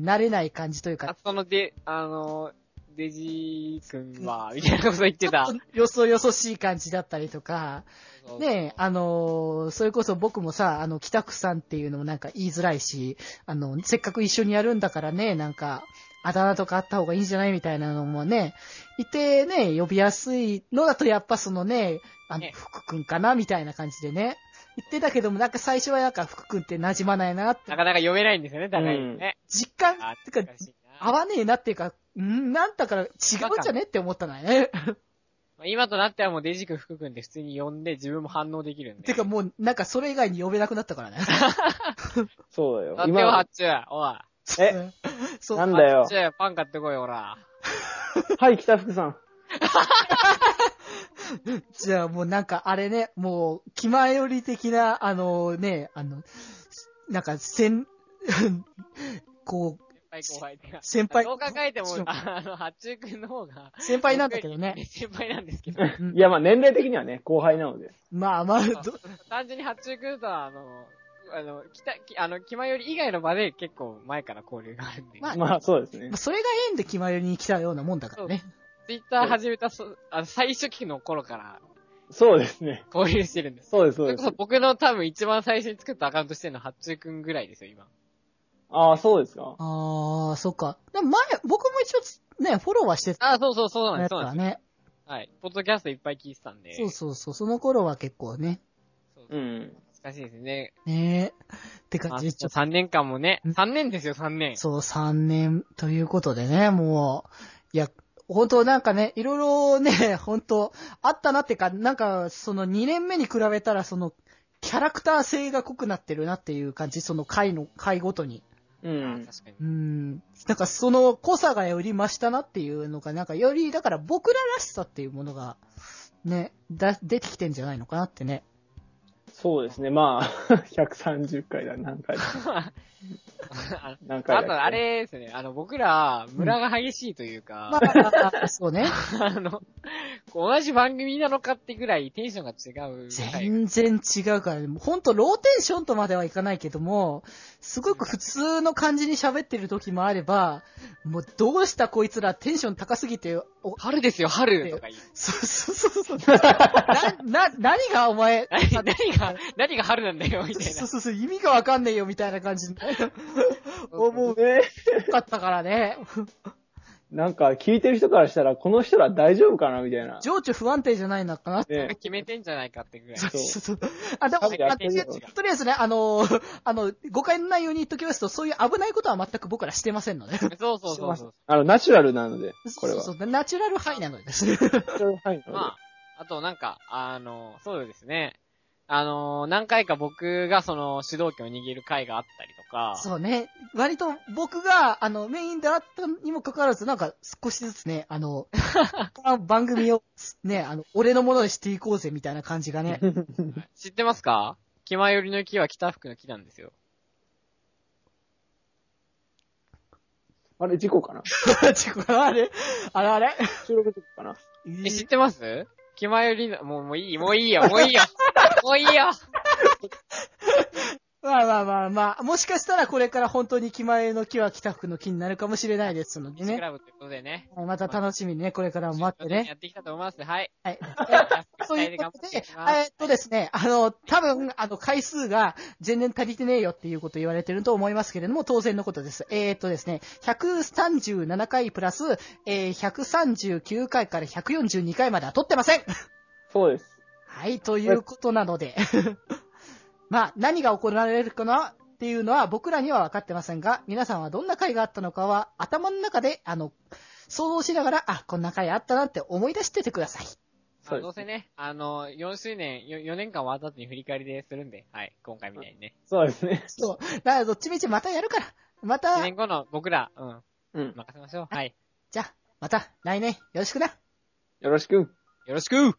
Speaker 1: 慣れない感じという
Speaker 4: あ
Speaker 1: か、
Speaker 4: そので、あの、デジくんは、みたいなこと言ってた。
Speaker 1: よそよそしい感じだったりとか、ねあのーそれこそ僕もさ、あの、北区さんっていうのもなんか言いづらいし、あの、せっかく一緒にやるんだからね、なんか、あだ名とかあった方がいいんじゃないみたいなのもね、いてね、呼びやすいのだとやっぱそのね、あの
Speaker 4: ね、
Speaker 1: 福くんかなみたいな感じでね、言ってたけども、なんか最初はなんか福くんって馴染まないなって
Speaker 4: な、かなか呼べないんですよね、高いのね。
Speaker 1: 実感
Speaker 4: あ、、
Speaker 1: てか
Speaker 4: 難、しいな
Speaker 1: 合わねえなっていうか、うんなんだから違うんじゃねって思ったのよね。
Speaker 4: まあ今となってはもうデジ君、福君で普通に呼んで自分も反応できるんで。
Speaker 1: てかもう、なんかそれ以外に呼べなくなったからね。
Speaker 5: そうだよ
Speaker 4: だ。ってよ、
Speaker 5: 今
Speaker 4: ハッ、チュー。おい。
Speaker 5: え、
Speaker 1: [laughs] そう
Speaker 5: なんだ
Speaker 4: ハ
Speaker 5: よ
Speaker 4: ッチ。ュー、パン買ってこい、ほら。
Speaker 5: はい、北福さん。
Speaker 1: じゃあもうなんかあれね、もう、気前より的な、あのね、あの、なん [laughs] か、先、こう、
Speaker 4: 先輩後輩ってか。
Speaker 1: 先輩
Speaker 4: どう考えても
Speaker 1: ちょ、
Speaker 4: あの、ハッチュー君の方が。
Speaker 1: 先輩なんだけどね。。
Speaker 4: 先輩なんです
Speaker 5: [laughs]
Speaker 4: けど。
Speaker 1: うん
Speaker 5: いや、まあ年齢的にはね、後輩なので。
Speaker 1: まあまあ、ど
Speaker 4: 単純にハッチュー君とは、あの、あの、きた、きあの、気まより以外の場で結構前から交流があるんで。
Speaker 1: まあ
Speaker 5: まあそうですね
Speaker 1: まあ。それが縁で気前よりに来たようなもんだからね。
Speaker 4: ツイッター始めた、そあの、最初期の頃から
Speaker 5: そうですね。
Speaker 4: 交流してるんです。
Speaker 5: そうです、
Speaker 4: そ
Speaker 5: そう
Speaker 4: れ
Speaker 5: で
Speaker 4: こ
Speaker 5: す
Speaker 4: そ。僕の多分一番最初に作ったアカウントしてるのはハッチュー君ぐらいですよ、今。
Speaker 5: ああ、そうですか。
Speaker 1: あー、そっか。でも前、僕も一応、ね、フォローはしてた
Speaker 4: あ、そうそう、そうなんで
Speaker 1: や
Speaker 4: す、
Speaker 1: つ
Speaker 4: そうな
Speaker 1: は
Speaker 4: んです。
Speaker 1: ね。
Speaker 4: はい。ポッドキャストいっぱい聞いてたんで。
Speaker 1: そうそうそう、その頃は結構ね。
Speaker 4: そう
Speaker 5: う
Speaker 4: 難
Speaker 5: ん。
Speaker 4: しいですね。
Speaker 1: ねえ。って
Speaker 4: ま
Speaker 1: 感
Speaker 4: あ、
Speaker 1: じで、ちょっと
Speaker 4: 3年間もね
Speaker 1: う、ん
Speaker 4: 3年ですよ、3年。
Speaker 1: そう、3年ということでね、もう、いや、本当なんかね、いろいろね、 [laughs] 本当あったなってか、なんか、その2年目に比べたら、その、キャラクター性が濃くなってるなっていう感じ、その回の、回ごとに。
Speaker 5: う
Speaker 4: あ
Speaker 5: ん。
Speaker 4: 確かに
Speaker 1: う。ん。なんかその濃さがより増したなっていうのが、なんかより、だから僕ららしさっていうものが、ね、だ、出てきてんじゃないのかなってね。
Speaker 5: そうですね。まあ、130回だ、何回だ。
Speaker 1: [laughs]
Speaker 4: あ
Speaker 5: 何
Speaker 4: あ
Speaker 5: 回だっけ。
Speaker 4: と、あれですね、あの、僕ら、村が激しいという
Speaker 1: ま
Speaker 4: か、
Speaker 1: あ、そうね。
Speaker 4: あの、こう同じ番組なのかってぐらいテンションが違う回が。
Speaker 1: 全然違うからね。ほんと、ローテンションとまではいかないけども、すごく普通の感じに喋ってる時もあれば、もうどうしたこいつらテンション高すぎて、お、
Speaker 4: 春ですよ、春とか
Speaker 1: [laughs]
Speaker 4: 言う。
Speaker 1: そうそうそうそう。な、な、何がお前、
Speaker 4: 何、何が、何が春なんだよ、みたい
Speaker 1: そ
Speaker 4: な
Speaker 1: う。そうそう、意味がわかんねえよみたいな感じに思う
Speaker 5: ね。
Speaker 1: かったからね。
Speaker 5: なんか、聞いてる人からしたら、この人ら大丈夫かなみたいな。
Speaker 1: 情緒不安定じゃないのかな
Speaker 5: ね。
Speaker 4: [laughs] 決めてんじゃないかってぐらい。
Speaker 5: そう
Speaker 1: そうそうあ、でも、
Speaker 5: 多分や
Speaker 1: あ
Speaker 5: ってるよ
Speaker 1: とりあえずね、あのーあの、誤解のないように言っときますと、そういう危ないことは全く僕らしてませんので。
Speaker 4: そうそうそうそう。
Speaker 5: あの、ナチュラルなので、これは。
Speaker 1: そうそう、ナチュラルハイな [laughs] のです。
Speaker 5: ナチュラル範囲なので
Speaker 4: まあ、あとなんか、あの、そうですね。あの、何回か僕がその主導権を握る回があったりとか、
Speaker 1: そうね。割と僕が、あの、メインであったにもかかわらず、なんか少しずつね、あの、 [laughs] 番組をね、あの、俺のものにしていこうぜみたいな感じがね。
Speaker 4: 知ってますか気前よりの木は北福の木なんですよ。
Speaker 5: あれ、事故かな
Speaker 1: ちょ [laughs] あれあれあれ
Speaker 5: 収録事故かな
Speaker 4: え、知ってます気前よりの、もう、もういい、もういいよ、も
Speaker 1: [laughs]
Speaker 4: ういいよ。もういいよ。
Speaker 1: まあまあまあまあ、もしかしたらこれから本当に気前の木は北福の木になるかもしれないですので
Speaker 4: ミスク
Speaker 1: ね。
Speaker 4: ラブということでね。
Speaker 1: また楽しみにね、これからも待って
Speaker 4: や
Speaker 1: ね。 [laughs]
Speaker 4: っていきたいと思います。はい。
Speaker 1: はい。ということで、え
Speaker 4: はい
Speaker 1: ーっとですね、あの、多分、あの、回数が全然足りてねえよっていうこと言われてると思いますけれども、当然のことです。えーっとですね、137回プラス、えー139回から142回までは撮ってません
Speaker 5: そうです。
Speaker 1: はい、ということなので。 [laughs] まあ、何が行われるかなっていうのは僕らには分かってませんが、皆さんはどんな回があったのかは頭の中で、あの、想像しながら、あ、こんな回あったなって思い出しててください。
Speaker 5: そうです
Speaker 4: どうせね、あの、4周年、よ4年間は後に振り返りでするんで、はい、今回みたいにね。
Speaker 5: そうですね。
Speaker 1: そう。だからどっちみちまたやるから。ま
Speaker 4: 1
Speaker 1: た、
Speaker 4: 年後の僕ら、うん、
Speaker 5: うん。
Speaker 4: 任せましょう。はい。
Speaker 1: じゃあ、また来年よろしくな。
Speaker 5: よろしく。
Speaker 4: よろしく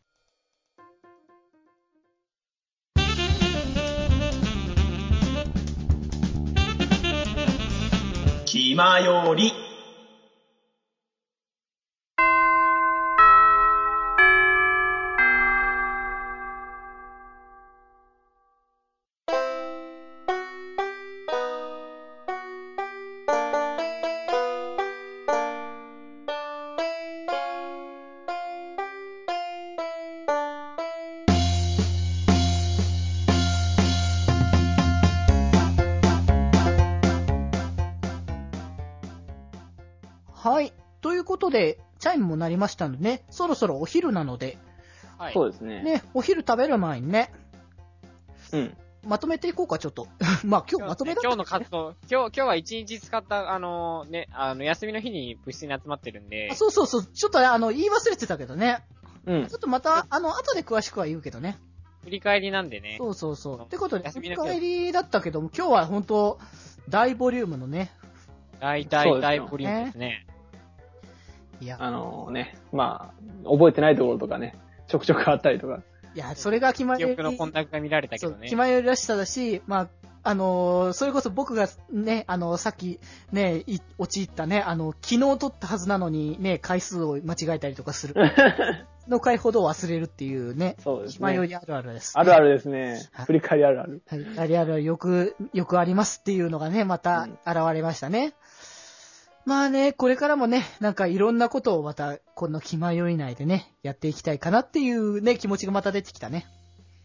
Speaker 3: 気まより。
Speaker 1: はい。ということで、チャイムも鳴りましたのでね、そろそろお昼なので、
Speaker 4: はい。
Speaker 5: そうですね。
Speaker 1: ね、お昼食べる前にね、
Speaker 5: うん。
Speaker 1: まとめていこうか、ちょっと。 [laughs] まあ、今日まとめだ
Speaker 4: 今日の活動、今日、今日は1日使った、あのね、あの、休みの日に部室に集まってるんで
Speaker 1: あ、そうそうそう。ちょっとねあの、言い忘れてたけどね。
Speaker 5: うん
Speaker 1: ち。ょっとまた、あの、後で詳しくは言うけどね。
Speaker 4: 振り返りなんでね。
Speaker 1: そうそうそう。ってことで、
Speaker 4: 休
Speaker 1: 振
Speaker 4: み
Speaker 1: り
Speaker 4: の日は
Speaker 1: 返りだったけども、今日は本当大ボリュームのね。
Speaker 4: 大
Speaker 5: そう
Speaker 4: 体、
Speaker 5: です
Speaker 4: 大
Speaker 5: よ
Speaker 4: ボリュームですね。
Speaker 1: いや、
Speaker 5: あのね、まあ、覚えてないところとかね、ちょくちょくあったりとか。
Speaker 1: いや、それが決ま
Speaker 4: 記
Speaker 1: り、
Speaker 4: 憶の混濁が見られたけ
Speaker 1: そ
Speaker 4: ど
Speaker 1: う、
Speaker 4: ね
Speaker 1: 気。前よりらしさだし、まあ、あのーそれこそ僕がね、あのーさっきね、い陥ったね、あの、昨日撮ったはずなのにね、回数を間違えたりとかす
Speaker 5: [laughs]
Speaker 1: る。の回ほど忘れるっていうね、
Speaker 5: そうです
Speaker 1: 気前よ
Speaker 5: ね。
Speaker 1: りあるあるです、
Speaker 5: あるあ
Speaker 1: る。
Speaker 5: るですね
Speaker 1: はい。
Speaker 5: 振り返りあるある。
Speaker 1: はい、あるある、よく、よくありますっていうのがね、また
Speaker 5: うん
Speaker 1: 現れましたね。まあね、これからもね、なんかいろんなことをまた、この気前より内でね、やっていきたいかなっていうね、気持ちがまた出てきたね。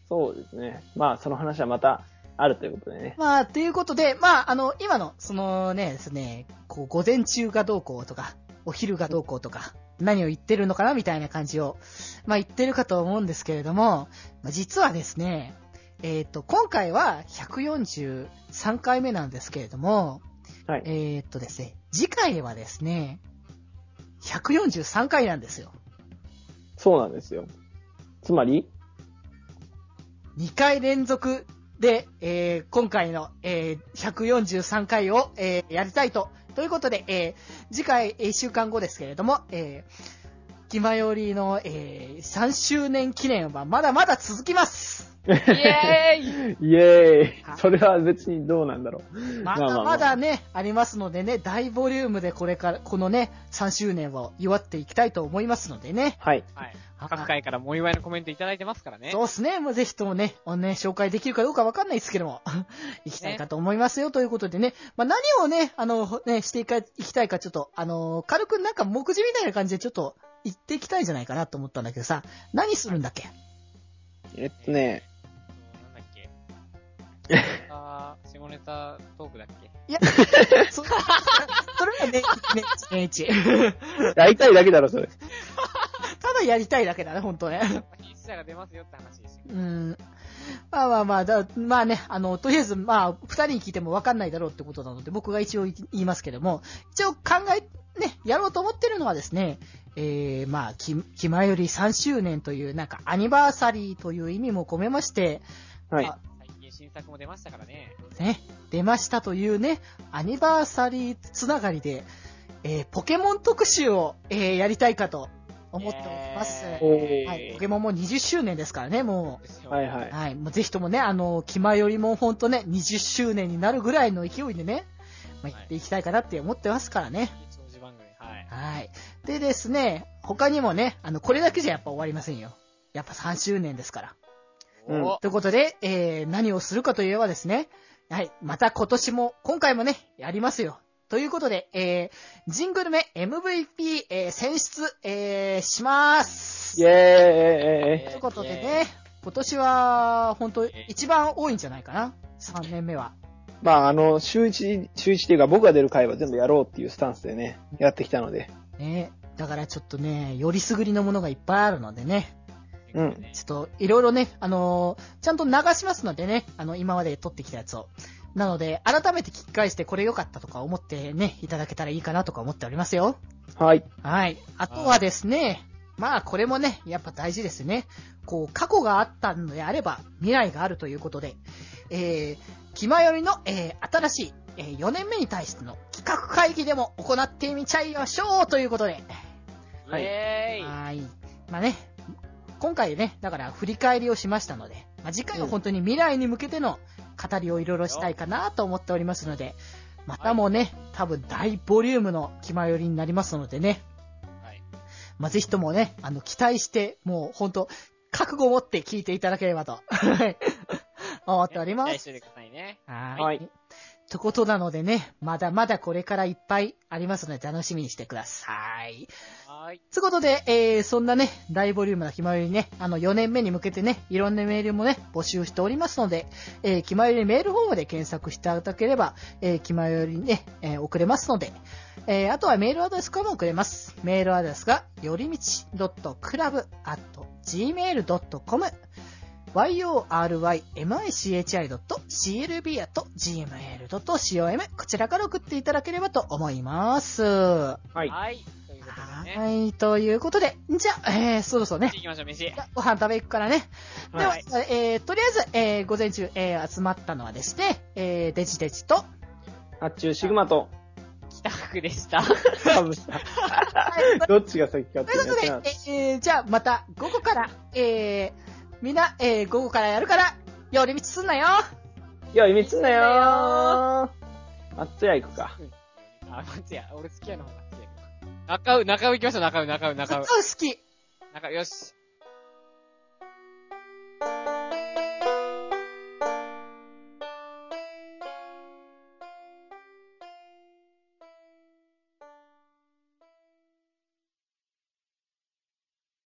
Speaker 5: そうですね。まあ、その話はまたあるということでね。
Speaker 1: まあ、ということで、まあ、あの、今の、そのね、ですね、こう、午前中がどうこうとか、お昼がどうこうとか、何を言ってるのかなみたいな感じを、まあ、言ってるかと思うんですけれども、まあ実はですね、えっ、と、今回は143回目なんですけれども、
Speaker 5: はい
Speaker 1: えっ、とですね、次回はですね、143回なんですよ。
Speaker 5: そうなんですよ。つまり、
Speaker 1: 2回連続で、えー今回の、えー143回を、えーやりたいと。ということで、えー次回1週間後ですけれども、えー、気まよりの、えー3周年記念はまだまだ続きます。
Speaker 4: イエーイ
Speaker 5: イエー
Speaker 1: は
Speaker 5: イそれは別にどうなんだろう。
Speaker 1: ま
Speaker 5: まあま
Speaker 1: だ
Speaker 5: あ
Speaker 1: まだね、ありますのでね、大ボリュームでこれから、このね、3周年を祝っていきたいと思いますのでね。
Speaker 5: はい。
Speaker 4: はい。各回からもお祝いのコメントいただいてますからね。
Speaker 1: そうですね。もうぜひともね、おね、紹介できるかどうかわかんないですけども、行きたいかと思いますよ、ということでね。まあ、何をね、あの、ほね、していか、いきたいか、ちょっと、あのー軽くなんか目次みたいな感じでちょっと、言っていきたいんじゃないかなと思ったんだけどさ、何するんだっけ
Speaker 5: えっとね、
Speaker 4: なんだっけあー下ネタトークだっけ
Speaker 1: いや、そ、それはね、ね、年一。
Speaker 5: 大体だけだろ、それ。
Speaker 1: ただやりたいだけだね、ほんとね。
Speaker 4: 品質者が出ますよって話でしょ。
Speaker 1: うん。まあまあまあ、だまあね、あの、とりあえず、まあ、二人に聞いても分かんないだろうってことなので、僕が一応言い言いますけども、一応考え、ね、やろうと思ってるのはですね、えー、まあ、き、気前より3周年という、なんか、アニバーサリーという意味も込めまして、
Speaker 5: はい
Speaker 1: あ。
Speaker 4: 最近新作も出ましたからね。
Speaker 1: ね、出ましたというね、アニバーサリーつながりで、えー、ポケモン特集を、えー、やりたいかと思っております。
Speaker 4: え
Speaker 5: お
Speaker 1: はい、ポ
Speaker 5: ー
Speaker 1: ケモンも20周年ですからね、もう。
Speaker 4: ですよ
Speaker 5: はいはい。
Speaker 1: はい。もうぜひともね、あの、気前よりもほんとね、20周年になるぐらいの勢いでね、まあ、やっていきたいかなって思ってますからね。
Speaker 4: 長寿番組。はい。
Speaker 1: はい。でですね、他にもね、あの、これだけじゃやっぱ終わりませんよ。やっぱ3周年ですから。
Speaker 5: うん
Speaker 4: お
Speaker 1: ということで、えー、何をするかといえばですね、はい。また今年も、今回もね、やりますよ。ということで、えー、ジングルメ MVP、えー、選出、えー、します。
Speaker 5: イェーイイェーイ
Speaker 1: ということでね、今年は、本当一番多いんじゃないかな ?3 年目は。
Speaker 5: まあ、あの、週一、週一っていうか僕が出る回は全部やろうっていうスタンスでね、やってきたので。
Speaker 1: ね。だからちょっとね、よりすぐりのものがいっぱいあるのでね、
Speaker 5: うん。
Speaker 1: ちょっといろいろね、あのーちゃんと流しますのでね、あの、今まで撮ってきたやつを。なので、改めて聞き返してこれ良かったとか思ってね、いただけたらいいかなとか思っておりますよ。
Speaker 5: はい。
Speaker 1: はい。あとはですね、まあこれもね、やっぱ大事ですね。こう、過去があったのであれば、未来があるということで、えー、気まよりの、えー、新しい、えー、4年目に対しての企画会議でも行ってみちゃいましょうということで、
Speaker 5: はい
Speaker 4: イエーイ
Speaker 1: はい。まあね、今回ね、だから振り返りをしましたので、まあ、次回は本当に未来に向けての語りをいろいろしたいかなと思っておりますので、またもうね、多分大ボリュームの気まよりになりますのでね、
Speaker 4: はい
Speaker 1: まあ、ぜひともね、あの、期待して、もう本当、覚悟を持って聞いていただければと、 [laughs] はい思っております
Speaker 4: 期待し。ててくださいね。
Speaker 1: はい。
Speaker 5: はい
Speaker 1: とことなのでね、まだまだこれからいっぱいありますので楽しみにしてください。
Speaker 4: はーい。
Speaker 1: つうことで、えー、そんなね、大ボリュームなひまよりね、あの、4年目に向けてね、いろんなメールもね、募集しておりますので、えー、気まよりメールフォームで検索していただければ、えー、気まよりにね、えー、送れますので、えー、あとはメールアドレスからも送れます。メールアドレスが、よりみち .club.gmail.com yorymich.clb.gmail.com こちらから送っていただければと思います。
Speaker 5: はい。
Speaker 4: はい。ということでね。
Speaker 1: はい、ということで、じゃあ、えー、そろそろね
Speaker 4: 飯、行きましょう、飯。
Speaker 1: ご飯食べ行くからね。では、
Speaker 4: はい
Speaker 1: えー、とりあえず、えー、午前中、えー、集まったのはですね、えー、デジデジと、
Speaker 5: 発注シグマと、
Speaker 4: 北福
Speaker 1: [laughs]
Speaker 4: でした。
Speaker 5: かぶした。 [laughs] どっちが先かって
Speaker 1: という
Speaker 5: いう
Speaker 1: ことで
Speaker 5: やつな、
Speaker 1: えー、じゃあ、また午後から、えー、みんな、えー、午後からやるから、寄り道すんなよ
Speaker 5: いや、意味つんなよー。松屋行くか。
Speaker 4: あ、松屋。俺付き合いの方が好きやけど。中尾、中尾行きましょう、中尾、中尾、
Speaker 1: ずっ
Speaker 4: 中尾
Speaker 1: と。好き
Speaker 4: 中尾、よし。